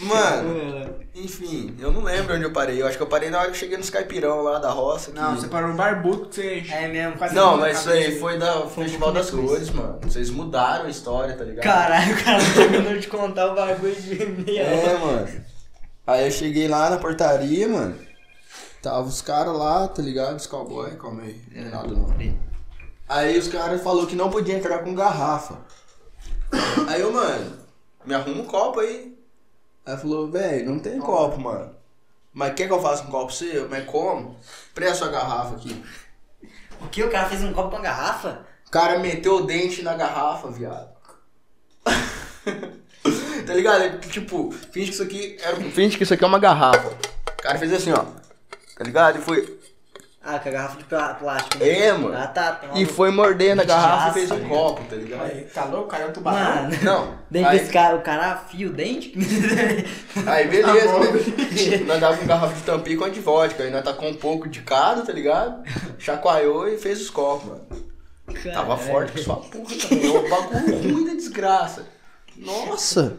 S2: Mano, enfim, eu não lembro onde eu parei. Eu acho que eu parei na hora que eu cheguei nos caipirão lá da roça.
S3: Não,
S2: que-
S3: você parou um barbudo que você enche.
S1: É mesmo.
S3: Quase
S2: Não,
S3: na
S2: mas isso
S3: cabeça.
S2: aí foi da
S1: um
S2: foi Festival das Cores, mano. Vocês mudaram a história, tá ligado?
S1: Caralho, o cara não terminou de contar o bagulho de meia hora.
S2: É, mano. Aí eu cheguei lá na portaria, mano. Tava os caras lá, tá ligado? Os cowboy, calma aí. Não é nada não. Aí os caras falou que não podia entrar com garrafa. Aí eu, mano, me arruma um copo aí. Aí falou, velho, não tem copo, mano. Mas quer que eu faça um copo seu? Mas como? Presta a garrafa aqui. É.
S1: O que? O cara fez um copo pra garrafa?
S2: O cara meteu o dente na garrafa, viado. tá ligado? Tipo, finge que isso aqui era um
S7: Finge que isso aqui é uma garrafa.
S2: O cara fez assim, ó. Tá ligado? E foi.
S1: Ah, com a garrafa de plá- plástico.
S2: É, mano.
S1: Ah, tá. tá
S7: E foi mordendo a garrafa e
S1: Nossa,
S7: fez um
S1: velho.
S7: copo.
S2: Copo, tá ligado?
S3: Aí, tá louco? Caiu um tubarão.
S1: Mano,
S2: Não.
S1: dentro
S2: Aí-
S1: desse cara, o cara afia o dente?
S2: Aí beleza,
S3: Tá bom.
S2: né? Nós dava um garrafa de tampico e de vodka. Aí nós tá com um pouco de cada, tá ligado? Chacoalhou e fez os copos, mano.
S3: É.
S2: Tava
S1: Caralho.
S2: forte que sua porra também. O bagulho ruim da desgraça. Nossa!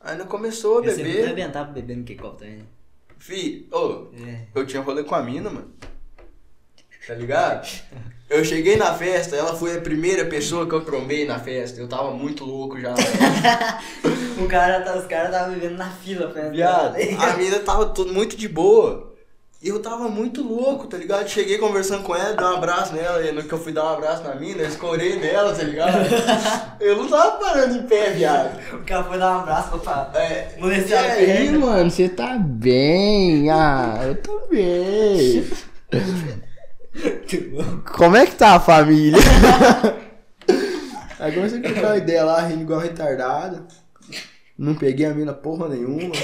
S2: Aí nós começou a
S1: Você
S3: é
S1: não deve
S2: beber.
S1: inventar bebendo que copo também, né?
S2: Fi, ô,
S1: É.
S2: eu tinha rolê com a mina, mano. Tá ligado? Eu cheguei na festa, ela foi a primeira pessoa que eu trombei na festa. Eu tava muito louco já. tá
S1: O cara tá, os caras estavam vivendo na fila, pra entrar.
S2: Viado, a mina tava tudo muito de boa. E eu tava muito louco, tá ligado? Cheguei conversando com ela, dei um abraço nela, e no que eu fui dar um abraço na mina, eu escorei nela, tá ligado? Eu não tava parando em pé, viado.
S1: O cara foi dar um abraço pra
S2: É,
S1: amolecer
S2: e
S1: a
S2: aí,
S1: perna.
S7: mano, você tá bem? Ah, eu tô bem. Como é que tá a família?
S2: Aí comecei a trocar uma ideia lá, rindo igual retardado. Não peguei a mina porra nenhuma.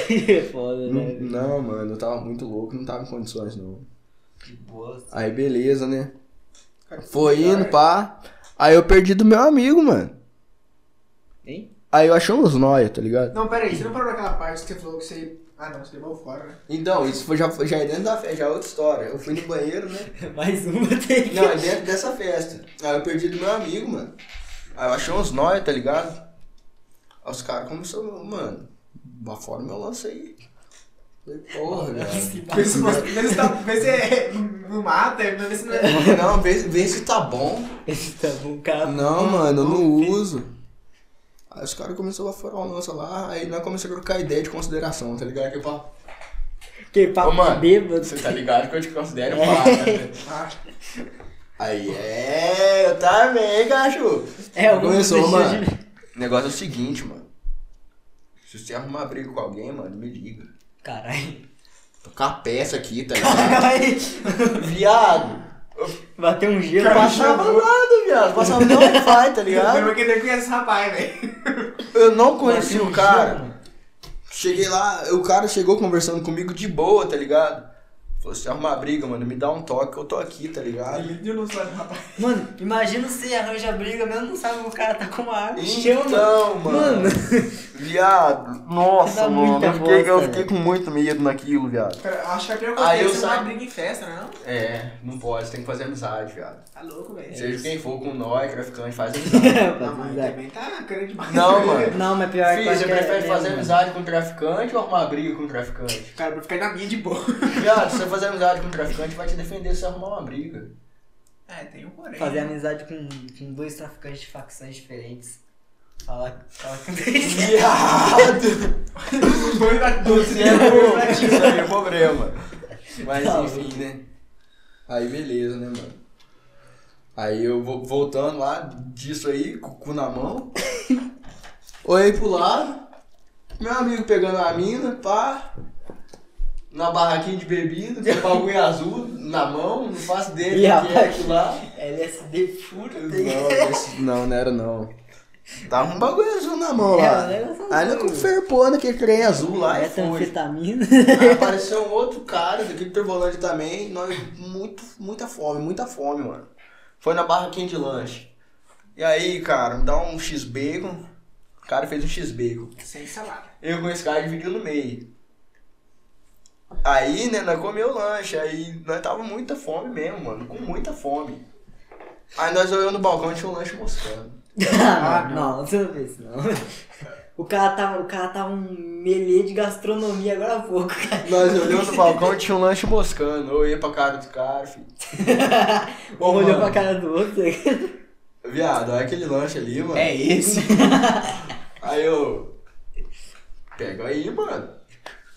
S1: Foda,
S2: Não,
S1: né?
S2: não, mano, eu tava muito louco, não tava em condições não.
S1: Que bosta.
S2: Aí beleza, né? Foi indo, pá. Aí eu perdi do meu amigo, mano.
S1: Hein?
S2: Aí eu achei uns nóia, tá ligado?
S3: Não, pera aí, você não parou naquela parte que você falou que você... Ah, não, você levou fora, né?
S2: Então, isso foi, já, foi- já é dentro da festa, já é outra história. Eu fui no banheiro, né?
S1: Mais uma tem que...
S2: Não, é dentro dessa festa. Aí eu perdi do meu amigo, mano. Aí eu achei uns nóia, tá ligado? Aí os caras começaram, mano, bafora meu lance aí. Falei, porra, velho.
S3: Vê se vê se tá- vê se é- não mata, vê se não é...
S2: Não, vê, vê se tá bom.
S1: Esse tá bom, o cara...
S2: Não, mano, eu não uso. Aí os caras começaram a baforar o lance lá, aí nós começamos a trocar ideia de consideração, tá ligado? Que eu falo,
S1: Que papo
S2: Ô, mano,
S1: bêbado.
S2: Você tá ligado que eu te considero paca, né? Aí, é, eu também, gacho.
S1: É, o
S2: Começou,
S1: Bruno
S2: mano.
S1: deixou de-
S2: O negócio é o seguinte, mano. Se você arrumar briga com alguém, mano, me liga.
S1: Caralho. é
S2: Tocar a peça aqui, tá ligado?
S1: Aí,
S2: viado.
S1: Bateu um gelo.
S2: Não
S3: Cara,
S2: passava nada, viado. Passava nem wi-fi, tá ligado?
S3: Lembra que ele conhece esse rapaz, velho.
S2: Eu não
S1: assim
S2: conheci o cara. Cheguei lá, o cara chegou conversando comigo de boa, tá ligado? Falou, se arrumar briga, mano, me dá um toque, eu tô aqui, tá ligado?
S3: Ele deu no sonho do rapaz.
S1: Mano, imagina você arranja briga, mesmo não sabe que o cara tá com uma arma. Chama.
S2: Então, mano. Viado. Nossa,
S1: Dá
S2: mano.
S1: muita
S2: Eu fiquei, eu
S1: bosta,
S2: fiquei com muito medo naquilo, viado.
S3: Cara, acho que a pior
S2: Aí
S3: coisa é
S2: eu
S3: você
S2: saio-
S3: uma briga em festa, não é não?
S2: É, não pode, tem que fazer amizade, viado.
S3: Tá louco, velho.
S2: Seja quem for com nós, traficante, faz amizade.
S3: Ah, mas também tá querendo demais.
S2: Não, mano.
S1: Não, mas é pior que
S2: Fih,
S1: eu acho
S2: você
S1: que é-
S2: prefere
S1: é,
S2: fazer
S1: mano.
S2: amizade com traficante ou arrumar briga com traficante?
S3: Cara, pra ficar na minha de boa.
S2: Viado, se você fazer amizade com traficante, vai te defender se você arrumar uma briga.
S3: É, tem um porém.
S1: Fazer amizade com, com dois traficantes de facções diferentes. Falar, falar com
S2: Viado!
S3: Dois da
S2: Você é bom, isso aí é problema. Mas
S1: Tá
S2: enfim, né? Aí beleza, né, mano? Aí eu vou voltando lá disso aí, com o cu na mão. Olhei pro lado, meu amigo pegando a mina, pá. na barraquinha de bebida, com o bagulho azul na mão, não faço
S1: E
S2: dele, o
S1: a
S2: que é aquilo lá.
S1: LSD furo.
S8: Não, esse- não, não era não. Tava um bagulho azul na mão lá.
S1: É, um negócio
S8: Aí ele
S1: azul. É, um
S8: ferpou naquele trem azul lá e foi.
S1: Metanfetamina.
S2: Aí apareceu um outro cara daquele Trevolante também, nós, muito, muita fome, muita fome, mano. Foi na barraquinha de lanche. E aí, cara, me dá um X-Bacon. O cara fez um X-Bacon.
S3: Sem salada.
S2: Eu com esse cara dividiu no meio. Aí, né, nós comeu o lanche, aí nós tava muita fome mesmo, mano, com muita fome. Aí nós olhamos no balcão e tinha um lanche moscando.
S1: Ah, não, não, você não fez isso não. O cara tava, o cara tava um melê de gastronomia agora há pouco, cara.
S2: Nós olhamos no balcão e tinha um lanche moscando. Eu ia pra cara do cara, filho.
S1: Um
S2: Ô,
S1: olhou
S2: mano.
S1: pra cara do outro.
S2: Viado, olha aquele lanche ali, mano.
S3: É.
S1: esse.
S2: Aí eu. Pega aí, mano.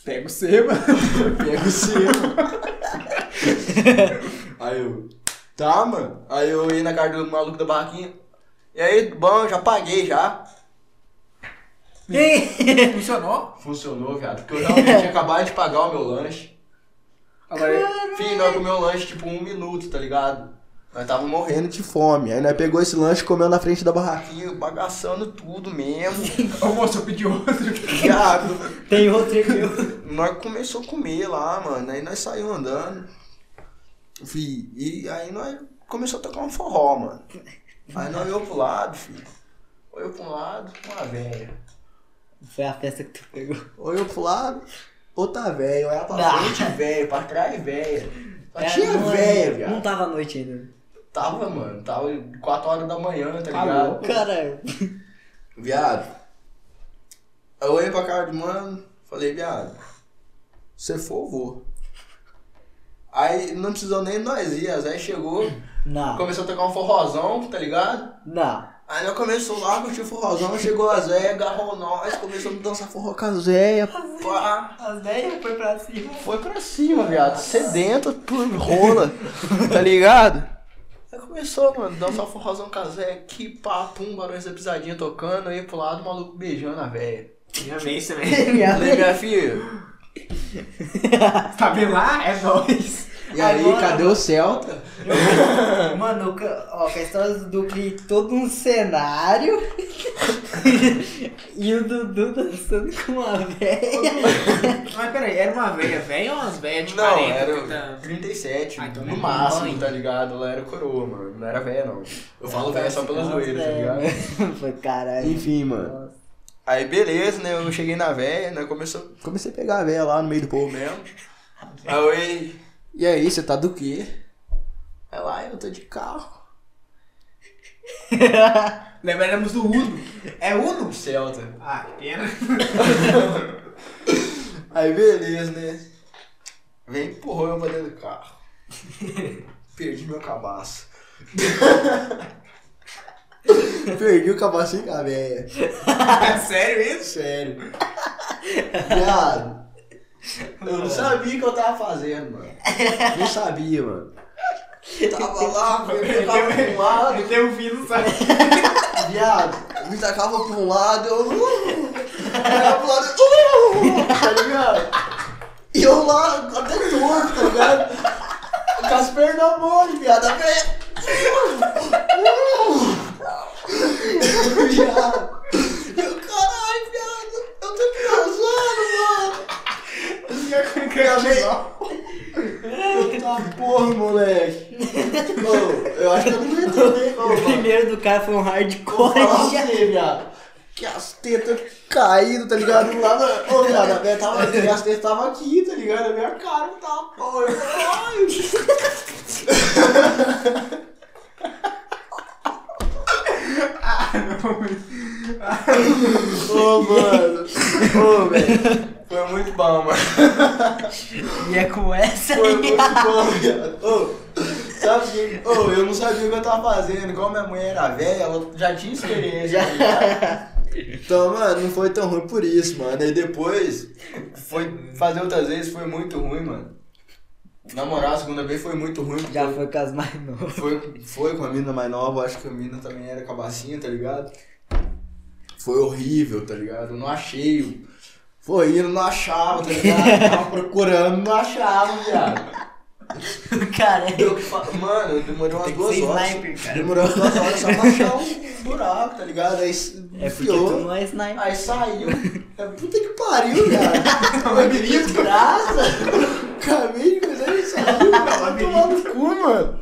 S3: Pega o seu, mano.
S2: Pega o seu. aí eu. Tá, mano. Aí eu ia na cara do maluco da barraquinha. E aí, bom, já paguei já.
S3: Funcionou?
S2: Funcionou, viado. Porque eu realmente tinha acabado de pagar o meu lanche.
S3: Agora,
S2: Fim, nós comeu o lanche tipo um minuto, tá ligado? Nós tava morrendo de fome. Aí nós pegou esse lanche e comeu na frente da barraquinha, bagaçando tudo mesmo.
S3: ô moço, eu pedi outro.
S2: Viado.
S1: Tem outro aí meu.
S2: Nós começou a comer lá, mano. Aí nós saímos andando. Fi, e aí nós começou a tocar um forró, mano. Aí nós olhou pro lado, filho. Olhou pro lado, uma velha.
S1: Foi a festa que tu pegou.
S2: Olhou pro lado, outra velha. Olhava pra
S1: Ah.
S2: frente, velha. Pra trás, velha. Só
S1: Era
S2: Ah, tinha
S1: uma-
S2: velha,
S1: É, Não
S2: viado.
S1: tava à noite ainda.
S2: Tava, mano. Tava 4 horas da manhã, tá
S3: Tá
S2: ligado?
S3: louco.
S1: Caralho.
S2: Viado. Aí eu olhei pra cara do mano, falei, viado, se for, eu vou. Aí não precisou nem nós ir, a Zé chegou,
S1: Não.
S2: começou a tocar um forrozão, tá ligado?
S1: Não.
S2: Aí nós começou lá, curtiu o forrozão, chegou a Zé, agarrou nós, começamos a dançar forró com a Zéia, pá.
S1: As 10 foi pra cima.
S2: Foi pra cima, viado, sedento por rola, tá ligado? Aí começou, mano, dançar forrozão com a Zéia, que papum, barulho da pisadinha tocando, aí pro lado o maluco beijando a véia.
S3: Minha vez também.
S2: Falei, minha filha,
S3: Tá vendo lá? É nóis.
S2: E aí,
S1: Agora-
S2: cadê o Celta?
S1: Mano, o ca- ó, com a história do Dudu criei todo um cenário e o Dudu dançando com uma velha.
S3: Mas peraí, era uma velha velha ou umas velhas de
S2: Não,
S3: 40?
S2: era
S3: 30?
S2: 37,
S3: Ah, então
S2: no
S3: não
S2: máximo,
S3: mãe.
S2: tá ligado? Ela era coroa, mano. Não era véia, não. Eu falo véia só pela
S1: Nossa,
S2: zoeira, tá
S1: é,
S2: ligado?
S1: mano. Foi caralho.
S8: Enfim, mano.
S1: Nossa.
S2: Aí, beleza, né? Eu cheguei na véia, né? Começou
S8: Comecei a pegar a véia lá no meio do
S2: o
S8: povo.
S2: mesmo. Aí, eu, "Ei,
S8: E aí, você tá do quê?
S2: vai lá, eu tô de carro.
S3: Lembramos do Uno. É Uno?
S2: Celta.
S3: Ah, que pena.
S2: Aí, beleza, né? Vem empurrou eu pra dentro do carro. Perdi meu cabaço.
S8: Perdi o cabacinho com a véia.
S3: É sério isso?
S2: Sério. Viado. Eu não sabia o que eu tava fazendo, mano.
S8: Não sabia, mano.
S2: Tava lá, eu tava pra um lado,
S3: Ele deu um vindo, sabe?
S2: viado. Me tacava pra um lado, eu. Uh, tacava pro lado, uh, tá ligado? E eu lá, até torto, tá ligado? Com as pernas na mão, viado. A velha. Uh, uh, viado. Eu, caralho, viado. Eu tô casando, mano. Tá porra, moleque. Ô, eu acho que eu não entendi, ô,
S1: O
S2: mano.
S1: primeiro do cara foi um hardcore.
S2: Fala pra você, viado. Que as tetas caídas, tá ligado? Lá na... Ô, viado, a minha tava... as tetas tava aqui, tá ligado? A minha cara tava... Pô, eu ai. Ô, mano. Ô, velho. Foi muito bom, mano.
S1: E é com essa
S2: Foi muito
S1: aí.
S2: bom, viado. Ô, sabe o que? Ô, eu não sabia o que eu tava fazendo. Como minha mulher era velha, ela já tinha experiência. tá ligado? Então, mano, não foi tão ruim por isso, mano. E depois, foi fazer outras vezes foi muito ruim, mano. Namorar a segunda vez foi muito ruim. porque
S1: Já foi com as mais novas.
S2: Foi, foi com a mina mais nova, acho que a mina também era cabacinha, tá ligado? Foi horrível, tá ligado? Eu não achei o- Foi indo, não achava, tá ligado? Tava procurando, não achava, viado.
S1: O cara é.
S2: Eu que fa- Mano, eu demorei umas
S1: Tem que
S2: duas
S1: ser
S2: horas.
S1: sniper, cara.
S2: Demorou umas duas horas só pra achar um buraco, tá ligado? Aí
S1: É porque
S2: enfiou.
S1: tu não é sniper.
S2: Aí saiu. Eu, Puta que pariu, cara. Labirinto. Graça. Acabei de fazer isso. aí, cara. Vai tomar no cu, mano.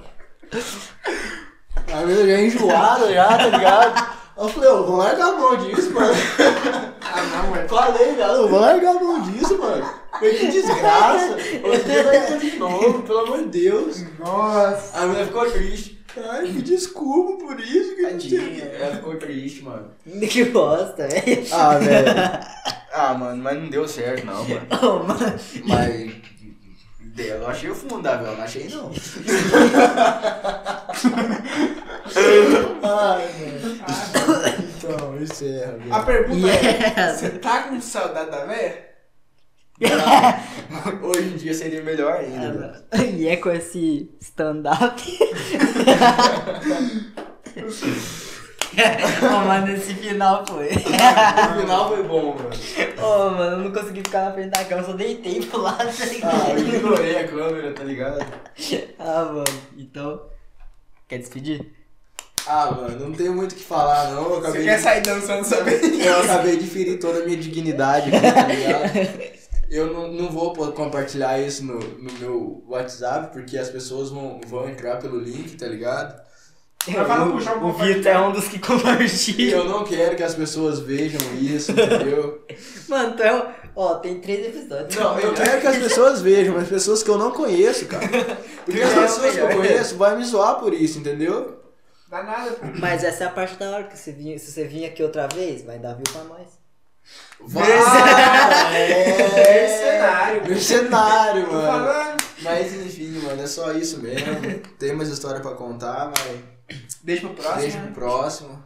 S2: Aí eu já enjoado já, tá ligado? Eu falei, eu vou largar a mão disso, mano.
S3: Ah, não, é.
S2: Falei, cara, eu vou largar a mão disso, mano. Foi que desgraça. Eu tenho que largar tudo de novo, pelo amor de Deus.
S3: Nossa.
S2: A mulher ficou triste. Ai, me desculpa por isso que eu não
S1: Tadinha.
S2: tinha. Ela ficou triste, mano.
S1: Que bosta, velho.
S9: Ah, velho. Ah, mano, mas não deu certo, não, mano.
S1: Ô, mano.
S9: Mas. Eu não achei o fundável, não achei não.
S2: Ai, mano. Então, encerra, velho.
S3: A pergunta é:
S1: Yes.
S3: você tá com saudade da véia?
S9: Hoje em dia seria melhor
S2: Ah, né?
S9: ainda. velho.
S1: E é com esse stand-up. Ô, mano, esse final foi.
S2: O final foi bom, mano.
S1: Ô, mano, eu não consegui ficar na frente da cama, só deitei pro lado, tá
S2: Ah, eu
S1: ligado?
S2: ignorei a câmera, tá ligado?
S1: Ah, mano, então. Quer despedir?
S2: Ah, mano, não tenho muito o que falar, não. Eu
S3: Você
S2: acabei,
S3: quer
S2: de...
S3: sair dançando sabe?
S2: eu acabei de ferir toda a minha dignidade, aqui, tá ligado? Eu não, não vou po- compartilhar isso no, no meu WhatsApp, porque as pessoas vão, vão entrar pelo link, tá ligado?
S3: Vai falar, puxa, eu
S1: o
S3: vou
S1: o Vitor é um dos que
S2: E
S1: compartilha.
S2: eu não quero que as pessoas vejam isso, entendeu?
S1: Mano, então. Ó, tem três episódios.
S2: Não, eu quero que as pessoas vejam, mas pessoas que eu não conheço, cara. Porque as
S1: Não,
S2: pessoas que eu
S1: melhor.
S2: conheço vão me zoar por isso, entendeu?
S3: Dá nada, pô.
S1: Mas essa é a parte da hora que você vinha, se você vir aqui outra vez, vai dar view pra nós.
S2: Vai!
S3: Mercenário.
S2: Mercenário,
S3: Tô
S2: mano.
S3: falando.
S2: Mas enfim, mano, é só isso mesmo. Tem mais história pra contar, mas
S3: Beijo pro próximo.
S2: beijo pro próximo.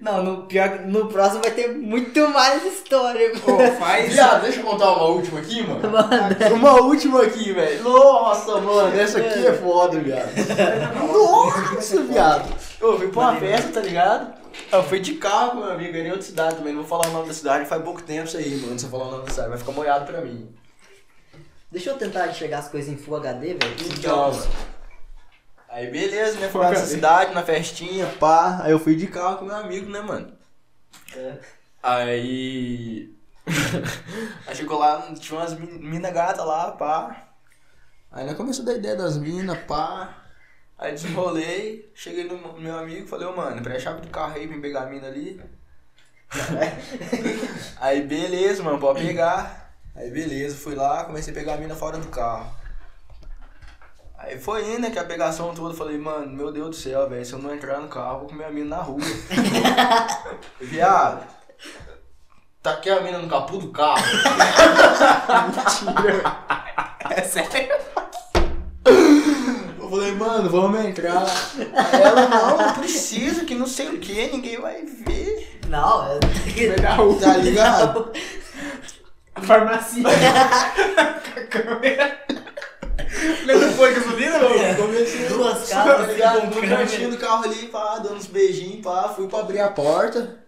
S1: Não, no pior, no próximo vai ter muito mais história.
S3: Pô, faz.
S2: Viado, deixa eu contar uma última aqui, mano. Uma última aqui, velho. Nossa, mano, essa aqui é foda, viado. Nossa, viado. Eu fui pra uma festa, tá ligado? Eu fui de carro com meu amigo, ele é outra cidade também. Não vou falar o nome da cidade, faz pouco tempo isso aí, mano. Se eu falar o nome da cidade, vai ficar molhado pra mim.
S1: Deixa eu tentar enxergar as coisas em Full HD, velho.
S2: Então, mano. Aí beleza, né? Fui lá nessa cidade, na festinha, pá. Aí eu fui de carro com meu amigo, né, mano?
S1: É.
S2: Aí. aí chegou lá, tinha umas min- mina gata lá, pá. Aí nós começou a dar ideia das minas, pá. Aí desenrolei, cheguei no no meu amigo, falei, ô mano, presta a chave do carro aí pra me pegar a mina ali. aí beleza, mano, pode pegar. Aí beleza, fui lá, comecei a pegar a mina fora do carro. Aí foi indo, né, que a pegação toda, falei, mano, meu Deus do céu, velho, se eu não entrar no carro, eu vou comer a mina na rua. Viado, taquei a mina no capô do carro.
S3: É sério?
S2: Eu falei, mano, vamos entrar. Aí Ela, não, não precisa, que não sei o que, ninguém vai ver.
S1: Não, é.
S3: Legal.
S2: Tá ligado?
S3: Farmacia. Lembra que foi gasolina, mano?
S2: Comecei
S1: Duas
S2: tá
S1: casas,
S2: ligado?
S1: um
S2: No
S1: câmera.
S2: cantinho do carro ali, pá, dando uns beijinhos, pá, fui pra abrir a porta.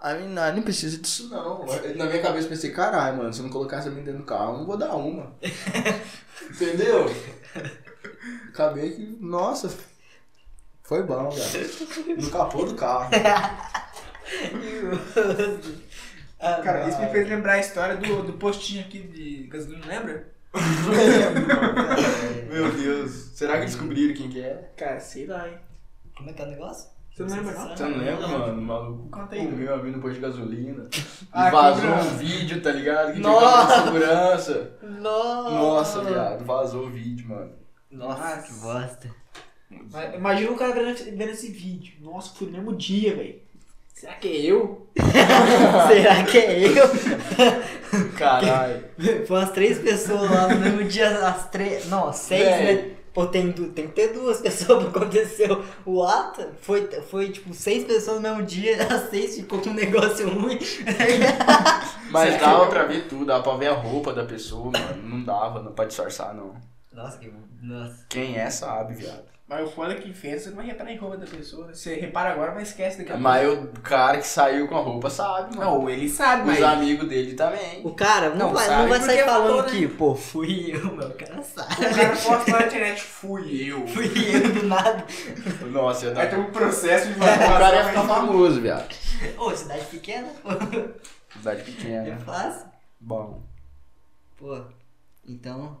S2: Aí, não, não precisa disso não. Na minha cabeça eu pensei, caralho, mano, se eu não colocar essa menina no carro, eu não vou dar uma. Entendeu? Acabei que, nossa, foi bom, velho. No capô do carro.
S1: Ah,
S3: Cara, isso me fez lembrar a história do, do postinho aqui de gasolina, lembra?
S2: Meu Deus, será que descobriram quem que é?
S3: Cara, sei lá, hein?
S1: Como é que é o negócio?
S3: Você não lembra, Ah, não?
S2: Você não lembra, mano, maluco?
S3: Conta aí.
S2: Comeu a mina no posto de gasolina.
S3: Ah,
S2: E vazou
S3: que
S2: um vídeo, tá ligado? Que tinha
S1: Nossa!
S2: câmera de segurança.
S1: Nossa!
S2: Nossa, viado, vazou o vídeo, mano.
S1: Nossa, que bosta.
S3: Mas Imagina o cara vendo, vendo esse vídeo. Nossa, foi no mesmo dia, velho. Será que é eu?
S1: Será que é eu?
S2: Caralho.
S1: Foi umas três pessoas lá no mesmo dia, as três. Não, seis,
S2: Véi.
S1: né? Pô, tem, du- tem que ter duas pessoas pra acontecer o- o ato. Foi, foi tipo seis pessoas no mesmo dia, as seis ficou com um negócio ruim.
S2: é Mas dava pra ver tudo, dava pra ver a roupa da pessoa, mano. Não dava não, pra disfarçar, não.
S1: Nossa, que. Nossa.
S2: Quem é sabe, viado.
S3: Mas o foda é que fez, você não vai reparar em roupa da pessoa. né? Você repara agora, mas esquece daqui a
S2: É, Mas o cara que saiu com a roupa sabe, mano.
S3: Não, ele sabe, mas.
S2: Os amigos dele também.
S1: O cara não,
S3: Não,
S1: vai,
S3: sabe
S1: não vai
S3: porque
S1: sair
S3: falou,
S1: falando
S3: né?
S1: aqui, pô, fui eu, meu. O cara sabe.
S3: O cara posta na internet, fui eu.
S1: Fui eu do nada.
S2: Nossa, eu
S3: Vai ter um processo de
S2: O cara ia ficar
S3: validação.
S2: famoso, viado.
S1: Ô, cidade pequena, pô.
S2: Cidade
S1: É
S2: pequena.
S1: fácil.
S2: Bom.
S1: Pô, então.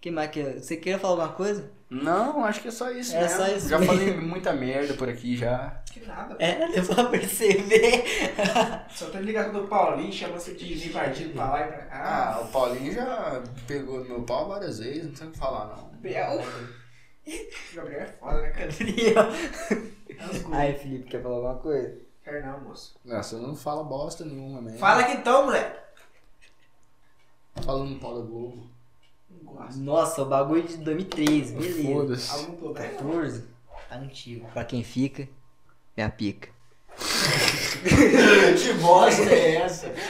S1: Que mais que. Você queria falar alguma coisa?
S2: Não, acho que é só isso
S1: É
S2: mesmo.
S1: só isso
S2: Já
S1: mesmo.
S2: falei muita merda por aqui já.
S3: Que nada,
S1: É, deu pra perceber.
S3: Só tá ligado do Paulinho, chama você de Zipardido pra lá e pra cá.
S2: Ah, o Paulinho já pegou no meu pau várias vezes, não tem o que falar, não.
S3: Bel. Gabriel é foda, né, cara? É os gols.
S1: Aí, Felipe, quer falar alguma coisa?
S3: Quer não, moço.
S2: Nossa, eu não fala bosta nenhuma, né?
S3: Fala que então, moleque.
S2: Falando pau da Globo.
S3: Não gosto.
S1: Nossa, o bagulho de 2003, beleza.
S2: Foda-se.
S3: Algum problema?
S1: 14? Tá antigo. Pra quem fica, é a pica.
S2: que bosta é essa?